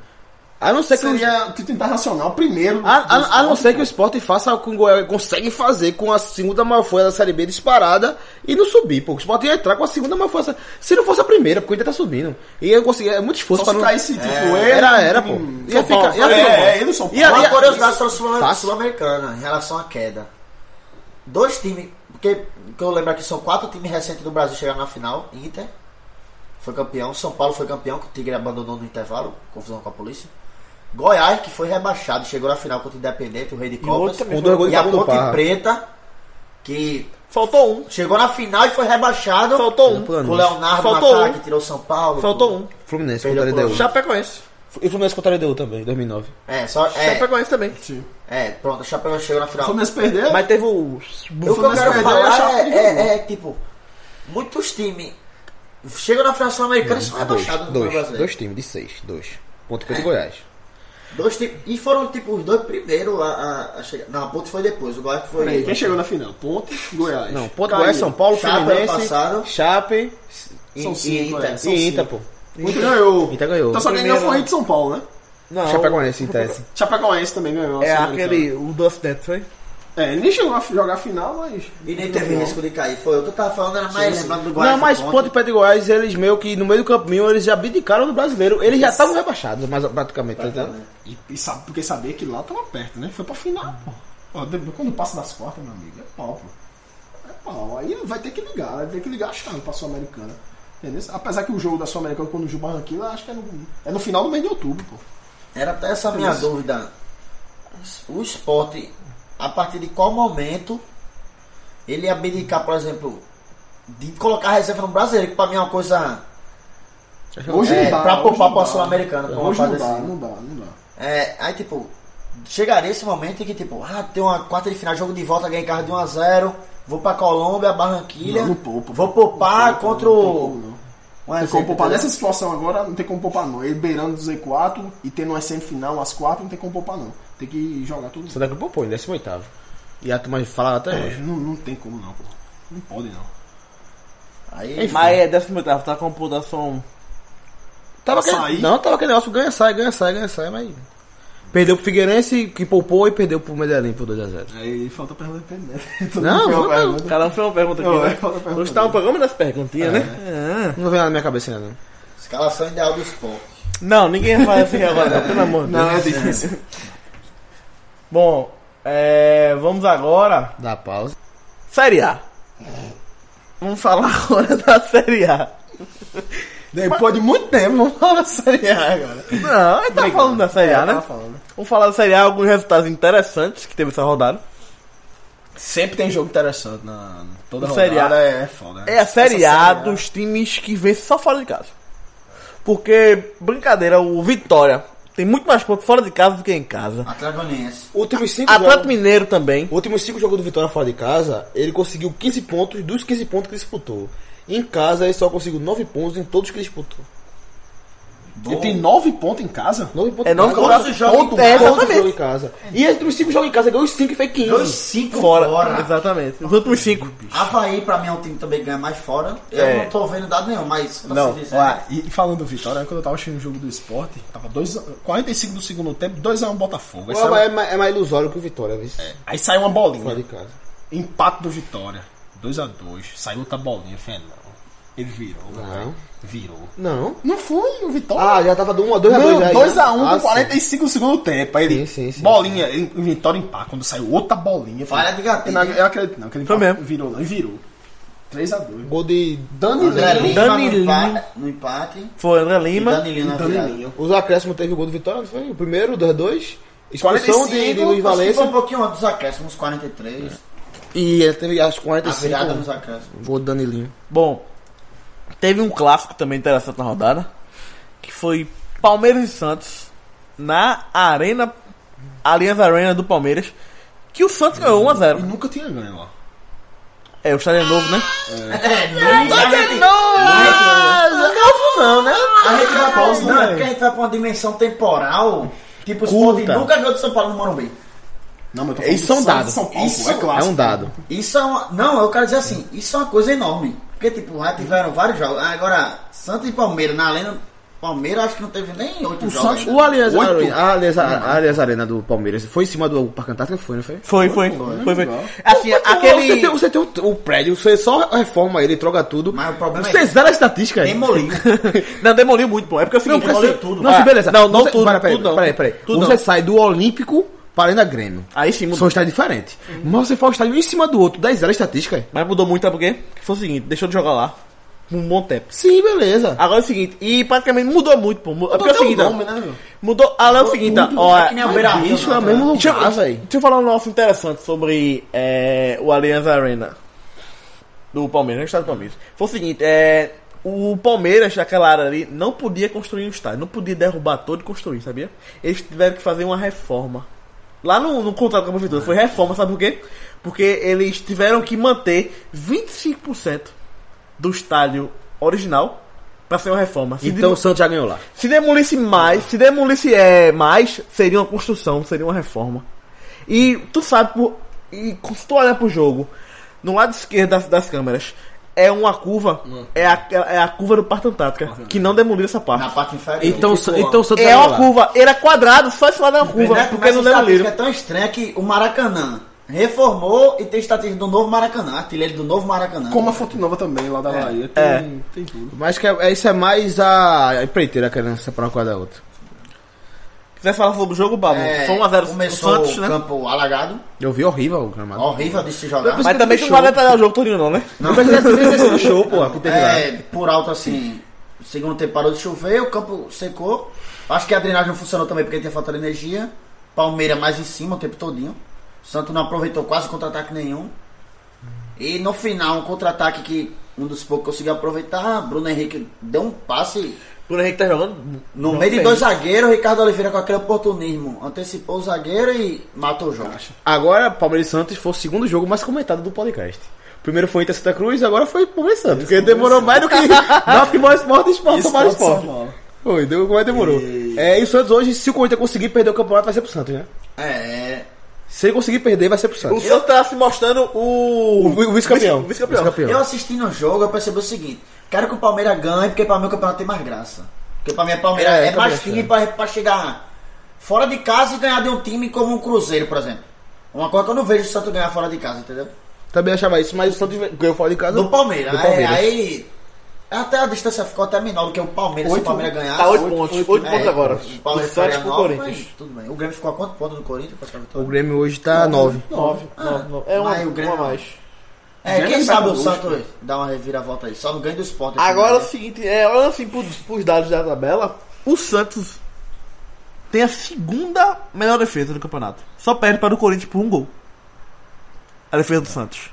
S5: A não ser que o
S3: Seria o título internacional primeiro.
S5: A, a- a não ser que o Sport faça o que o Goiás consegue fazer com a segunda maior folha da Série B disparada e não subir, pô. O Sport ia entrar com a segunda maior força. Se não fosse a primeira, porque ainda tá subindo. E eu consegui, é muito esforço
S3: Só
S5: pra
S3: se
S5: não.
S3: caísse, tipo, ele...
S5: É. Era, era, pô. Ia
S2: São Paulo,
S5: ficar. Ia
S2: foi-
S5: ficar.
S3: É, ele do São Paulo.
S5: Ia-
S4: Uma
S5: ia-
S4: curiosidade sobre a Sul-
S5: Fácil.
S4: Sul-Americana em relação à queda. Dois times, porque que eu lembro aqui são quatro times recentes do Brasil chegaram na final. Inter foi campeão, São Paulo foi campeão, que o Tigre abandonou no intervalo, confusão com a polícia. Goiás, que foi rebaixado, chegou na final contra o Independente, o Rei de Copas.
S2: outro também
S5: Com dois gols
S4: E
S5: de
S4: a
S5: Fábio do
S4: Ponte
S5: Parra.
S4: Preta, que
S2: Faltou um.
S4: chegou na final e foi rebaixado.
S2: Faltou um.
S4: O Leonardo
S2: Faltou
S4: no
S2: um.
S4: ataque, tirou São Paulo.
S2: Faltou um.
S5: Fluminense
S4: Perdeu
S5: contra a
S4: pro-
S5: LDU.
S2: Chapecoense.
S5: E Fluminense contra a LDU também, 2009.
S4: É, só. É,
S2: Chapecoense também.
S4: é pronto, o Chapecoense chegou na
S3: O
S4: final.
S3: Fluminense perdeu.
S2: Mas teve o.
S4: O que eu
S3: Fluminense
S4: quero
S3: perdeu, eu achava
S4: falar é,
S3: que
S4: é,
S3: jogou.
S4: é, tipo, muitos times chegam na final sul-americana e são
S5: é Dois,
S4: rebaixados no
S5: dois,
S4: brasileiro.
S5: dois times de seis, dois. Ponto Pedro e Goiás.
S4: Dois times. E foram, tipo, os dois primeiros a, a, a chegar. Não, a Ponte foi depois. O Goiás foi.
S3: Peraí, quem chegou na final? Ponte, Goiás.
S5: Não, Ponto
S3: Caiu.
S5: Goiás, é São Paulo,
S4: Chape ano
S5: Fluminense,
S4: passado.
S5: Chape e,
S3: São
S5: e,
S3: cinco, é,
S5: Inter,
S3: são
S5: e Inter,
S3: cinco.
S5: pô.
S3: Inter ganhou.
S5: Inter ganhou.
S3: Então só quem ganhou foi o Rio de São Paulo, né?
S2: Não.
S5: Chapecoense, em tese.
S3: Chapecoense também ganhou. a
S2: É
S3: Sul-Americana.
S2: aquele. O do Ocidente, foi?
S3: É, ele nem chegou a jogar a final, mas...
S4: E nem teve risco de cair. Foi. Eu que tava falando, era mais lembrado do Goiás.
S5: Não, mas
S4: da
S5: Ponte e Pedro e Goiás, eles meio que no meio do caminho, eles já abdicaram do brasileiro. Eles já estavam rebaixados, mas praticamente, tá entendendo?
S3: E, e sabe, porque sabia que lá tava perto, né? Foi pra final, pô. Ó, de- quando passa das quartas, meu amigo, é pau, pô. É pau. Aí vai ter que ligar, vai ter que ligar a chave pra Sul-Americana. Entendeu? Apesar que o jogo da Sul-Americana quando o Juba Barranquilla, acho que é no, é no final do mês de outubro, pô.
S4: Era até essa minha
S3: Isso.
S4: dúvida. O esporte, a partir de qual momento ele ia abdicar, por exemplo, de colocar a reserva no brasileiro, que pra mim é uma coisa.
S3: Hoje
S4: é,
S3: não dá.
S4: pra
S3: hoje
S4: poupar
S3: não
S4: pra
S3: dá.
S4: Sul-Americana, como
S3: Hoje não
S4: faz
S3: dá,
S4: assim.
S3: não dá, não dá.
S4: É, aí tipo, chegaria esse momento em que, tipo, ah, tem uma quarta de final, jogo de volta, ganhei carro de 1x0, vou pra Colômbia, Barranquilha,
S3: Não, não poupa,
S4: vou
S3: não poupa,
S4: poupar contra
S3: não tem
S4: o.
S3: como, não.
S4: um
S3: Não tem
S4: exemplo,
S3: como poupar
S4: entendeu?
S3: nessa situação agora, não tem como poupar não. Ele beirando o Z4 e tendo uma semifinal, umas quatro, não tem como poupar não. Tem que jogar tudo.
S5: Santa Cruz poupou em 18. E a turma fala até hoje.
S3: Não, não tem como não, pô. Não pode não.
S4: Aí,
S2: Mas é 18, tá com a pontuação.
S5: Tava
S3: Açaí?
S5: aquele, não, tava aquele negócio ganha, sai, ganha, sai, ganha, sai, mas. Perdeu pro Figueirense, que poupou, e perdeu pro Medellín por 2x0.
S3: Aí falta pergunta pra ele, né?
S5: Não,
S3: Todo mundo
S5: não,
S3: fez uma
S5: não.
S3: pergunta.
S2: Cada um fez uma pergunta aqui.
S3: Não,
S2: né?
S3: é, fala a pergunta É.
S2: Hoje tá um
S3: dele.
S2: programa das perguntinhas, né? Ah.
S5: Não vem nada na minha cabeça ainda, não.
S4: escalação ideal do esporte.
S2: Não, ninguém fala assim agora, não, pelo amor de Deus.
S3: Não, é difícil.
S2: Bom, é, vamos agora.
S5: Dá pausa.
S2: Série A. Vamos falar agora da Série A.
S3: Depois de muito tempo, vamos falar da Série A agora.
S2: Não, a gente tá falando da Série A, né?
S3: Tava É, falando.
S2: Vamos falar da Série A, alguns resultados interessantes que teve essa rodada.
S3: Sempre tem jogo interessante na toda
S2: Na Série A.
S3: rodada, É foda.
S2: É a Série
S3: Essa
S2: A dos times que vence só fora de casa. Porque, brincadeira, o Vitória Tem muito mais pontos fora de casa do que em casa.
S4: Atlético Goianiense.
S5: Últimos cinco
S2: Atlético
S5: jogos,
S2: Mineiro também.
S5: últimos cinco jogos do Vitória fora de casa, ele conseguiu 15 pontos dos 15 pontos que disputou. Em casa, ele só conseguiu 9 pontos em todos que disputou.
S3: Ele tem nove pontos em casa?
S5: 9 pontos
S2: É, nove
S5: em
S2: pontos
S5: casa,
S2: de jogo em-
S5: ponto,
S2: é,
S5: ponto
S2: exatamente.
S5: jogo em casa. E ele tem 5 jogos em casa, ganhou 5 e fez 15.
S4: Dois cinco
S2: Fora.
S4: fora.
S2: Exatamente. Os últimos cinco.
S4: Havaí, pra mim, é um time que também ganha mais fora. Eu
S2: É.
S4: não tô vendo dado nenhum, mas. pra
S3: Não,
S4: se dizer,
S3: olha, e e falando do Vitória, quando eu tava assistindo o jogo do esporte, tava dois, a- 45 do segundo tempo, 2x1 Botafogo. Aí
S5: O Havaí
S3: saiu,
S5: é mais, é mais ilusório que o Vitória, viu?
S3: aí saiu uma
S5: Fora de
S3: bolinha.
S5: casa.
S3: Empate do Vitória. 2x2. Saiu outra bolinha. Eu falei, não. Ele virou. velho. Virou.
S5: Não.
S3: Não foi o Vitória.
S5: Ah, já tava do 1x2 a 2
S3: Não,
S5: já.
S3: 2x1 com
S5: Ah, sim.
S3: 45 do segundo tempo. Aí ele,
S5: Sim, sim, sim.
S3: bolinha, ele- o Vitória empata. Quando saiu outra bolinha. eu falei,
S4: Falha de gatilho.
S3: Eu não eu acredito, não. Que ele
S2: Foi
S3: empata-
S2: mesmo.
S3: Virou, não. E virou. 3x2.
S5: Gol de
S4: André
S5: Dani.
S4: Lima no
S2: Danilo.
S4: empate. No empate.
S2: Foi André
S4: E
S2: Lima.
S4: Danilo na virada.
S5: né? Os acréscimos teve o gol do Vitória, não foi? O primeiro, dos dois. Expulsão
S3: 45,
S5: de, de Luiz
S4: Acho que foi um
S5: Valença.
S4: pouquinho antes dos acréscimos, uns 43.
S5: E ele teve as
S4: A
S5: 45.
S4: virada nos acréscimos.
S5: Gol do Danilinho.
S2: Bom, teve um clássico também interessante na rodada, que foi Palmeiras e Santos na Arena Allianz Arena do Palmeiras, que o Santos ganhou
S3: E
S2: 1x0.
S3: nunca tinha ganho lá.
S2: É, o estádio é novo, né?
S4: A gente vai
S5: Ah,
S4: pra
S3: pausa,
S4: um
S3: né?
S4: porque a gente vai pra uma dimensção temporal. Tipo, o Sport
S5: Curta.
S4: nunca ganhou de São Paulo no Morumbi.
S3: Não, mas eu tô
S5: Isso
S3: falando
S5: é um
S3: do Santos,
S5: dado.
S3: São Paulo,
S4: Isso
S3: é
S5: É
S3: clássico.
S5: um dado.
S4: Isso é uma, Não, eu quero dizer assim, isso é uma coisa enorme. Porque, tipo, lá tiveram vários jogos. Ah, Agora, Santos e Palmeiras, na Arena, Palmeiras acho que não teve nem oito jogos. Né? ainda.
S5: O Allianz
S3: Oito.
S5: Arena, a Allianz- a Allianz Arena do Palmeiras foi em cima do Parque Antártica, foi, não foi?
S2: Foi, foi,
S3: foi,
S2: foi, foi.
S3: legal.
S2: Assim,
S5: Você tem,
S2: aquele...
S5: você tem o, o prédio, você só reforma ele, troca tudo.
S4: Mas o problema é
S5: Você
S4: esse.
S5: zera a estatística. aí.
S4: Demoliu.
S2: Não, demoliu muito, pô. É porque eu fiquei...
S5: Não, porque assim, Não,
S2: Ah,
S5: sim, beleza.
S2: Não, não
S5: Você-
S2: tudo,
S5: Peraí, peraí,
S2: tudo não.
S5: peraí, peraí.
S2: Tudo
S5: Você
S2: não.
S5: sai do Olímpico para a Arena Grêmio.
S2: Aí sim
S5: São
S2: mudou.
S5: estádios diferentes. Mas você faz o estádio um em cima do outro, 10 zero a estatística. aí.
S2: Mas mudou muito, sabe por quê? Porque foi o seguinte, deixou de jogar lá por um bom tempo.
S5: Sim, beleza.
S2: Agora é o seguinte, e praticamente mudou muito, pô. É porque é o
S3: até o
S2: seguinte,
S3: nome,
S2: ó,
S3: né, meu?
S2: mudou... Ah, lá é o seguinte, ó, ó...
S4: É que nem a Beira Rio.
S5: Isso é o mesmo
S2: Deixa,
S5: lugar,
S2: eu-
S5: velho.
S2: deixa eu falar um negócio interessante sobre é, o Allianz Arena do Palmeiras, né? O estádio do Palmeiras. Foi o seguinte, é, o Palmeiras, naquela área ali, não podia construir um estádio, não podia derrubar todo e construir, sabia? Eles tiveram que fazer uma reforma. Lá no, no contrato com a prefeitura, foi reforma, sabe por quê? Porque eles tiveram que manter 25% do estádio original pra ser uma reforma. Se
S5: Então
S2: de-
S5: o Santos já ganhou lá.
S2: se demolisse mais, se demolisse é, mais, seria uma construção, seria uma reforma. E tu sabe, por, e se tu olhar pro jogo, no lado esquerdo das, das câmeras, é uma curva, é a, é a curva do Parque Antártica, que não demoliu essa
S4: Na
S2: parte.
S4: parte inferior.
S5: Então, o
S4: Tipo,
S5: San- então o Santos
S2: É
S5: já ganhou
S2: uma
S5: lá.
S2: curva, era quadrado, só esse lado é uma curva,
S4: né,
S2: porque
S4: porque
S2: não
S4: essa estatística é
S2: demoliram.
S4: tão estranha que o Maracanã reformou e tem estatística do novo Maracanã, artilheiro do novo Maracanã.
S3: Como a Fonte Nova também, lá da Bahia. Tem,
S2: É.
S3: tem tudo.
S5: Mas que é, isso é mais a empreiteira querendo separar uma coisa da outra.
S2: Quiser falar sobre o jogo, Babu?
S4: É,
S2: Foi 1x0 pro
S4: começou
S2: Santos,
S4: o
S2: né?
S4: campo alagado,
S5: Eu vi horrível o gramado.
S4: horrível de se jogar.
S2: Mas também tu não vai detalhar o jogo todinho não, né?
S5: Não, mas deve ter sido show, pô, que teve lá.
S4: É, por alto assim, o segundo tempo parou de chover, o campo secou. Acho que a drenagem não funcionou também porque tinha falta de energia. Palmeiras mais em cima o tempo todinho. O Santos não aproveitou quase contra-ataque nenhum. E no final, um contra-ataque que um dos poucos conseguiu aproveitar. Bruno Henrique deu um passe
S2: Bruno Henrique tá jogando...
S4: no
S2: não
S4: meio de
S2: tem.
S4: dois zagueiros. Ricardo Oliveira com aquele oportunismo antecipou o zagueiro e matou o jogo.
S5: Agora, Palmeiras e Santos foi o segundo jogo mais comentado do podcast. Primeiro foi Inter Santa Cruz, agora foi Palmeiras e Santos. Porque demorou mais do que Náutico Sport e Sport São Paulo Sport. Foi, deu como é que demorou. É, e o Santos hoje, se o Corinthians conseguir perder o campeonato, vai ser pro Santos, né?
S4: É,
S5: Se ele conseguir perder, vai ser pro
S2: O
S5: Santos.
S2: Santos tá se mostrando o...
S5: O vi- o vice-campeão.
S2: O vice-campeão.
S5: Vice-campeão.
S4: Eu assistindo o jogo, eu percebi o seguinte: quero que o Palmeiras ganhe, porque pra mim o campeonato tem mais graça. Porque pra mim o Palmeiras
S5: É,
S4: é,
S5: eu também
S4: mais
S5: acho,
S4: time pra, pra chegar fora de casa e ganhar de um time como um Cruzeiro, por exemplo. Uma coisa que eu não vejo o Santos ganhar fora de casa, entendeu?
S5: Também achava isso, mas o Santos ganhou fora de casa.
S4: Do Palmeiras.
S5: Do Palmeiras.
S4: É, aí. é Até a distância ficou até menor do que o Palmeiras se o
S3: Oito,
S4: Palmeiras ganhasse.
S2: Tá 8 pontos, 8
S4: É,
S2: pontos agora.
S4: O Palmeiras
S2: Do Santos
S4: faria
S2: pro
S4: nove,
S2: Corinthians.
S4: mas Tudo bem. O Grêmio ficou a quanto ponto do Corinthians? com essa vitória?
S5: O Grêmio hoje tá 9.
S3: Nove.
S2: Não, não. É uma,
S4: Mas o Grêmio-
S2: uma a mais.
S4: É,
S3: Grêmio
S4: quem
S3: e
S4: sabe o
S3: Barulho,
S4: Santos dá uma reviravolta aí. Só não ganha do Sport.
S2: Agora é o seguinte, é, olhando assim pro, pros dados da tabela, o Santos tem a segunda melhor defesa do campeonato. Só perde para o Corinthians por um gol. A defesa do Santos.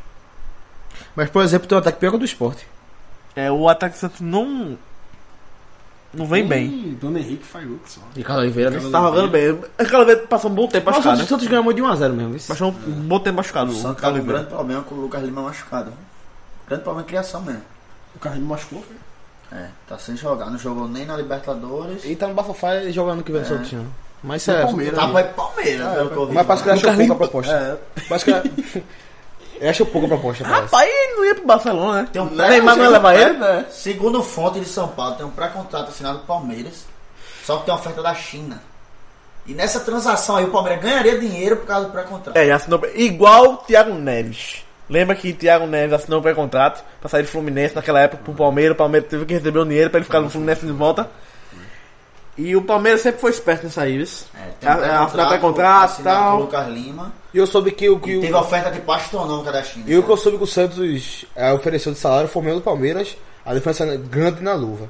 S5: Mas, por exemplo, tem um ataque pior que o do esporte.
S2: É, o ataque do Santos não. Não vem bem.
S3: Ih, Bruno Henrique falhou que só.
S5: Ricardo Oliveira, né?
S2: Tá jogando bem. Aquela vez passou um bom tempo
S5: Mas o
S2: machucado.
S5: Santos,
S2: né?
S5: o Santos ganhou muito de 1x0 mesmo. isso.
S2: Passou um bom tempo machucado.
S4: O
S2: o
S4: Santos tá com um
S2: Oliveira.
S4: grande problema com o Lucas Lima machucado. viu? Grande problema de criação mesmo.
S3: O carro me machucou, foi?
S4: É, tá sem jogar. Não jogou nem na Libertadores.
S5: E tá no Bafafá e jogando que vem no Santos. né? Mas isso
S3: E
S5: é.
S3: Palmeiras,
S4: Tá
S3: né?
S4: pra ir pro Palmeiras, pelo que eu vi.
S5: Mas parece que ele achou pouca a proposta.
S3: É,
S5: Parece que. Ele achou pouca a proposta, parece.
S2: Rapaz, ele não ia pro Barcelona, né?
S4: Tem um
S2: Neymar não ia levar ele?
S4: né? Segundo fonte de São Paulo, tem um pré-contrato assinado com o Palmeiras, só que tem uma oferta da China. E nessa transação aí o Palmeiras ganharia dinheiro por causa do pré-contrato.
S2: É, já assinou. pré- Igual o Thiago Neves. Lembra que Thiago Neves assinou um pré-contrato pra sair do Fluminense naquela época pro Palmeiras. O Palmeiras teve que receber o dinheiro pra ele ficar no Fluminense de volta. E o Palmeiras sempre foi esperto nessa aí, isso.
S3: É,
S4: tem um
S2: Assinar pré-contrato e
S4: assinado com o
S2: tal.
S4: Lucas Lima.
S5: E eu soube que o que
S4: E
S5: o.
S4: teve oferta de astronômica da China.
S5: E o que eu soube que o Santos eh, ofereceu de salário foi o mesmo do Palmeiras, a diferença é grande na luva.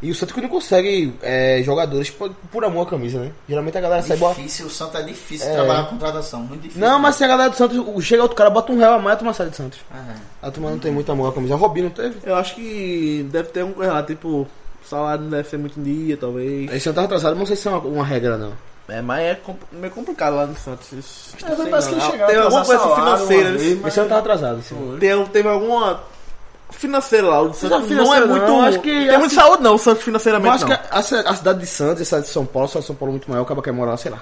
S5: E o Santos que não consegue eh, jogadores por, por amor à camisa, né? Geralmente a galera sai boa.
S4: Difícil, o Santos é difícil
S5: É.
S4: trabalhar com contratação, muito difícil. né?
S5: Não, mas se a galera do Santos o- chega outro cara, bota um real a mais, a turma sai do Santos.
S4: Ah,
S5: A turma não tem muito amor à camisa. A Robinho não teve.
S2: Eu acho que deve ter um coisa lá, tipo, salário não deve ser muito em dia, talvez.
S5: Esse ano tá atrasado, mas não sei se é uma, uma regra, não.
S2: É, mas é compl- meio complicado lá no Santos. Isso.
S3: É, mas parece que ele
S2: Ah,
S3: chegava
S2: Tem
S3: a
S2: alguma
S3: atrasar
S2: coisa
S3: salário é uma
S2: financeira.
S3: vez,
S4: né?
S2: isso.
S3: mas-
S5: Esse ano tá atrasado, sim.
S2: Tem, um, teve alguma. Financeira lá, o Santos não é
S5: financeira não,
S2: muito.
S5: acho que-
S2: tem
S5: acho
S2: muito
S5: que-
S2: saúde, não, o Santos
S5: Eu
S2: financeiramente.
S5: acho que
S2: não.
S5: a, a ci- a cidade de Santos e a cidade de São Paulo, só São Paulo é muito maior, acaba que é moral, sei lá.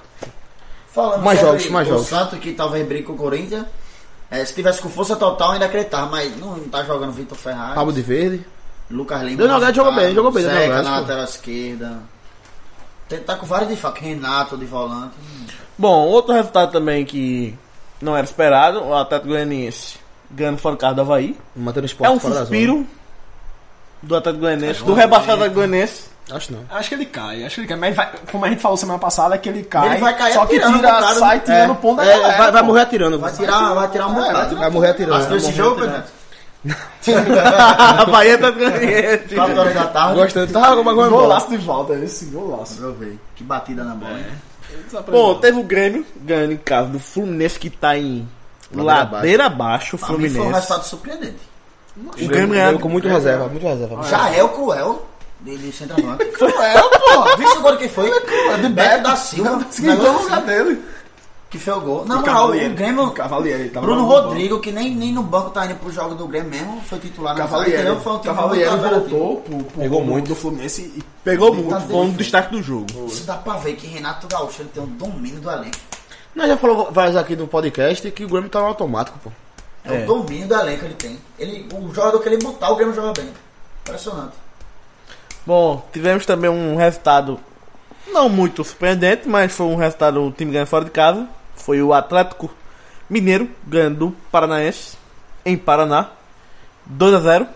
S4: Falando
S5: Mais
S4: sobre
S5: jogos, mais
S4: o
S5: jogos.
S4: Santos que talvez brigue com o Corinthians. é, se tivesse com força total, ainda acreditava, mas não, não tá jogando Vitor Ferraz.
S5: Pablo de Verde.
S4: Lucas Lima.
S5: Daniel Guedes jogou
S4: machucado,
S5: bem, jogou bem,
S4: Zeca
S5: Daniel Guedes,
S4: na
S5: pô.
S4: lateral esquerda. Tem, tá com vários de faca. Renato de volante. Hum.
S2: Bom, outro resultado também que não era esperado, o Atlético Goianiense ganhando fora do carro do Havaí.
S5: Mantendo o esporte
S2: É um
S5: fora da zona.
S2: suspiro do Atlético Goianiense,
S4: É
S2: do
S4: um
S2: rebaixado
S4: momento.
S2: Atlético Goianiense.
S5: Acho não.
S3: Acho que ele cai, acho que ele cai. Mas ele vai, como a gente falou semana passada, é que ele cai.
S4: Ele vai cair
S3: só que
S4: atirando,
S3: tira,
S4: contrário,
S3: sai
S4: né?
S3: tirando o pão da
S5: É,
S3: galera.
S5: vai, vai
S3: pô.
S5: morrer atirando.
S4: Vai tirar, vai tirar um
S3: É, vai
S4: montado.
S3: tirar-
S5: Vai morrer
S4: Assistiu
S5: atirando.
S4: esse jogo, né? Renato?
S2: Havaí e Atlético Goianiense.
S4: 4 horas da tarde.
S5: Gostando. Tá, alguma coisa boa.
S3: Golaço de volta, esse golaço.
S4: Provei. Que batida na bola. hein?
S2: Bom, teve o Grêmio ganhando em casa do Fluminense que tá em
S5: Ladeira
S2: ladeira abaixo, o
S4: Pra mim foi um
S2: Fluminense.
S4: resultado surpreendente.
S2: O Grêmio é, ganhando.
S5: com muito reserva, muito reserva.
S4: Já é o Cruel. Ele centroavante. Cruel, pô. Viu agora quem foi? é Beto da Silva.
S3: Esquentou no lugar dele.
S4: Que fez o gol. Na moral, o Grêmio...
S3: Cavalieri. Tava
S4: Bruno
S3: jogando bola.
S4: Rodrigo, que nem, nem no banco tá indo pro jogo do Grêmio mesmo, foi titular no
S3: Cavalieri.
S4: Foi um time
S3: Cavalieri
S4: muito atrativo.
S3: voltou pro, pro
S5: Pegou
S3: do-
S5: muito.
S3: do Fluminense e
S2: Pegou
S3: Ele
S2: muito,
S3: tá
S2: foi um
S3: bem,
S2: destaque do jogo.
S4: Isso dá pra ver que Renato Gaúcho ele tem um domínio do elenco.
S5: Nós já falou vários aqui do podcast que o Grêmio tá no automático, pô.
S4: É, o domínio do elenco ele tem. Ele, o jogador que ele botar, o Grêmio joga bem. Impressionante.
S2: Bom, tivemos também um resultado não muito surpreendente, mas foi um resultado o time ganhando fora de casa. Foi o Atlético Mineiro ganhando do Paranaense em Paraná. 2 a 0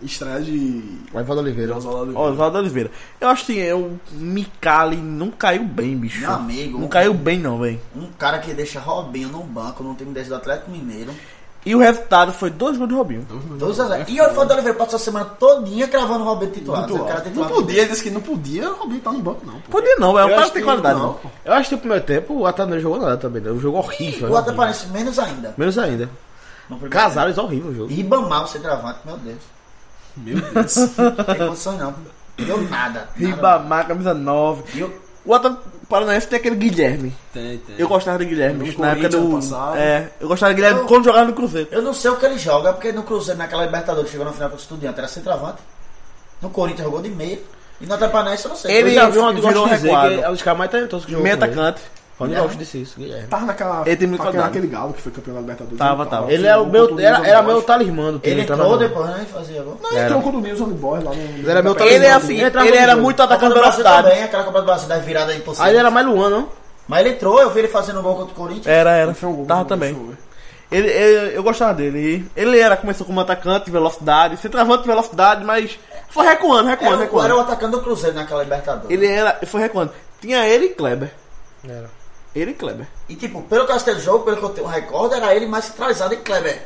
S3: estreia de
S5: Vai Valdo Oliveira.
S3: Oswaldo.
S2: Oswaldo Oliveira. Eu acho que o Micali não caiu bem, bicho.
S4: Meu amigo.
S2: Não caiu bem não, velho.
S4: Um cara que deixa Robinho no banco, num time desse do Atlético Mineiro.
S2: E o resultado foi dois gols de Robinho.
S4: 2 a 0 E o Alfredo Oliveira passou a semana todinha cravando o Robinho titular.
S3: Titular.
S4: O cara é titular
S3: Não podia, ele disse que não podia, o Robinho tá no banco, não. Pô.
S2: Podia não, é um
S5: Eu
S2: cara
S5: acho
S2: que tem
S5: que
S2: qualidade.
S3: não.
S2: né?
S5: Eu acho que no primeiro tempo o Atlético não jogou nada também, né? O jogo
S4: Ih,
S5: horrível.
S4: O Atlético
S5: horrível.
S4: parece menos ainda.
S5: Menos ainda.
S4: No primeiro
S5: Casares horrível o jogo.
S4: Ribamar, o centroavante, meu Deus.
S3: Meu Deus.
S4: Não tem condição não. Deu nada. nada.
S2: Ribamar, camisa 9.
S4: E o-
S2: O Atlético Paranaense tem aquele Guilherme.
S3: tem, tem.
S2: Eu gostava do Guilherme,
S3: No
S2: bicho, na época
S3: Corinthians,
S2: do.
S3: ano passado.
S2: É, eu gostava do Guilherme
S4: Eu-
S2: quando jogava no Cruzeiro.
S4: Eu não sei o que ele joga, porque no Cruzeiro, naquela Libertadores, chegou na final contra o Estudiante, era centroavante. No Corinthians jogou de meia. E no Atapanaense eu não sei.
S2: Ele-
S5: Eu já vi uma
S2: virou
S5: gosto de dizer
S2: recuado.
S5: que é um dos caras mais talentosos que jogou.
S2: Meio
S5: com ele.
S2: atacante.
S5: Rony Gaúcho disse isso, Guilherme.
S3: Tava naquela.
S2: Ele tem muito
S3: naquela-
S2: qualidade.
S3: naquele galo que foi campeão da Libertadores.
S2: Tava, tava.
S3: É.
S5: Ele era o meu, era, era meu talismã do time.
S4: Ele
S5: entrava
S4: entrou
S5: bem.
S4: depois, né? E fazia gol.
S3: Ele
S5: Era.
S3: entrou quando o Nilson Boy lá no.
S5: Ele era meu
S2: Ele é
S5: talismã.
S2: assim,
S5: entrava
S2: ele
S5: no
S2: era
S5: jogo.
S2: muito atacante
S4: do Brasil
S2: velocidade.
S4: também, aquela Copa do Brasil da virada impossível.
S5: Aí ele era mais Luan, não?
S4: Mas ele entrou, eu vi ele fazendo gol contra o Corinthians.
S2: Era, era.
S3: Foi um gol,
S2: Tava
S3: foi um
S2: também.
S3: gol, foi um gol.
S2: Ele, ele- eu gostava dele. Ele era, começou como atacante, velocidade, centroavante, velocidade, mas foi recuando, recuando,
S4: Era, o- era
S2: recuando.
S4: o atacante do Cruzeiro naquela Libertadores.
S2: É, Ele era, foi recuando. Tinha ele e Kleber.
S5: Era.
S2: Ele e Kleber.
S4: E tipo, pelo que eu assisti do jogo, pelo que eu tenho um recorde, era ele mais centralizado e Kleber.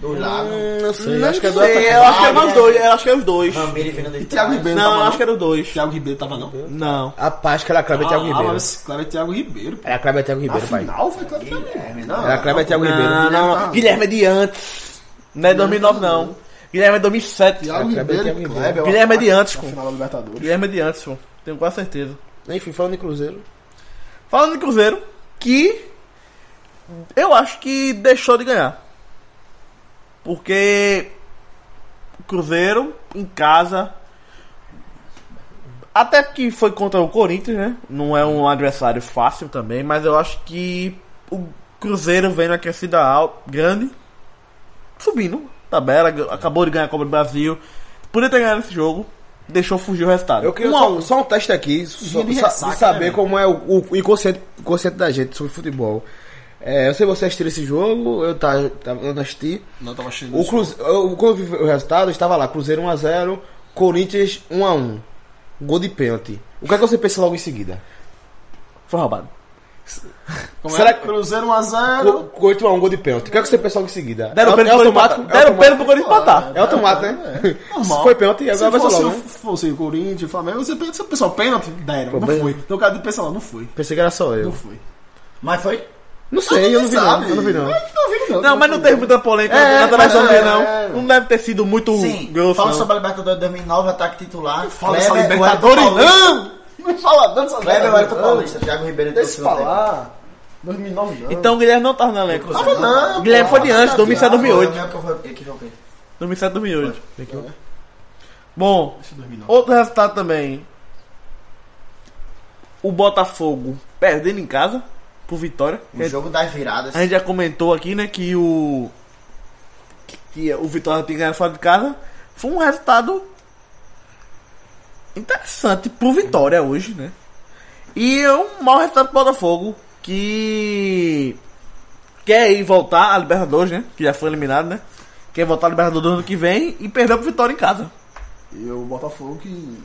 S4: Do lado.
S5: Não sei,
S2: Não
S5: acho que é do
S2: sei,
S5: atacante.
S2: eu acho que era
S4: Ah,
S2: os dois. Eu acho que era os dois.
S4: Ramiro e Fernando de
S3: Thiago
S4: trás.
S3: Ribeiro
S2: Não, eu
S3: tava
S2: acho que era os dois.
S3: Thiago Ribeiro tava não.
S2: Não.
S5: A paz que era Kleber e Thiago
S3: Ah,
S5: Ribeiro.
S3: mas Cleber é Thiago Ribeiro. pô.
S5: Era Kleber e Thiago
S3: Na
S5: Ribeiro, pai.
S3: final foi Cleber Thiago Ribeiro.
S4: Guilherme, não.
S5: Era Kleber e Thiago
S2: Não,
S5: Ribeiro.
S2: não, não. Guilherme é de antes. Não é 2009, não. Guilherme é 2007.
S3: Thiago
S5: Kleber,
S3: Ribeiro e
S5: Thiago
S3: Kleber.
S2: Guilherme é de antes,
S3: na
S2: pô.
S3: final da Libertadores.
S2: Guilherme é de antes, pô. Tenho quase certeza.
S5: Enfim, falando em Cruzeiro.
S2: Falando de Cruzeiro, que eu acho que deixou de ganhar. Porque Cruzeiro em casa até que foi contra o Corinthians, né? Não é um adversário fácil também, mas eu acho que o Cruzeiro vem na crescida al- grande, subindo tabela, g- acabou de ganhar a Copa do Brasil. Podia ter ganhado esse jogo, deixou fugir o resultado.
S5: Eu queria
S2: Um a
S5: só, só um teste aqui, só,
S3: de
S5: sa-
S3: ressaca,
S5: de saber
S3: né,
S5: como é o, o inconsciente, inconsciente da gente sobre futebol. É, eu sei você assistiu esse jogo, eu tava, tava eu não assisti.
S3: Não, tava cheio
S5: O Cruze- eu- quando eu vi o resultado, estava lá, Cruzeiro 1x0, Corinthians 1x1. Gol de pênalti. O que é que você pensa logo em seguida?
S2: Foi roubado.
S5: será
S3: Será
S5: que-
S3: que Cruzeiro 1x0?
S5: Co- 8x1 gol de pênalti. O que é que você pensa logo em seguida?
S2: Deram
S5: é,
S2: pênalti
S5: é
S2: pro
S5: automático.
S2: Corinthians. Deram pênalti pro Corinthians empatar.
S5: É automático, né?
S3: Normal.
S5: Se foi pênalti,
S3: Se
S5: agora vai ser
S3: fosse, um
S5: logo.
S3: o-
S5: né?
S3: fosse o Corinthians, Flamengo, você pensa, pessoal, pênalti? Deram, não
S5: Problema.
S3: foi. Então o cara do pessoal, não foi.
S5: Pensei que era só eu.
S3: Não foi.
S4: Mas foi?
S5: Não sei, eu não vi não.
S3: Sabe?
S5: Eu não vi não.
S3: Não vi não.
S2: Não, mas não teve muita polêmica
S5: É,
S2: na televisão,
S5: mas é,
S2: não.
S5: é.
S2: Não deve ter sido muito
S4: Sim.
S2: grosso.
S4: Fala
S2: não.
S4: sobre a Libertadores de 2009, ataque titular.
S3: Fala dessa
S4: Kleber,
S3: Libertadores,
S4: Wellington Paulista.
S3: não! Não fala dessa
S4: Kleber, Wellington
S3: Paulista.
S4: Paulista. Thiago Ribeiro entrou no
S3: Deixa eu
S4: segundo tempo.
S3: falar. 2009 não.
S2: Então o Guilherme não tava no elenco.
S4: Tava
S3: Ah. não,
S5: é
S2: Guilherme
S3: pô,
S2: foi de antes,
S3: tá
S2: 2007,
S4: Foi o
S2: 2008.
S4: Ah, meu que eu fui- que eu fui.
S2: 2007, 2008. Bom,
S3: 2009.
S2: outro resultado também. O Botafogo perdendo em casa por vitória.
S4: O Um jogo das viradas.
S2: A gente já comentou aqui, né, que o. que- Que o Vitória tinha ganhado fora de casa. Foi um resultado interessante pro Vitória hoje, né? E é um mau resultado pro Botafogo, que quer ir voltar à Libertadores, né? Que já foi eliminado, né? Quer voltar à Libertadores ano que vem e perdeu pro Vitória em casa.
S3: E o Botafogo que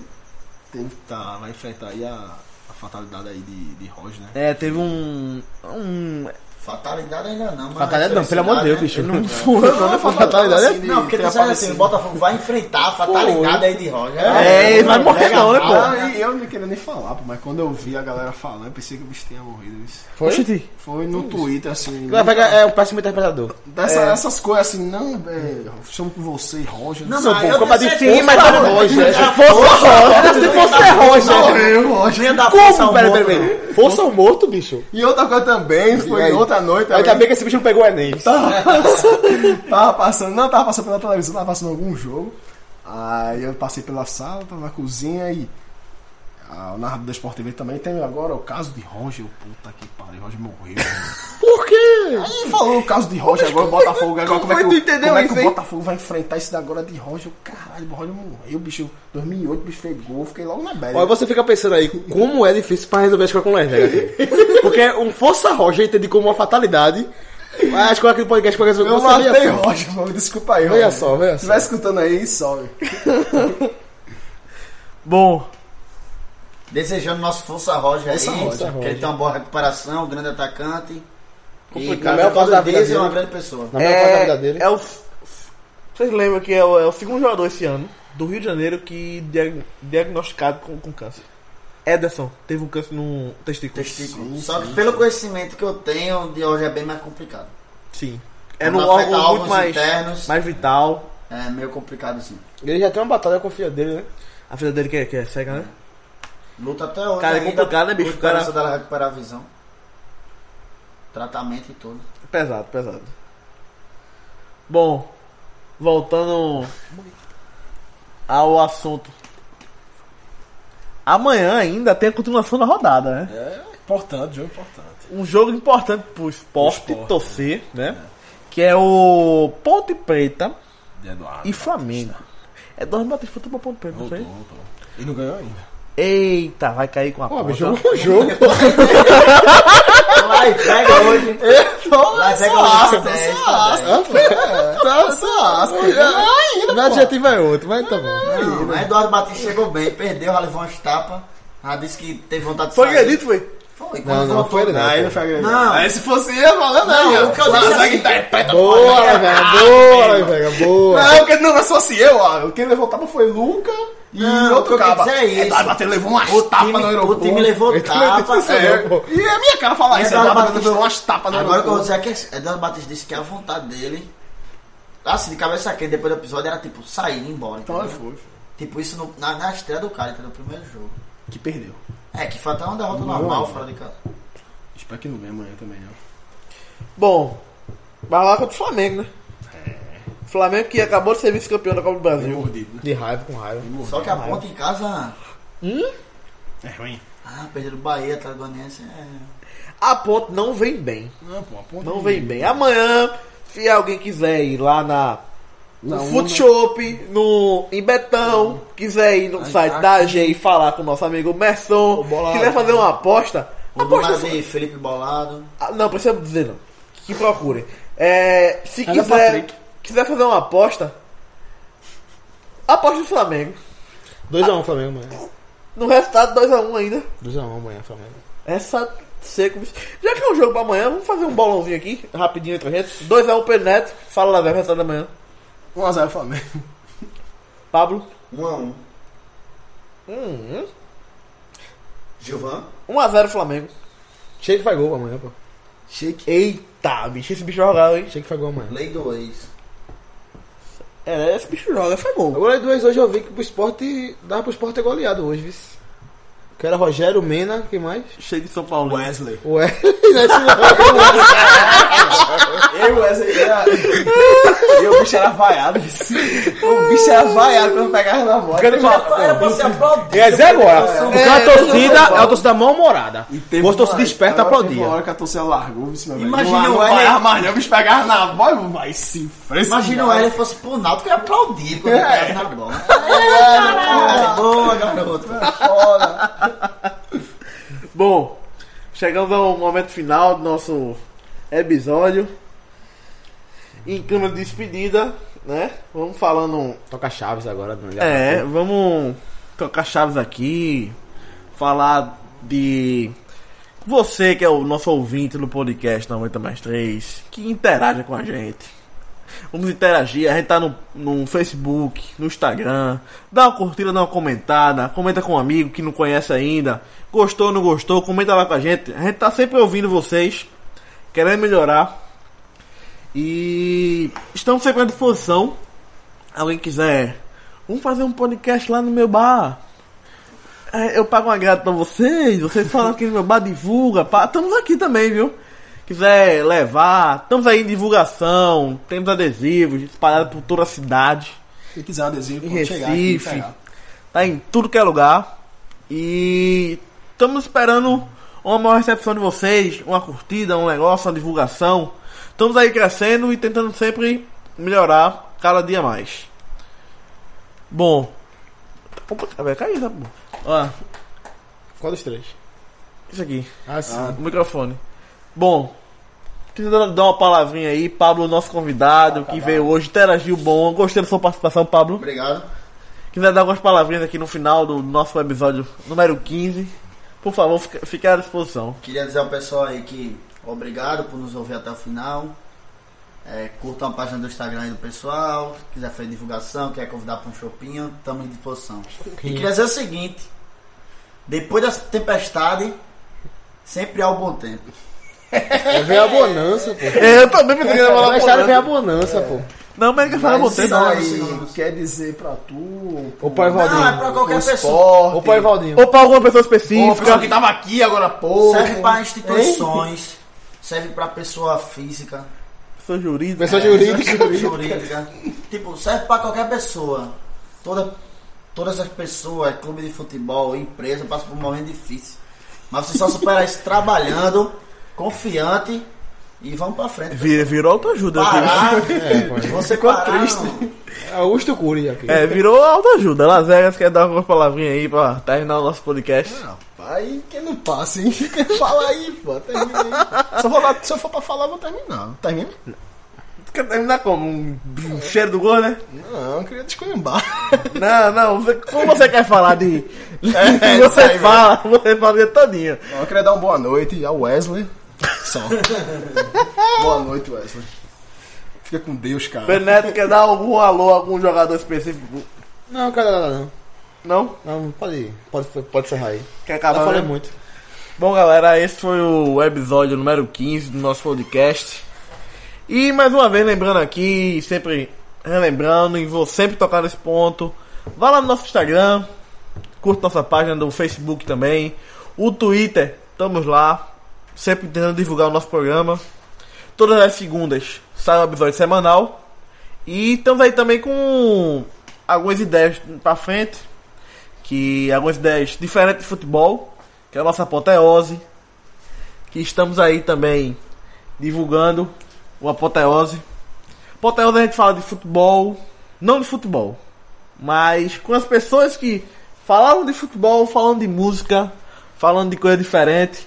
S3: tem, tá, vai enfrentar aí a, a fatalidade aí de, de Roger, né?
S2: É, teve um. um
S4: Fatalidade ainda não, mas.
S5: Fatalidade não, pelo amor de Deus, bicho.
S2: não foi, não,
S3: Não,
S2: né?
S3: é fatalidade, assim, de
S4: Não, porque
S3: ter
S4: tu sabe assim, o
S3: aparecido.
S4: Botafogo vai enfrentar a fatalidade aí de Roger.
S2: É, ele vai morrer
S4: Pega
S2: não, né, pô?
S3: Ah, e eu não queria nem falar, pô, mas quando eu vi a galera falando, eu pensei que o bicho tinha morrido. isso.
S5: Foi?
S2: Oxi,
S3: Foi no Twitter, assim.
S5: Vai pegar- É um péssimo interpretador.
S3: dessa- Essas coisas assim, não, velho, chamo com você, Roger.
S4: Não,
S3: sei
S4: mas
S3: o
S4: eu
S3: quê.
S5: Copa de
S4: tenho
S5: fim,
S4: certeza,
S5: mas era
S4: Roger.
S5: Roger.
S4: Era
S5: Força Roger. Era se fosse
S3: Não,
S5: Roger.
S3: eu, Roger.
S4: Vinha da força
S5: Como?
S4: ao
S5: Pera, pera,
S4: morto, não.
S5: pera. Força ou morto, bicho?
S3: E outra coisa também,
S5: E
S3: foi
S5: aí?
S3: outra noite.
S5: Ainda
S3: aí-
S5: bem que esse bicho não pegou o Enem.
S2: Tá
S3: Tava passando, não, tava passando pela televisão, tava passando algum jogo. Aí eu passei pela sala, tava na cozinha e. Ah, o narrador da Sport TV também tem agora o caso de Roger. Puta que pariu, Roger morreu.
S5: Por quê?
S3: Aí falou o caso de Roger, agora o Botafogo. Agora como,
S5: foi
S3: é
S5: que
S3: que,
S5: tu
S3: o-
S5: entendeu
S3: como é que
S5: isso,
S3: o
S5: hein?
S3: Botafogo vai enfrentar isso agora de Roger? Eu, Caralho, o Roger morreu, bicho. 2008, o bicho fez gol, fiquei logo na bad.
S5: Olha, você fica pensando aí, como é difícil pra resolver as coisas com Lerner aqui. Porque um Força Roger entende como uma fatalidade. mas As coisas aqui do podcast pra resolver.
S3: Eu
S5: você olha
S3: matei
S5: só.
S3: Roger, mano. Desculpa aí,
S5: Olha
S3: Roger.
S5: só, olha
S3: Se
S5: só.
S3: vai escutando aí, sobe.
S2: Bom,
S4: Desejando nosso força Roger aí.
S3: Força Roger.
S4: que ele tenha uma boa recuperação, um grande atacante. E
S5: Na maior
S4: cada
S5: fase da vida
S4: vez é uma
S5: dele.
S4: grande pessoa.
S5: Na maior fase da vida dele.
S2: é o. Vocês lembram que é o, é o segundo jogador esse ano do Rio de Janeiro que dia- diagnosticado com, com câncer. Ederson teve um câncer no testículo.
S4: Testículo. Só que pelo conhecimento que eu tenho, de hoje é bem mais complicado.
S2: Sim. É
S4: Quando
S2: num
S4: afeta
S2: órgão
S4: órgãos
S2: muito mais,
S4: internos.
S2: mais vital.
S4: É meio complicado assim.
S5: Ele já tem uma batalha com a filha dele, né?
S2: A filha dele que é, que é cega, né?
S4: Luta até hoje.
S2: Cara, é
S4: ainda,
S2: complicado, né, bicho?
S4: por causa
S2: Cara-
S4: dela recuperar a visão. Tratamento e tudo.
S2: Pesado, pesado. Bom, voltando ao assunto. Amanhã ainda tem a continuação da rodada, né?
S3: Importante, jogo importante.
S2: um jogo importante pro esporte,
S3: Pro esporte,
S2: torcer, né? Que é o Ponte Preta
S3: De Eduardo.
S2: e Flamengo. É dois Batista Futebol Ponte Preta, não foi?
S3: E não ganhou ainda.
S2: Eita, vai cair com a
S5: Pô,
S2: ponta.
S5: bicho, um jogo.
S4: Vai, pega hoje. Vai, pega hoje. Dez, tá dez.
S5: Meu adjetivo é outro, mas tá bom.
S4: Não, mas Eduardo Batista chegou bem, perdeu, já levou umas tapas. Já disse que teve vontade de
S2: Foi Ah,
S4: sair.
S2: acredito, foi?
S4: Foi, quando
S5: Não, não
S4: voltou.
S5: foi ele não.
S3: não foi agregado.
S4: Não.
S3: Aí se fosse eu falando,
S4: Não, o que eu disse assim,
S5: Boa, Lerner, boa, Lerner, boa.
S3: Não, porque não, mas se fosse eu, ó. Quem levou tapa foi Luca e
S4: Não,
S3: outro
S4: o que eu
S3: cara.
S4: quis dizer é isso.
S3: Bateu, levou umas
S4: o
S3: tapas no
S4: time, o
S3: aeroporto.
S4: time levou
S5: Ele também
S4: tapa.
S5: disse isso,
S4: É.
S5: né?
S3: E a minha cara falar isso,
S4: Eduardo
S3: Eduardo Batista
S4: É Batista.
S3: levou umas tapas no
S4: Agora o é que eu vou
S3: aeroporto.
S4: dizer é que Eduardo Batista disse que a vontade dele assim, de cabeça quente depois do episódio era tipo sair e ir embora.
S3: Então,
S4: Entendeu?
S3: foi, foi.
S4: Tipo, isso no- na, na estreia do cara, entendeu? O primeiro jogo.
S3: Que perdeu.
S4: É, que foi até uma derrota
S3: Não,
S4: normal
S3: é.
S4: fora de casa.
S3: Espero que não venha amanhã também, não.
S2: Bom, vai lá contra o Flamengo, né? Flamengo que acabou de ser vice-campeão da Copa do
S3: Deu
S2: Brasil.
S3: mordido, né?
S5: É. De raiva, com raiva.
S4: Só que a ponta em casa.
S3: É ruim.
S4: Ah, perderam o Bahia, atrás do Anense.
S3: Tá
S4: É...
S2: A ponte não vem bem.
S3: Não, pô, a ponta
S2: Não vem bem. Amanhã, se alguém quiser ir lá na. No
S3: Não,
S2: Food Shop, no, em Betão, quiser ir no site da AG e falar com o nosso amigo Merson,
S5: tá Bolado.
S2: quiser fazer uma aposta,
S4: O do
S2: aposta.
S4: de Felipe Bolado.
S2: Ah, Não, precisa dizer não. Que procurem. É, se
S3: Mas é
S2: quiser,
S3: Patrick.
S2: quiser fazer uma aposta, aposta no Flamengo.
S5: 2x1 Flamengo amanhã.
S2: No resultado 2x1 ainda.
S5: 2x1 amanhã, Flamengo.
S2: Essa seco. bicho. Já que é um jogo pra amanhã, vamos fazer um bolãozinho aqui, rapidinho entre a gente. 2x1 Peneto, fala lá, velho, resultado da manhã.
S3: 1x0 Flamengo.
S2: Pablo.
S4: 1x1.
S2: Hum,
S4: Gilvan.
S2: 1x0 Flamengo.
S5: Chega que faz gol amanhã, pô.
S3: Shake.
S2: Eita, bicho, esse bicho joga, hein?
S5: Chega que faz gol amanhã.
S4: Lei do ex.
S2: É, esse bicho joga, foi bom.
S5: Agora, duas hoje eu vi que pro esporte. Dava pro esporte ter goleado hoje, vice. Que era Rogério Mena, quem mais?
S2: Cheio de São Paulo.
S3: Wesley.
S5: Ué, né?
S3: Eu, Wesley, era... E o bicho era vaiado. bicho. O bicho
S2: é
S3: era vaiado
S2: tá
S3: quando pegava na bola.
S5: Quero falar-
S4: Era pra ser aplaudido.
S5: É Zé agora.
S4: É,
S5: Porque a torcida é a torcida mal-humorada.
S3: teve
S5: Fosse torcida
S3: uma-
S5: esperta,
S3: agora teve uma
S5: aplaudia.
S3: hora que a torcida largou, viu, meu velho?
S4: Imagina
S3: Não
S4: o
S3: vai-
S4: Wesley-
S3: Não vai mais não, o bicho pegava na bola e vai se frescar.
S4: Imagina o Hélio fosse pro Náutico e aplaudir quando ele
S3: né? É.
S4: pegava na bola. É, boa, garoto.
S2: Bom, chegamos ao momento final do nosso episódio. Em clima de despedida, né? Vamos falando.
S5: Toca Chaves agora, não já tá
S2: É,
S5: passou.
S2: vamos tocar chaves aqui. Falar de. Você que é o nosso ouvinte do podcast 90 mais 3, que interaja com a gente. Vamos interagir, a gente tá no, no Facebook, no Instagram. Dá uma curtida, dá uma comentada. Comenta com um amigo que não conhece ainda. Gostou, não gostou, comenta lá com a gente. A gente tá sempre ouvindo vocês, querendo melhorar. E estamos sempre à disposição. Alguém quiser, vamos fazer um podcast lá no meu bar. É, eu pago uma grada pra vocês, vocês falam aqui no meu bar, divulga. Pá. Estamos aqui também, viu? Quiser levar, estamos aí em divulgação, temos adesivos espalhados por toda a cidade.
S3: Quem quiser um adesivo,
S2: Em
S3: pode chegar aqui e
S2: Recife.
S3: pegar.
S2: Tá em tudo que é lugar. E estamos esperando uma maior recepção de vocês, uma curtida, um negócio, uma divulgação. Estamos aí crescendo e tentando sempre melhorar cada dia mais. Bom. Opa, vai cair, tá bom. Ó,
S5: Qual dos três?
S2: isso aqui,
S5: Ah, sim.
S2: o microfone. Bom, queria dar dar uma palavrinha aí, Pablo, nosso convidado, que veio hoje, interagiu bom. Gostei da sua participação, Pablo.
S4: Obrigado.
S2: quiser dar algumas palavrinhas aqui no final do nosso episódio número 15, por favor, fica, fique à disposição.
S4: Queria dizer ao pessoal aí que obrigado por nos ouvir até o final. É, curtam a página do Instagram aí do pessoal. Se quiser fazer divulgação, quer convidar para um shopping, estamos à disposição. E queria dizer o seguinte: depois dessa tempestade, sempre há o bom tempo.
S5: Vem a bonança, pô.
S2: Eu também me queria falar
S5: Mas cara, vem
S2: bonança.
S5: a bonança, pô.
S2: Não, mas é ele quer falar
S4: Mas
S2: você.
S4: não,
S2: não.
S4: É aí.
S5: né?
S3: É. quer dizer pra tu. Ah,
S5: Ô, pai Valdinho.
S4: Não, é pra qualquer
S3: pro
S4: pessoa.
S5: Ô, pai Valdinho.
S2: Ou pra alguma pessoa
S3: Ô, pessoal
S2: específica.
S3: que tava aqui agora, pô.
S4: Serve para instituições, serve para pessoa física,
S2: Pessoa jurídica.
S5: Pessoa jurídica.
S4: jurídica. tipo, serve para qualquer pessoa. Toda, todas as pessoas, é clube de futebol, empresa, passa por um momento difícil. Mas você só supera isso trabalhando, confiante e vamos para frente.
S2: Vira, virou autoajuda.
S4: Parar,
S5: É, pô.
S4: você parar,
S3: triste.
S4: não.
S5: Augusto Cury aqui.
S2: É, virou autoajuda. Las Vegas quer dar algumas palavrinhas aí pra terminar o nosso podcast.
S3: Aí que não passa, hein? Fala aí, pô. Termina aí. Se eu, for lá- se eu for pra falar, eu vou terminar. Termina?
S2: Tu quer terminar como? Um, um cheiro do gol, né?
S3: Não, Ah, eu queria descambar.
S2: Não, não. você- Como você quer falar de...
S3: É, isso aí
S2: você
S3: mesmo.
S2: fala, você fala o dia todinho.
S3: Eu queria dar uma boa noite ao Wesley. Só. boa noite, Wesley. Fica com Deus, cara.
S2: Beneto quer dar algum alô a algum jogador específico?
S5: Não, cara, não.
S2: Não?
S5: Não, pode ir. Pode, pode encerrar aí.
S2: Quer
S5: Já
S2: acabar?
S5: falei
S2: né?
S5: muito.
S2: Bom, galera, esse foi o episódio número 15 do nosso podcast. E mais uma vez, lembrando aqui, sempre relembrando, e vou sempre tocar nesse ponto. Vá lá no nosso Instagram, curta nossa página do Facebook também. O Twitter, estamos lá, sempre tentando divulgar o nosso programa. Todas as segundas sai um episódio semanal. E estamos aí também com algumas ideias pra frente. Que é algumas ideias diferentes de futebol, que é a nossa apoteose. Que estamos aí também divulgando o apoteose. Apoteose a gente fala de futebol, não de futebol, mas com as pessoas que falaram de futebol, falando de música, falando de coisa diferente.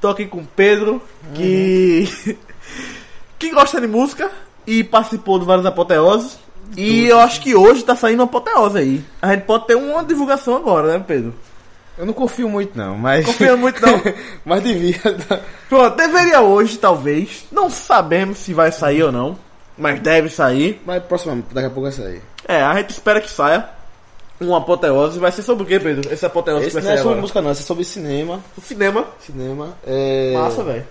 S2: Tô aqui com o Pedro, que. que gosta de música e participou de várias apoteoses. E eu acho que hoje tá saindo uma apoteose aí. A gente pode ter uma divulgação agora, né, Pedro?
S5: Eu não confio muito, não, mas.
S2: Confia muito não.
S5: mas devia. tá?
S2: Pronto, deveria hoje, talvez. Não sabemos se vai sair ou não. Mas deve sair.
S5: Mas próxima, daqui a pouco vai sair.
S2: É, a gente espera que saia. Uma apoteose. Vai ser sobre o quê, Pedro? Esse apoteose que
S5: Esse
S2: vai
S5: não é
S2: sair
S5: sobre
S2: agora.
S5: música, não, esse é sobre cinema.
S2: O cinema.
S5: Cinema. É.
S2: Massa, velho.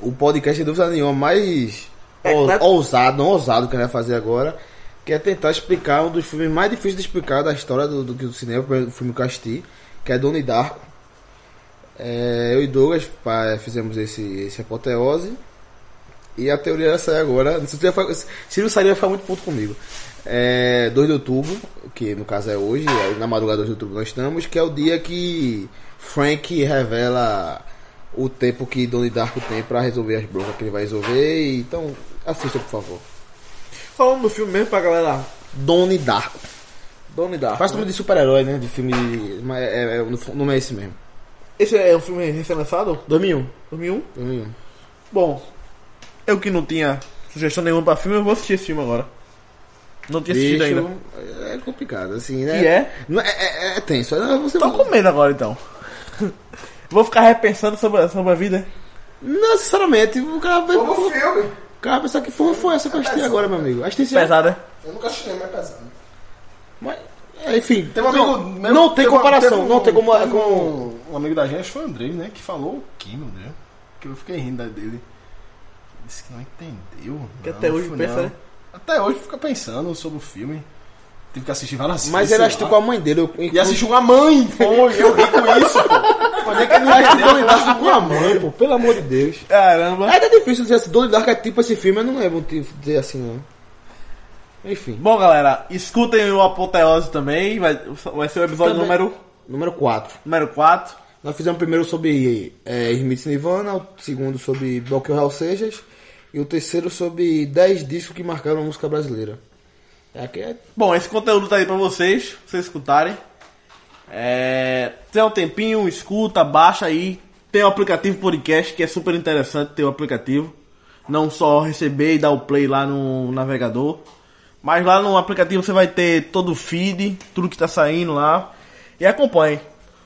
S5: o podcast, sem dúvida nenhuma, mais
S2: É,
S5: ou-
S2: claro.
S5: ousado, não ousado que a gente vai fazer agora, que é tentar explicar um dos filmes mais difíceis de explicar da história do, do, do cinema, o filme que eu assisti, que é Donnie Darko. É, eu e Douglas pá, fizemos esse, esse apoteose. E a teoria vai sair agora. Não sei Se ele vai ficar- se- se não sair, ele vai ficar muito puto comigo. É, 2 de outubro, que no caso é hoje, aí na madrugada de 2 de outubro nós estamos, que é o dia que Frank revela o tempo que Donnie Darko tem pra resolver as broncas que ele vai resolver. e- Então, assista, por favor.
S2: Falando do filme mesmo pra galera.
S5: Donnie Darko.
S2: Donnie Darko.
S5: Faz
S2: né?
S5: nome de super-herói, né? De filme. de- mas é, é, o nome é esse mesmo.
S2: Esse é um filme recém-lançado?
S5: 2001.
S2: 2001?
S5: 2001.
S2: Bom, eu que não tinha sugestão nenhuma pra filme, eu vou assistir esse filme agora. Não tinha assistido ainda.
S5: Bicho, é complicado, assim, né?
S2: E é?
S5: Não, é, é, é tenso. é, Você
S2: Tô com medo agora então. vou ficar repensando sobre, sobre a vida.
S5: Não, sinceramente, o cara vai.
S3: Como filme.
S5: O cara vai pensar que porra foi essa que eu assisti agora, meu amigo. Assisti esse-
S2: Pesada.
S3: Eu nunca assisti, mas é pesado.
S5: Mas, é, enfim.
S3: Tem um amigo.
S5: não, não tem
S3: teve-
S5: comparação,
S3: teve um-
S5: não tem como.
S3: teve
S5: com-
S3: um, um amigo da gente, acho que foi o Andrei, né? Que falou o que, meu Deus? Que eu fiquei rindo da dele. Disse que não entendeu.
S2: Que
S3: não,
S2: até hoje
S3: fui
S2: pensa,
S3: não.
S2: né?
S3: Até hoje fica pensando sobre o filme. Tive que um assistir várias vezes.
S5: Mas
S3: sei
S5: ele
S3: lá.
S5: assistiu com a mãe dele. Eu,
S3: E assistiu com a mãe, pô. Eu ri com isso, pô. Quando é que ele não
S5: Mas
S3: entendeu?
S5: Donnie Darko com a mãe, pô, pelo amor de Deus.
S2: Caramba.
S5: Ainda é difícil dizer assim, Donnie Darko é tipo esse filme, eu não lembro de dizer assim, não. Enfim.
S2: Bom, galera, escutem o Apoteose também. Vai, vai ser o episódio
S5: Também.
S2: número,
S5: Número 4.
S2: número 4.
S5: Nós fizemos o primeiro sobre é, Smith Nirvana, o segundo sobre Bloqueio Raul Seixas e o terceiro sobre 10 discos que marcaram a música brasileira. É, aqui é
S2: Bom, esse conteúdo tá aí pra vocês, pra vocês escutarem. É, tem um tempinho, escuta, baixa aí. Tem o aplicativo podcast, que é super interessante ter o aplicativo. Não só receber e dar o play lá no navegador. Mas lá no aplicativo você vai ter todo o feed, tudo que tá saindo lá. E acompanhe.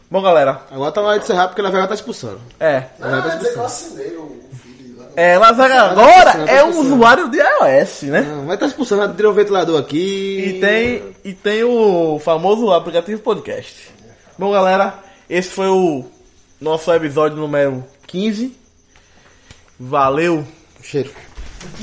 S2: Bom, galera,
S5: Agora tá na hora de encerrar porque a Lavega tá expulsando.
S2: é.
S3: Ah, quer dizer que eu assinei o filho lá.
S2: É, Lazara
S5: tá
S2: agora é um
S5: funcionando.
S2: usuário de iOS, né?
S5: Não, vai tá expulsando, vai tirar o ventilador aqui.
S2: E tem, e tem o famoso aplicativo podcast. Bom, galera, esse foi o nosso episódio número 15. Valeu!
S5: Cheiro.